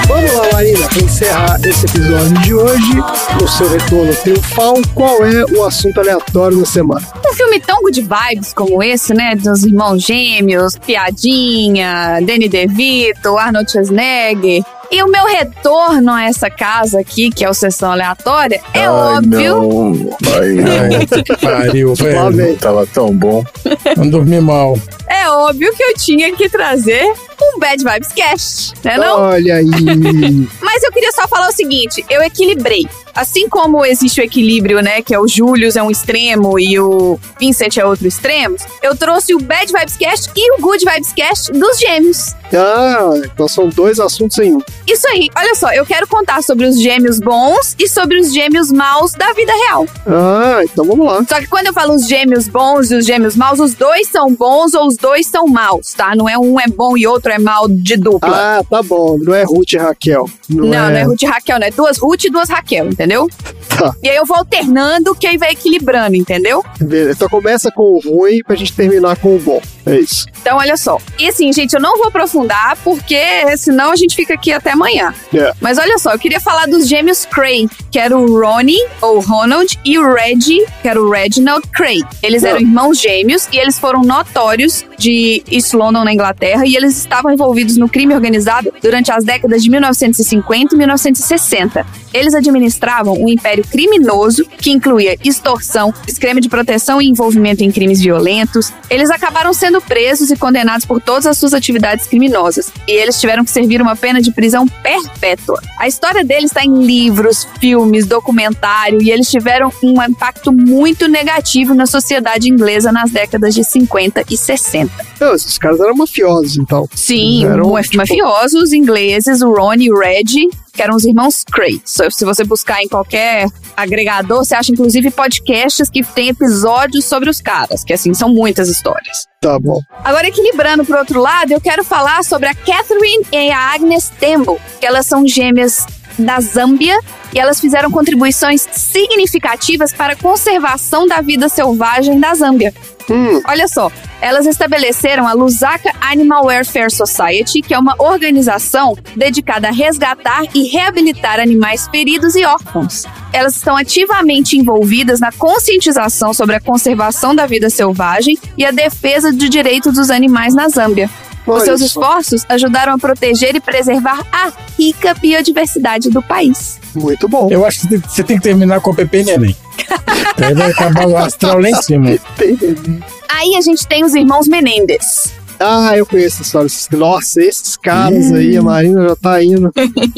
Speaker 3: Vamos lá, Marina, pra encerrar esse episódio de hoje, no seu retorno triunfal, qual é o assunto aleatório da semana?
Speaker 2: Um filme tão good vibes como esse, né? Dos irmãos gêmeos, Piadinha, Danny DeVito, Arnold Schwarzenegger. E o meu retorno a essa casa aqui, que é o Sessão Aleatória, é
Speaker 1: Ai,
Speaker 2: óbvio.
Speaker 1: Não. Ai, ai.
Speaker 4: Que pariu,
Speaker 1: Lá
Speaker 4: velho.
Speaker 1: vem. Tava tão bom.
Speaker 4: Não dormi mal.
Speaker 2: É óbvio que eu tinha que trazer um Bad Vibes Cast, né não?
Speaker 1: Ah.
Speaker 3: Olha aí.
Speaker 2: Mas eu queria só falar o seguinte, eu equilibrei. Assim como existe o equilíbrio, né, que é o Julius é um extremo e o Vincent é outro extremo, eu trouxe o Bad Vibes Cast e o Good Vibes Cast dos gêmeos.
Speaker 3: Ah, então são dois assuntos em um.
Speaker 2: Isso aí, olha só, eu quero contar sobre os gêmeos bons e sobre os gêmeos maus da vida real.
Speaker 3: Ah, então vamos lá.
Speaker 2: Só que quando eu falo os gêmeos bons e os gêmeos maus, os dois são bons ou os dois são maus, tá? Não é um é bom e outro é mal de dupla.
Speaker 3: Ah, tá bom. Não é Ruth e Raquel. Não,
Speaker 2: Não, não é, Ruth e Raquel, não é duas Ruth e duas Raquel, entendeu?
Speaker 3: Tá.
Speaker 2: E aí eu vou alternando, que aí vai equilibrando, entendeu?
Speaker 3: Beleza. Então começa com o ruim pra gente terminar com o bom. É isso.
Speaker 2: Então, olha só. E assim, gente, eu não vou aprofundar, porque senão a gente fica aqui até amanhã.
Speaker 3: É.
Speaker 2: Mas olha só, eu queria falar dos gêmeos Cray, que era o Ronnie, ou Ronald, e o Reggie, que era o Reginald Cray. Eles eram irmãos gêmeos e eles foram notórios de East London, na Inglaterra, e eles estavam envolvidos no crime organizado durante as décadas de 1950 e 1960. Eles administravam um império criminoso que incluía extorsão, esquema de proteção e envolvimento em crimes violentos. Eles acabaram sendo presos e condenados por todas as suas atividades criminosas, e eles tiveram que servir uma pena de prisão perpétua. A história deles está em livros, filmes, documentário, e eles tiveram um impacto muito negativo na sociedade inglesa nas décadas de 50 e 60.
Speaker 3: Não, esses caras eram mafiosos, então.
Speaker 2: Sim,
Speaker 3: Eram,
Speaker 2: mu-
Speaker 3: tipo-
Speaker 2: mafiosos ingleses, o Ron e o Reggie, que eram os irmãos Cray. So, Se você buscar em qualquer agregador, você acha inclusive podcasts que tem episódios sobre os caras, que assim, são muitas histórias.
Speaker 3: Tá bom.
Speaker 2: Agora, equilibrando pro outro lado, eu quero falar sobre a Catherine e a Agnes Tembo, que elas são gêmeas da Zâmbia e elas fizeram contribuições significativas para a conservação da vida selvagem da Zâmbia.
Speaker 3: Hum.
Speaker 2: Olha só, elas estabeleceram a Lusaka Animal Welfare Society, que é uma organização dedicada a resgatar e reabilitar animais feridos e órfãos. Elas estão ativamente envolvidas na conscientização sobre a conservação da vida selvagem e a defesa de direitos dos animais na Zâmbia. Os
Speaker 3: Olha
Speaker 2: seus
Speaker 3: só.
Speaker 2: esforços ajudaram a proteger e preservar a rica biodiversidade do país.
Speaker 3: Muito bom.
Speaker 4: Eu acho que tem- você tem que terminar com o Pepe Neném. Daí vai acabar o astral lá em cima.
Speaker 3: Entendi.
Speaker 2: Aí a gente tem os irmãos Menendez.
Speaker 3: Ah, eu conheço essa história. Esses- Nossa, esses caras aí, a Marina já tá indo.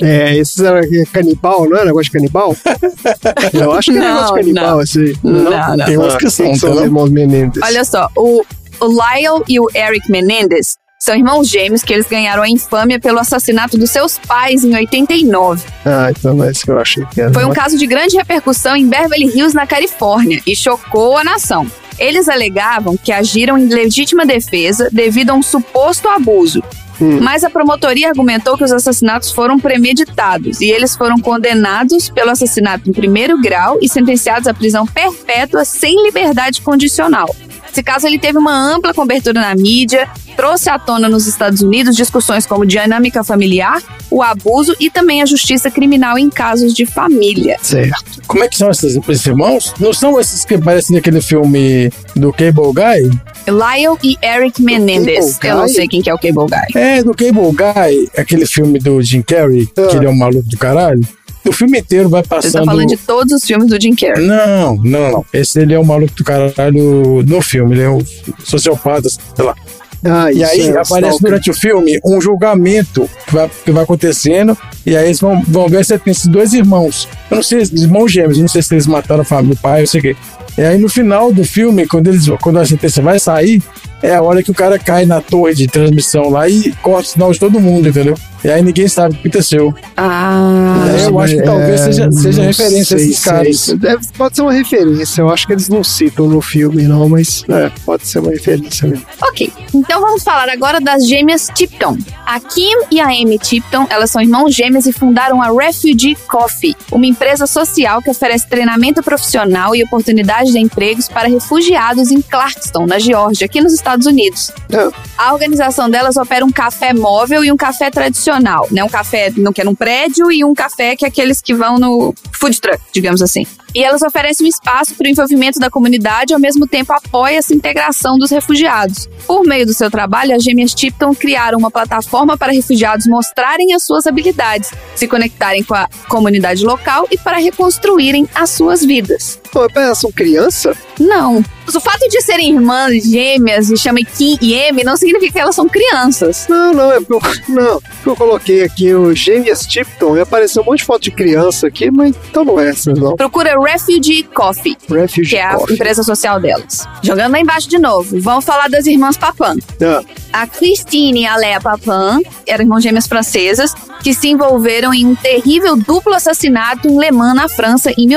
Speaker 3: É, esses eram canibal, não é? Negócio de canibal? Eu acho que é negócio de
Speaker 2: Não,
Speaker 3: canibal,
Speaker 2: não.
Speaker 3: esse aí.
Speaker 2: Não, não.
Speaker 3: Tem uns
Speaker 2: Ah,
Speaker 3: que são,
Speaker 2: tem
Speaker 3: são
Speaker 2: que
Speaker 3: os
Speaker 2: não.
Speaker 3: irmãos Menendez.
Speaker 2: Olha só, o, o Lyle e o Eric Menendez são irmãos gêmeos que eles ganharam a infâmia pelo assassinato dos seus pais em 89.
Speaker 3: Ah, então é isso que eu achei que era.
Speaker 2: Foi um caso de grande repercussão em Beverly Hills, na Califórnia, e chocou a nação. Eles alegavam que agiram em legítima defesa devido a um suposto abuso. Mas a promotoria argumentou que os assassinatos foram premeditados e eles foram condenados pelo assassinato em primeiro grau e sentenciados à prisão perpétua sem liberdade condicional. Esse caso ele teve uma ampla cobertura na mídia, trouxe à tona nos Estados Unidos discussões como dinâmica familiar, o abuso e também a justiça criminal em casos de família.
Speaker 3: Certo.
Speaker 4: Como é que são esses, esses irmãos? Não são esses que parecem naquele filme do Cable Guy?
Speaker 2: Lyle e Eric Menendez.
Speaker 4: Cable
Speaker 2: Eu não
Speaker 4: Guy?
Speaker 2: sei quem que é o Cable Guy.
Speaker 4: É, do Cable Guy, aquele filme do Jim Carrey, que ele é um maluco do caralho. O filme inteiro vai
Speaker 2: Você
Speaker 4: passando...
Speaker 2: tá falando de todos os filmes do Jim Carrey.
Speaker 4: Não, não, não. Esse ele é um maluco do caralho no filme, ele é um sociopata, sei lá.
Speaker 3: Ah,
Speaker 4: e
Speaker 3: isso
Speaker 4: aí
Speaker 3: é um
Speaker 4: aparece
Speaker 3: stalker.
Speaker 4: durante o filme um julgamento que vai, que vai acontecendo, e aí eles vão, vão ver se tem esses dois irmãos. Eu não sei, irmãos gêmeos, eu não sei se eles mataram a família do pai, eu sei o quê. E aí no final do filme, quando, eles, quando a sentença vai sair, é a hora que o cara cai na torre de transmissão lá e corta o sinal de todo mundo, entendeu? E aí ninguém sabe o que aconteceu.
Speaker 2: Ah,
Speaker 4: É, eu acho que talvez seja- seja
Speaker 3: não
Speaker 4: referência a
Speaker 3: sei
Speaker 4: esses
Speaker 3: se é
Speaker 4: caras.
Speaker 3: isso. Deve- pode ser uma referência. Eu acho que eles não citam no filme, não, mas é, pode ser uma referência mesmo.
Speaker 2: Ok, então vamos falar agora das gêmeas Tipton. A Kim e a Amy Tipton, elas são irmãos gêmeas e fundaram a Refugee Coffee, uma empresa social que oferece treinamento profissional e oportunidades de empregos para refugiados em Clarkston, na Geórgia, aqui nos Estados Unidos. A organização delas opera um café móvel e um café tradicional, né? Um café no que é num prédio e um café que é aqueles que vão no food truck, digamos assim. E elas oferecem um espaço para o envolvimento da comunidade e ao mesmo tempo apoia essa integração dos refugiados. Por meio do seu trabalho, as gêmeas Tipton criaram uma plataforma para refugiados mostrarem as suas habilidades, se conectarem com a comunidade local e para reconstruírem as suas vidas.
Speaker 3: Pô, elas são criança?
Speaker 2: Não. Mas O fato de serem irmãs gêmeas e chamem Kim e Amy não significa que elas são crianças.
Speaker 3: Não, não, é porque eu, não, porque eu coloquei aqui o Gêmeas Tipton e apareceu um monte de foto de criança aqui, mas então não é essa, não.
Speaker 2: Procura Refugee Coffee,
Speaker 3: Refugee
Speaker 2: que é a
Speaker 3: Coffee.
Speaker 2: empresa social delas. Jogando lá embaixo de novo, vamos falar das irmãs Papan.
Speaker 3: Ah,
Speaker 2: A Christine e a Lea Papin eram irmãs gêmeas francesas que se envolveram em um terrível duplo assassinato em Le Mans, na França, em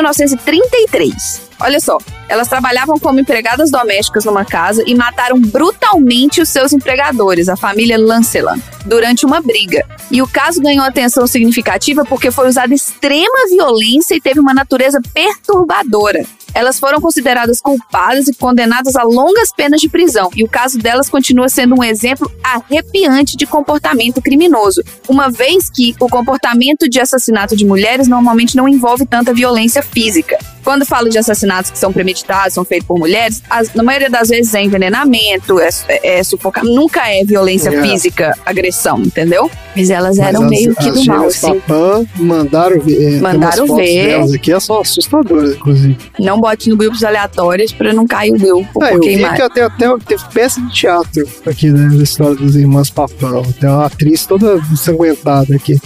Speaker 2: 1933. Olha só, elas trabalhavam como empregadas domésticas numa casa e mataram brutalmente os seus empregadores, a família Lancelin, durante uma briga. E o caso ganhou atenção significativa porque foi usada extrema violência e teve uma natureza perturbadora. Elas foram consideradas culpadas e condenadas a longas penas de prisão, e o caso delas continua sendo um exemplo arrepiante de comportamento criminoso, uma vez que o comportamento de assassinato de mulheres normalmente não envolve tanta violência física. Quando falo de assassinatos que são premeditados, são feitos por mulheres, as- na maioria das vezes é envenenamento, é, é sufocar, nunca é violência
Speaker 3: É.
Speaker 2: física, agressão, entendeu? Mas elas
Speaker 3: mas
Speaker 2: eram
Speaker 3: as-
Speaker 2: meio que
Speaker 3: as
Speaker 2: do mal,
Speaker 3: gêmeas
Speaker 2: assim.
Speaker 3: Papin mandaram ver. é,
Speaker 2: Mandaram
Speaker 3: tem umas fotos
Speaker 2: ver.
Speaker 3: Delas aqui elas são assustadoras, inclusive.
Speaker 2: assim. Não bote no grupos aleatórios pra não cair o grupo,
Speaker 3: Ah, eu
Speaker 2: porque
Speaker 3: vi
Speaker 2: ima-
Speaker 3: que até, até teve peça de teatro aqui, né? Da história das irmãs Papão. Tem uma atriz toda ensanguentada aqui.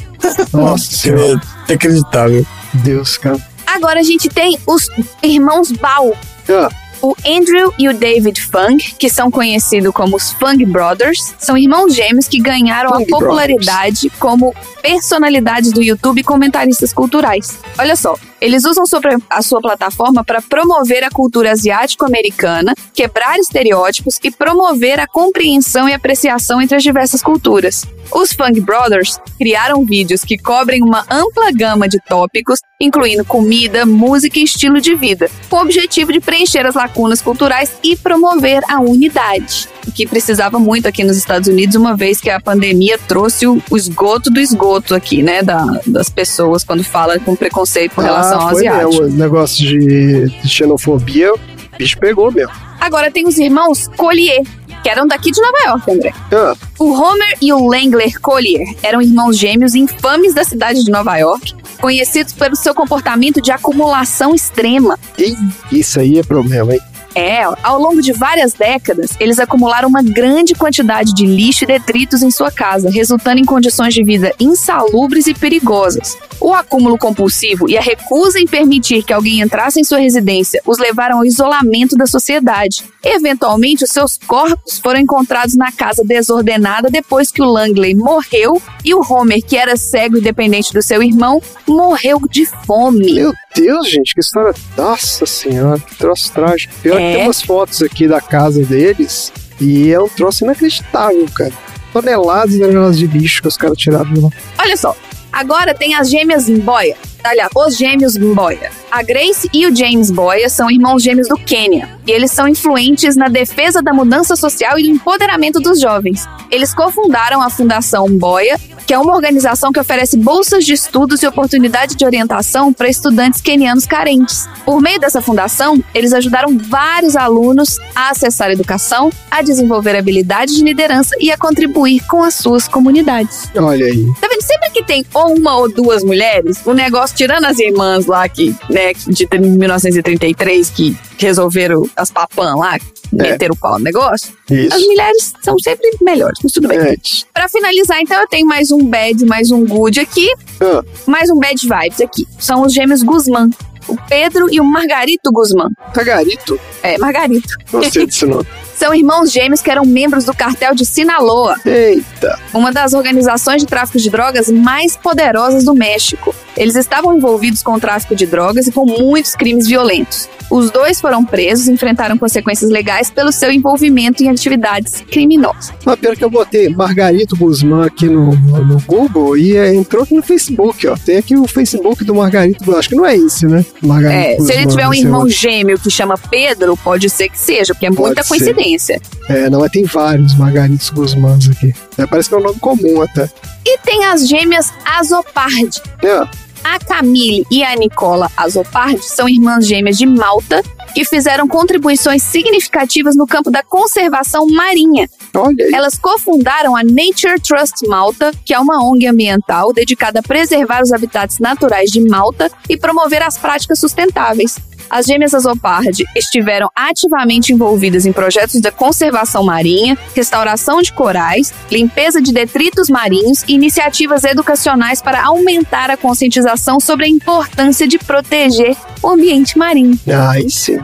Speaker 3: Nossa senhora.
Speaker 4: É acreditável.
Speaker 3: Deus, cara.
Speaker 2: Agora a gente tem os irmãos Bal. O Andrew e o David Fung, que são conhecidos como os Fung Brothers, são irmãos gêmeos que ganharam a
Speaker 11: Fung Brothers.
Speaker 2: popularidade como personalidades do YouTube e comentaristas culturais. Olha só, eles usam sobre a sua plataforma para promover a cultura asiático-americana, quebrar estereótipos e promover a compreensão e apreciação entre as diversas culturas. Os Fung Brothers criaram vídeos que cobrem uma ampla gama de tópicos, incluindo comida, música e estilo de vida, com o objetivo de preencher as lacunas culturais e promover a unidade, o que precisava muito aqui nos Estados Unidos, uma vez que a pandemia trouxe o o esgoto do esgoto aqui, né, da- das pessoas quando fala com preconceito com relação
Speaker 3: ah,
Speaker 2: ao
Speaker 3: foi
Speaker 2: asiático.
Speaker 3: mesmo. O negócio de de xenofobia, o bicho pegou mesmo.
Speaker 2: Agora tem os irmãos Collier, que eram daqui de Nova York, André.
Speaker 3: Ah,
Speaker 2: O Homer e o Langler Collier eram irmãos gêmeos infames da cidade de Nova York, conhecidos pelo seu comportamento de acumulação extrema.
Speaker 3: isso aí é problema, hein?
Speaker 2: É, ao longo de várias décadas, eles acumularam uma grande quantidade de lixo e detritos em sua casa, resultando em condições de vida insalubres e perigosas. O acúmulo compulsivo e a recusa em permitir que alguém entrasse em sua residência os levaram ao isolamento da sociedade. Eventualmente, os seus corpos foram encontrados na casa desordenada depois que o Langley morreu e o Homer, que era cego e dependente do seu irmão, morreu de fome.
Speaker 3: Meu Deus, gente, que história. Nossa senhora, que troço trágico. Pior que
Speaker 2: É.
Speaker 3: tem umas fotos aqui da casa deles e é um troço inacreditável, cara. Toneladas e toneladas de lixo que os caras tiraram de lá.
Speaker 2: Olha só, agora tem as gêmeas Mboya. Aliás, os gêmeos Mboya. A Grace e o James Boya são irmãos gêmeos do Quênia. E eles são influentes na defesa da mudança social e do empoderamento dos jovens. Eles cofundaram a Fundação Mboya, que é uma organização que oferece bolsas de estudos e oportunidade de orientação para estudantes quenianos carentes. Por meio dessa fundação, eles ajudaram vários alunos a acessar a educação, a desenvolver habilidades de liderança e a contribuir com as suas comunidades.
Speaker 3: Olha aí.
Speaker 2: Tá vendo? Sempre que tem ou uma ou duas mulheres, o negócio, tirando as irmãs lá que, né, de 1933, que resolveram as papãs lá, meteram o pau no negócio,
Speaker 11: Isso.
Speaker 2: as mulheres são sempre melhores, mas tudo é bem.
Speaker 3: É.
Speaker 2: Pra finalizar, então, eu tenho mais um bad, mais um good aqui, mais um bad vibes aqui. São os gêmeos Guzmán. O Pedro e o Margarito Guzmán.
Speaker 3: Margarito?
Speaker 2: É, Margarito.
Speaker 3: Gostei desse nome.
Speaker 2: São irmãos gêmeos que eram membros do cartel de Sinaloa.
Speaker 3: Eita!
Speaker 2: Uma das organizações de tráfico de drogas mais poderosas do México. Eles estavam envolvidos com o tráfico de drogas e com muitos crimes violentos. Os dois foram presos e enfrentaram consequências legais pelo seu envolvimento em atividades criminosas.
Speaker 3: Mas pior que eu botei Margarito Guzmán aqui no, no Google e é, entrou aqui no Facebook, ó. Tem aqui o Facebook do Margarito Guzmán. Acho que não é esse, né? Margarito
Speaker 2: É, se ele
Speaker 3: Guzmán,
Speaker 2: tiver um
Speaker 3: esse é
Speaker 2: irmão
Speaker 3: outro.
Speaker 2: gêmeo que chama Pedro, pode ser que seja, porque é muita
Speaker 3: ser.
Speaker 2: coincidência.
Speaker 3: É, não, mas tem vários Margaritos Guzmãs aqui. É, parece que é um nome comum até. É,
Speaker 2: E tem as gêmeas Azopardi. A Camille e a Nicola Azopardi são irmãs gêmeas de Malta que fizeram contribuições significativas no campo da conservação marinha.
Speaker 3: Olha aí.
Speaker 2: Elas cofundaram a Nature Trust Malta, que é uma ONG ambiental dedicada a preservar os habitats naturais de Malta e promover as práticas sustentáveis. As gêmeas Azopardi estiveram ativamente envolvidas em projetos da conservação marinha, restauração de corais, limpeza de detritos marinhos e iniciativas educacionais para aumentar a conscientização sobre a importância de proteger o ambiente marinho.
Speaker 3: Ai, sim.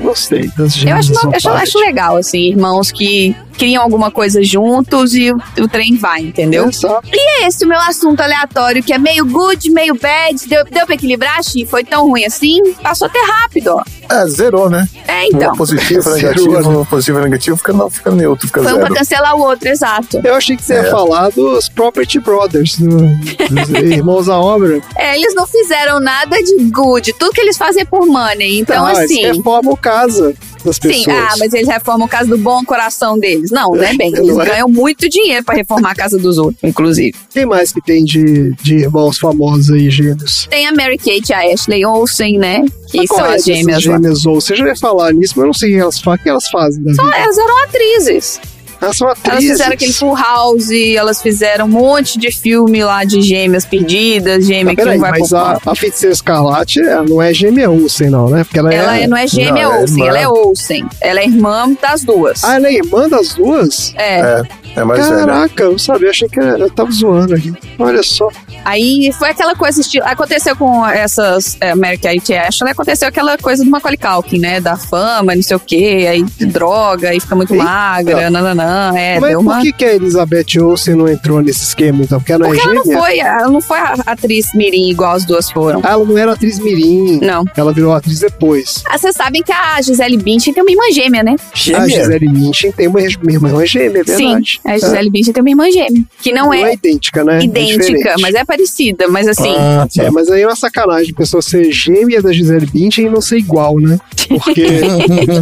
Speaker 3: Gostei das
Speaker 2: É. Eu
Speaker 3: gêmeas.
Speaker 2: acho, eu acho- eu
Speaker 3: Zopardi.
Speaker 2: acho legal, assim, irmãos que criam alguma coisa juntos e o, o trem vai, entendeu?
Speaker 3: Exato.
Speaker 2: E é esse o meu assunto aleatório, que é meio good, meio bad. Deu, deu pra equilibrar, Chi? Foi tão ruim assim? Passou até rápido, ó.
Speaker 1: É, zerou, né?
Speaker 2: É, então.
Speaker 1: Um positivo,
Speaker 3: Zerou,
Speaker 1: negativo, positivo e negativo, fica, não, fica neutro, fica
Speaker 3: é,
Speaker 2: Foi um pra
Speaker 1: zero.
Speaker 2: cancelar o outro, exato.
Speaker 3: Eu achei que você ia falar dos Property Brothers, do- dos Irmãos à Obra.
Speaker 2: É, eles não fizeram nada de good. Tudo que eles fazem é por money. Então,
Speaker 3: ah, eles
Speaker 2: assim.
Speaker 3: reformam casa das pessoas.
Speaker 2: Sim, ah, mas eles reformam a casa do bom coração deles. Não, né, bem?
Speaker 3: Não
Speaker 2: Eles
Speaker 3: é?
Speaker 2: ganham muito dinheiro pra reformar a casa dos outros, inclusive.
Speaker 3: Quem mais que tem de, de irmãos famosos aí, gêmeos?
Speaker 2: Tem a Mary Kate e a Ashley Olsen, né? Que
Speaker 3: Mas qual
Speaker 2: são
Speaker 3: é
Speaker 2: as
Speaker 3: dessas
Speaker 2: gêmeas lá.
Speaker 3: gêmeas ou você já ia falar nisso, mas eu não sei o que elas, fa- o que elas fazem. da
Speaker 2: São-
Speaker 3: vida.
Speaker 2: Ah, Elas eram atrizes.
Speaker 3: Elas são
Speaker 2: Elas
Speaker 3: atrizes.
Speaker 2: fizeram aquele Full House, elas fizeram um monte de filme lá de gêmeas perdidas, gêmea
Speaker 3: Mas
Speaker 2: que não
Speaker 3: Ah, peraí,
Speaker 2: vai
Speaker 3: mas
Speaker 2: pro
Speaker 3: a,
Speaker 2: pau.
Speaker 3: a feiticeira escarlate ela não é gêmea Olsen, não, né? Porque ela,
Speaker 2: Ela
Speaker 3: é,
Speaker 2: não é gêmea Olsen, ela é Olsen. Ela é irmã das duas.
Speaker 3: Ah, ela é irmã das duas?
Speaker 2: É.
Speaker 1: É, é mais velha.
Speaker 3: Caraca, eu não sabia, achei que era- eu tava zoando aqui. Olha só.
Speaker 2: Aí foi aquela coisa, estilo- aconteceu com essas é, Mary Kate e Ashley, aconteceu aquela coisa do Macaulay Culkin, né? Da fama, não sei o quê, aí droga, aí fica muito magra, nananã, é,
Speaker 3: mas
Speaker 2: deu
Speaker 3: por
Speaker 2: uma...
Speaker 3: que, que a Elizabeth Olsen não entrou nesse esquema, então? Porque ela não
Speaker 2: Porque
Speaker 3: é
Speaker 2: ela
Speaker 3: gêmea?
Speaker 2: não foi, ela não foi a atriz mirim igual as duas foram.
Speaker 3: Ah, ela não era atriz mirim.
Speaker 2: Não.
Speaker 3: Ela virou atriz depois.
Speaker 2: Ah, Vocês sabem que a Gisele Bündchen tem uma irmã gêmea, né?
Speaker 3: A Gisele Bündchen tem uma, uma irmã gêmea, é verdade.
Speaker 2: Sim, a Gisele Bündchen tem uma irmã gêmea, que não,
Speaker 3: não é, idêntica, né? É
Speaker 2: idêntica,
Speaker 3: diferente.
Speaker 2: mas é parecida, mas assim...
Speaker 3: Ah, tá. É, mas aí é uma sacanagem, a pessoa ser gêmea da Gisele Bündchen e não ser igual, né? Porque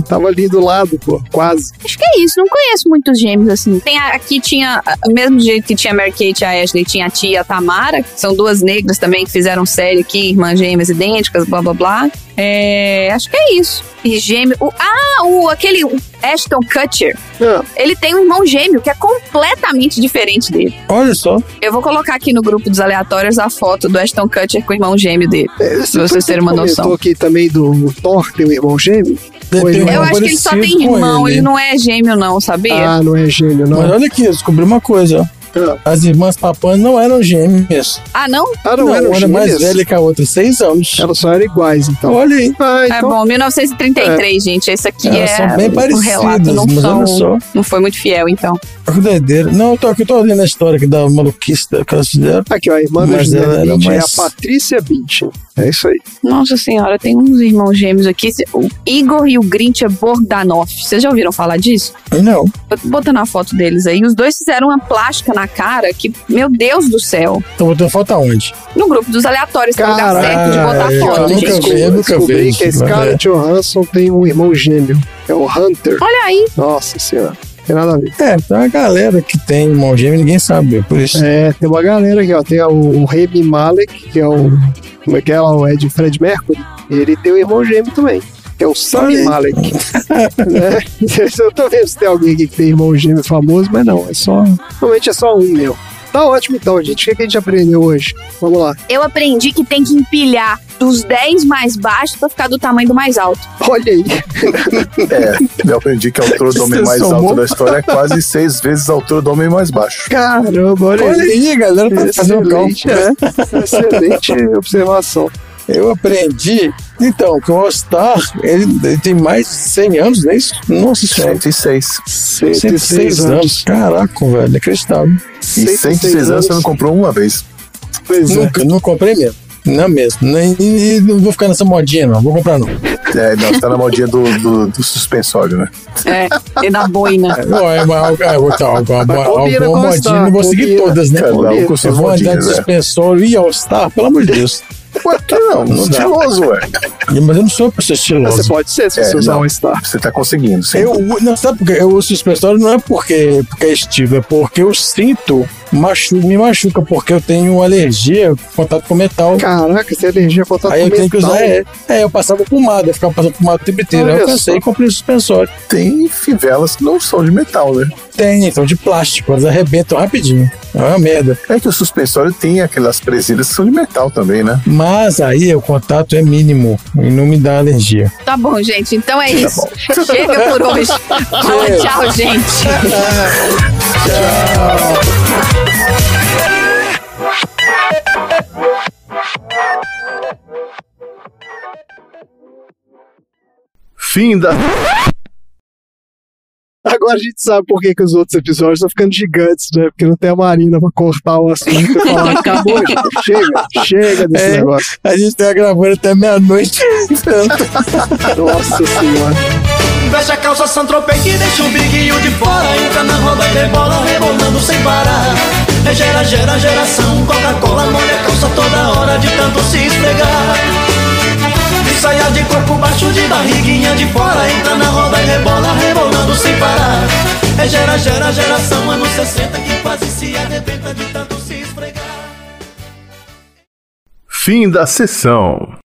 Speaker 3: tava ali do lado, pô, quase.
Speaker 2: Acho que é isso, não conheço muitos gêmeos assim. Tem a- aqui tinha, a- o mesmo jeito que tinha a Mary Kate e a Ashley, tinha a tia e a Tamara, que são duas negras também que fizeram série aqui, irmãs gêmeas idênticas, blá blá blá. É, acho que é isso. E gêmeo. o- ah, o, aquele o Ashton Kutcher. Ele tem um irmão gêmeo que é completamente diferente dele.
Speaker 4: Olha só.
Speaker 2: Eu vou colocar aqui no grupo dos aleatórios a foto do Ashton Kutcher com o irmão gêmeo dele.
Speaker 3: É,
Speaker 2: pra vocês terem uma
Speaker 3: comentou
Speaker 2: noção.
Speaker 3: aqui também do Thor, tem um irmão gêmeo.
Speaker 4: Ele tem um
Speaker 2: Eu
Speaker 4: irmão
Speaker 2: acho que ele só tem
Speaker 4: parecido com Ah,
Speaker 2: irmão, ele. não é gêmeo, não, sabia?
Speaker 3: não é gêmeo, não.
Speaker 4: Mas olha aqui, eu descobri uma coisa. As irmãs Papan não eram gêmeas.
Speaker 2: Ah, não?
Speaker 3: Ah, não, eram
Speaker 4: uma era mais
Speaker 3: gêmeas?
Speaker 4: velha que a outra, seis anos.
Speaker 3: Elas só eram iguais, então.
Speaker 4: Olha aí.
Speaker 2: É bom, 1933, gente. Esse aqui
Speaker 4: Elas
Speaker 2: é
Speaker 4: são bem
Speaker 2: o relato,
Speaker 4: parecidas,
Speaker 2: não
Speaker 4: mas
Speaker 2: são.
Speaker 4: olha só.
Speaker 2: Não foi muito fiel, então.
Speaker 4: Olha Que doideira. Não, eu tô aqui, eu tô olhando a história aqui da maluquice da- que elas fizeram.
Speaker 3: tá Aqui, ó, a irmã da
Speaker 4: Mas
Speaker 3: Gisele
Speaker 4: ela era
Speaker 3: Bündchen é
Speaker 4: mais-
Speaker 3: a Patrícia Bündchen. É isso aí.
Speaker 2: Nossa senhora, tem uns irmãos gêmeos aqui. esse- O Igor e o Grintia Bogdanov. Vocês já ouviram falar disso?
Speaker 4: Não.
Speaker 2: Eu tô botando a foto deles aí. Os dois fizeram uma plástica na cara que, meu Deus do céu.
Speaker 4: Então botando foto aonde?
Speaker 2: No grupo dos aleatórios, que é o lugar certo de
Speaker 3: Tá
Speaker 2: botar
Speaker 4: Caralho,
Speaker 2: foto,
Speaker 4: eu nunca
Speaker 2: gente.
Speaker 4: vi, é. eu nunca
Speaker 3: Descobri
Speaker 4: vi.
Speaker 3: que a Scarlett Johansson tem um irmão gêmeo. É o Hunter.
Speaker 2: Olha aí.
Speaker 3: Nossa senhora. não Tem nada a ver.
Speaker 4: É, tem uma galera que tem irmão gêmeo, ninguém sabe, por isso.
Speaker 3: É, tem uma galera aqui, ó. Tem o, o Remy Malek, que é o. Como é que é? lá? O é de Fred Mercury. Ele tem um irmão gêmeo também. Que é o Sami Malek. né? Eu tô vendo se tem alguém aqui que tem irmão gêmeo famoso, mas não. É só. Normalmente é só um meu. Tá ótimo então, gente. O que, que a gente aprendeu hoje? Vamos lá.
Speaker 2: Eu aprendi que tem que empilhar dos 10 mais baixos pra ficar do tamanho do mais alto.
Speaker 3: Olha aí.
Speaker 1: É, eu aprendi que a altura do homem
Speaker 4: Você
Speaker 1: mais
Speaker 4: somou?
Speaker 1: alto da história é quase seis vezes a altura do homem mais baixo.
Speaker 3: Caramba, olha,
Speaker 4: Olha aí, galera, tá fazendo cálculo.
Speaker 3: É, Excelente, né? Excelente observação.
Speaker 4: Eu aprendi, então, que o All-Star, ele, ele tem mais de 100 anos, não é isso? Nossa senhora.
Speaker 1: 106.
Speaker 4: 106 anos. Caraca, velho, inacreditável.
Speaker 1: E 106 anos você não comprou uma vez.
Speaker 3: Pois é.
Speaker 4: Nunca, não comprei mesmo. Não mesmo. Nem, e, e não vou ficar nessa modinha, não. Vou comprar, não.
Speaker 1: É, não, você tá na modinha do, do, do suspensório, né?
Speaker 2: É, e na boina.
Speaker 4: Não, é, uma- é, uma- tá, alguma,
Speaker 3: Mas combina com
Speaker 4: alguma
Speaker 3: o
Speaker 4: modinha,
Speaker 3: All-Star,
Speaker 4: não vou seguir
Speaker 3: combina.
Speaker 4: todas, né?
Speaker 1: Cada um com
Speaker 4: Eu
Speaker 1: suas
Speaker 4: vou andar de
Speaker 3: né?
Speaker 1: modinhas, é.
Speaker 4: suspensório e All-Star, pelo amor de Deus.
Speaker 1: Ué, que não?
Speaker 4: Não dá.
Speaker 1: estiloso, ué.
Speaker 4: Mas eu não sou pra ser
Speaker 3: Você
Speaker 4: estiloso.
Speaker 3: pode ser se você
Speaker 1: É,
Speaker 3: usar
Speaker 1: não.
Speaker 3: um Star.
Speaker 1: Você tá conseguindo,
Speaker 3: é
Speaker 1: sim.
Speaker 4: Eu, não, sabe por quê? Eu uso suspensório não é porque, porque é estilo, é porque eu sinto, machu, me machuca, porque eu tenho alergia, contato com metal.
Speaker 3: Caraca, você é alergia a contato
Speaker 4: Aí eu
Speaker 3: com
Speaker 4: tenho que
Speaker 3: metal.
Speaker 4: usar. É, é, eu passava pomada, eu ficava passando pomada o tempo inteiro. Aí
Speaker 3: Olha
Speaker 4: eu
Speaker 3: só.
Speaker 4: cansei e comprei o suspensório.
Speaker 1: Tem fivelas que não são de metal, né?
Speaker 4: Tem, então de plástico, elas arrebentam rapidinho. É uma merda.
Speaker 1: É que o suspensório tem aquelas presilhas que são de metal também, né?
Speaker 4: Mas aí o contato é mínimo e não me dá alergia.
Speaker 2: Tá bom, gente. Então é isso. Chega por hoje. Fala tchau, gente.
Speaker 1: Fim da.
Speaker 3: Agora a gente sabe por que, que os outros episódios estão ficando gigantes, né? Porque não tem a Marina pra cortar o assunto e falar, acabou, gente. chega, chega desse
Speaker 4: É.
Speaker 3: negócio.
Speaker 4: A gente tá gravando até meia-noite.
Speaker 3: Nossa senhora.
Speaker 12: Veste a calça santropei e deixa o biguinho de fora Entra na roda e rebola, rebolando sem parar É gera, gera, geração Coca-Cola molha a calça toda hora de tanto se esfregar De saia de corpo baixo, de barriguinha de fora Entra na roda e rebola, rebolando sem parar É gera, gera, geração Anos 60 que quase se arrebenta de tanto se esfregar
Speaker 1: Fim da sessão.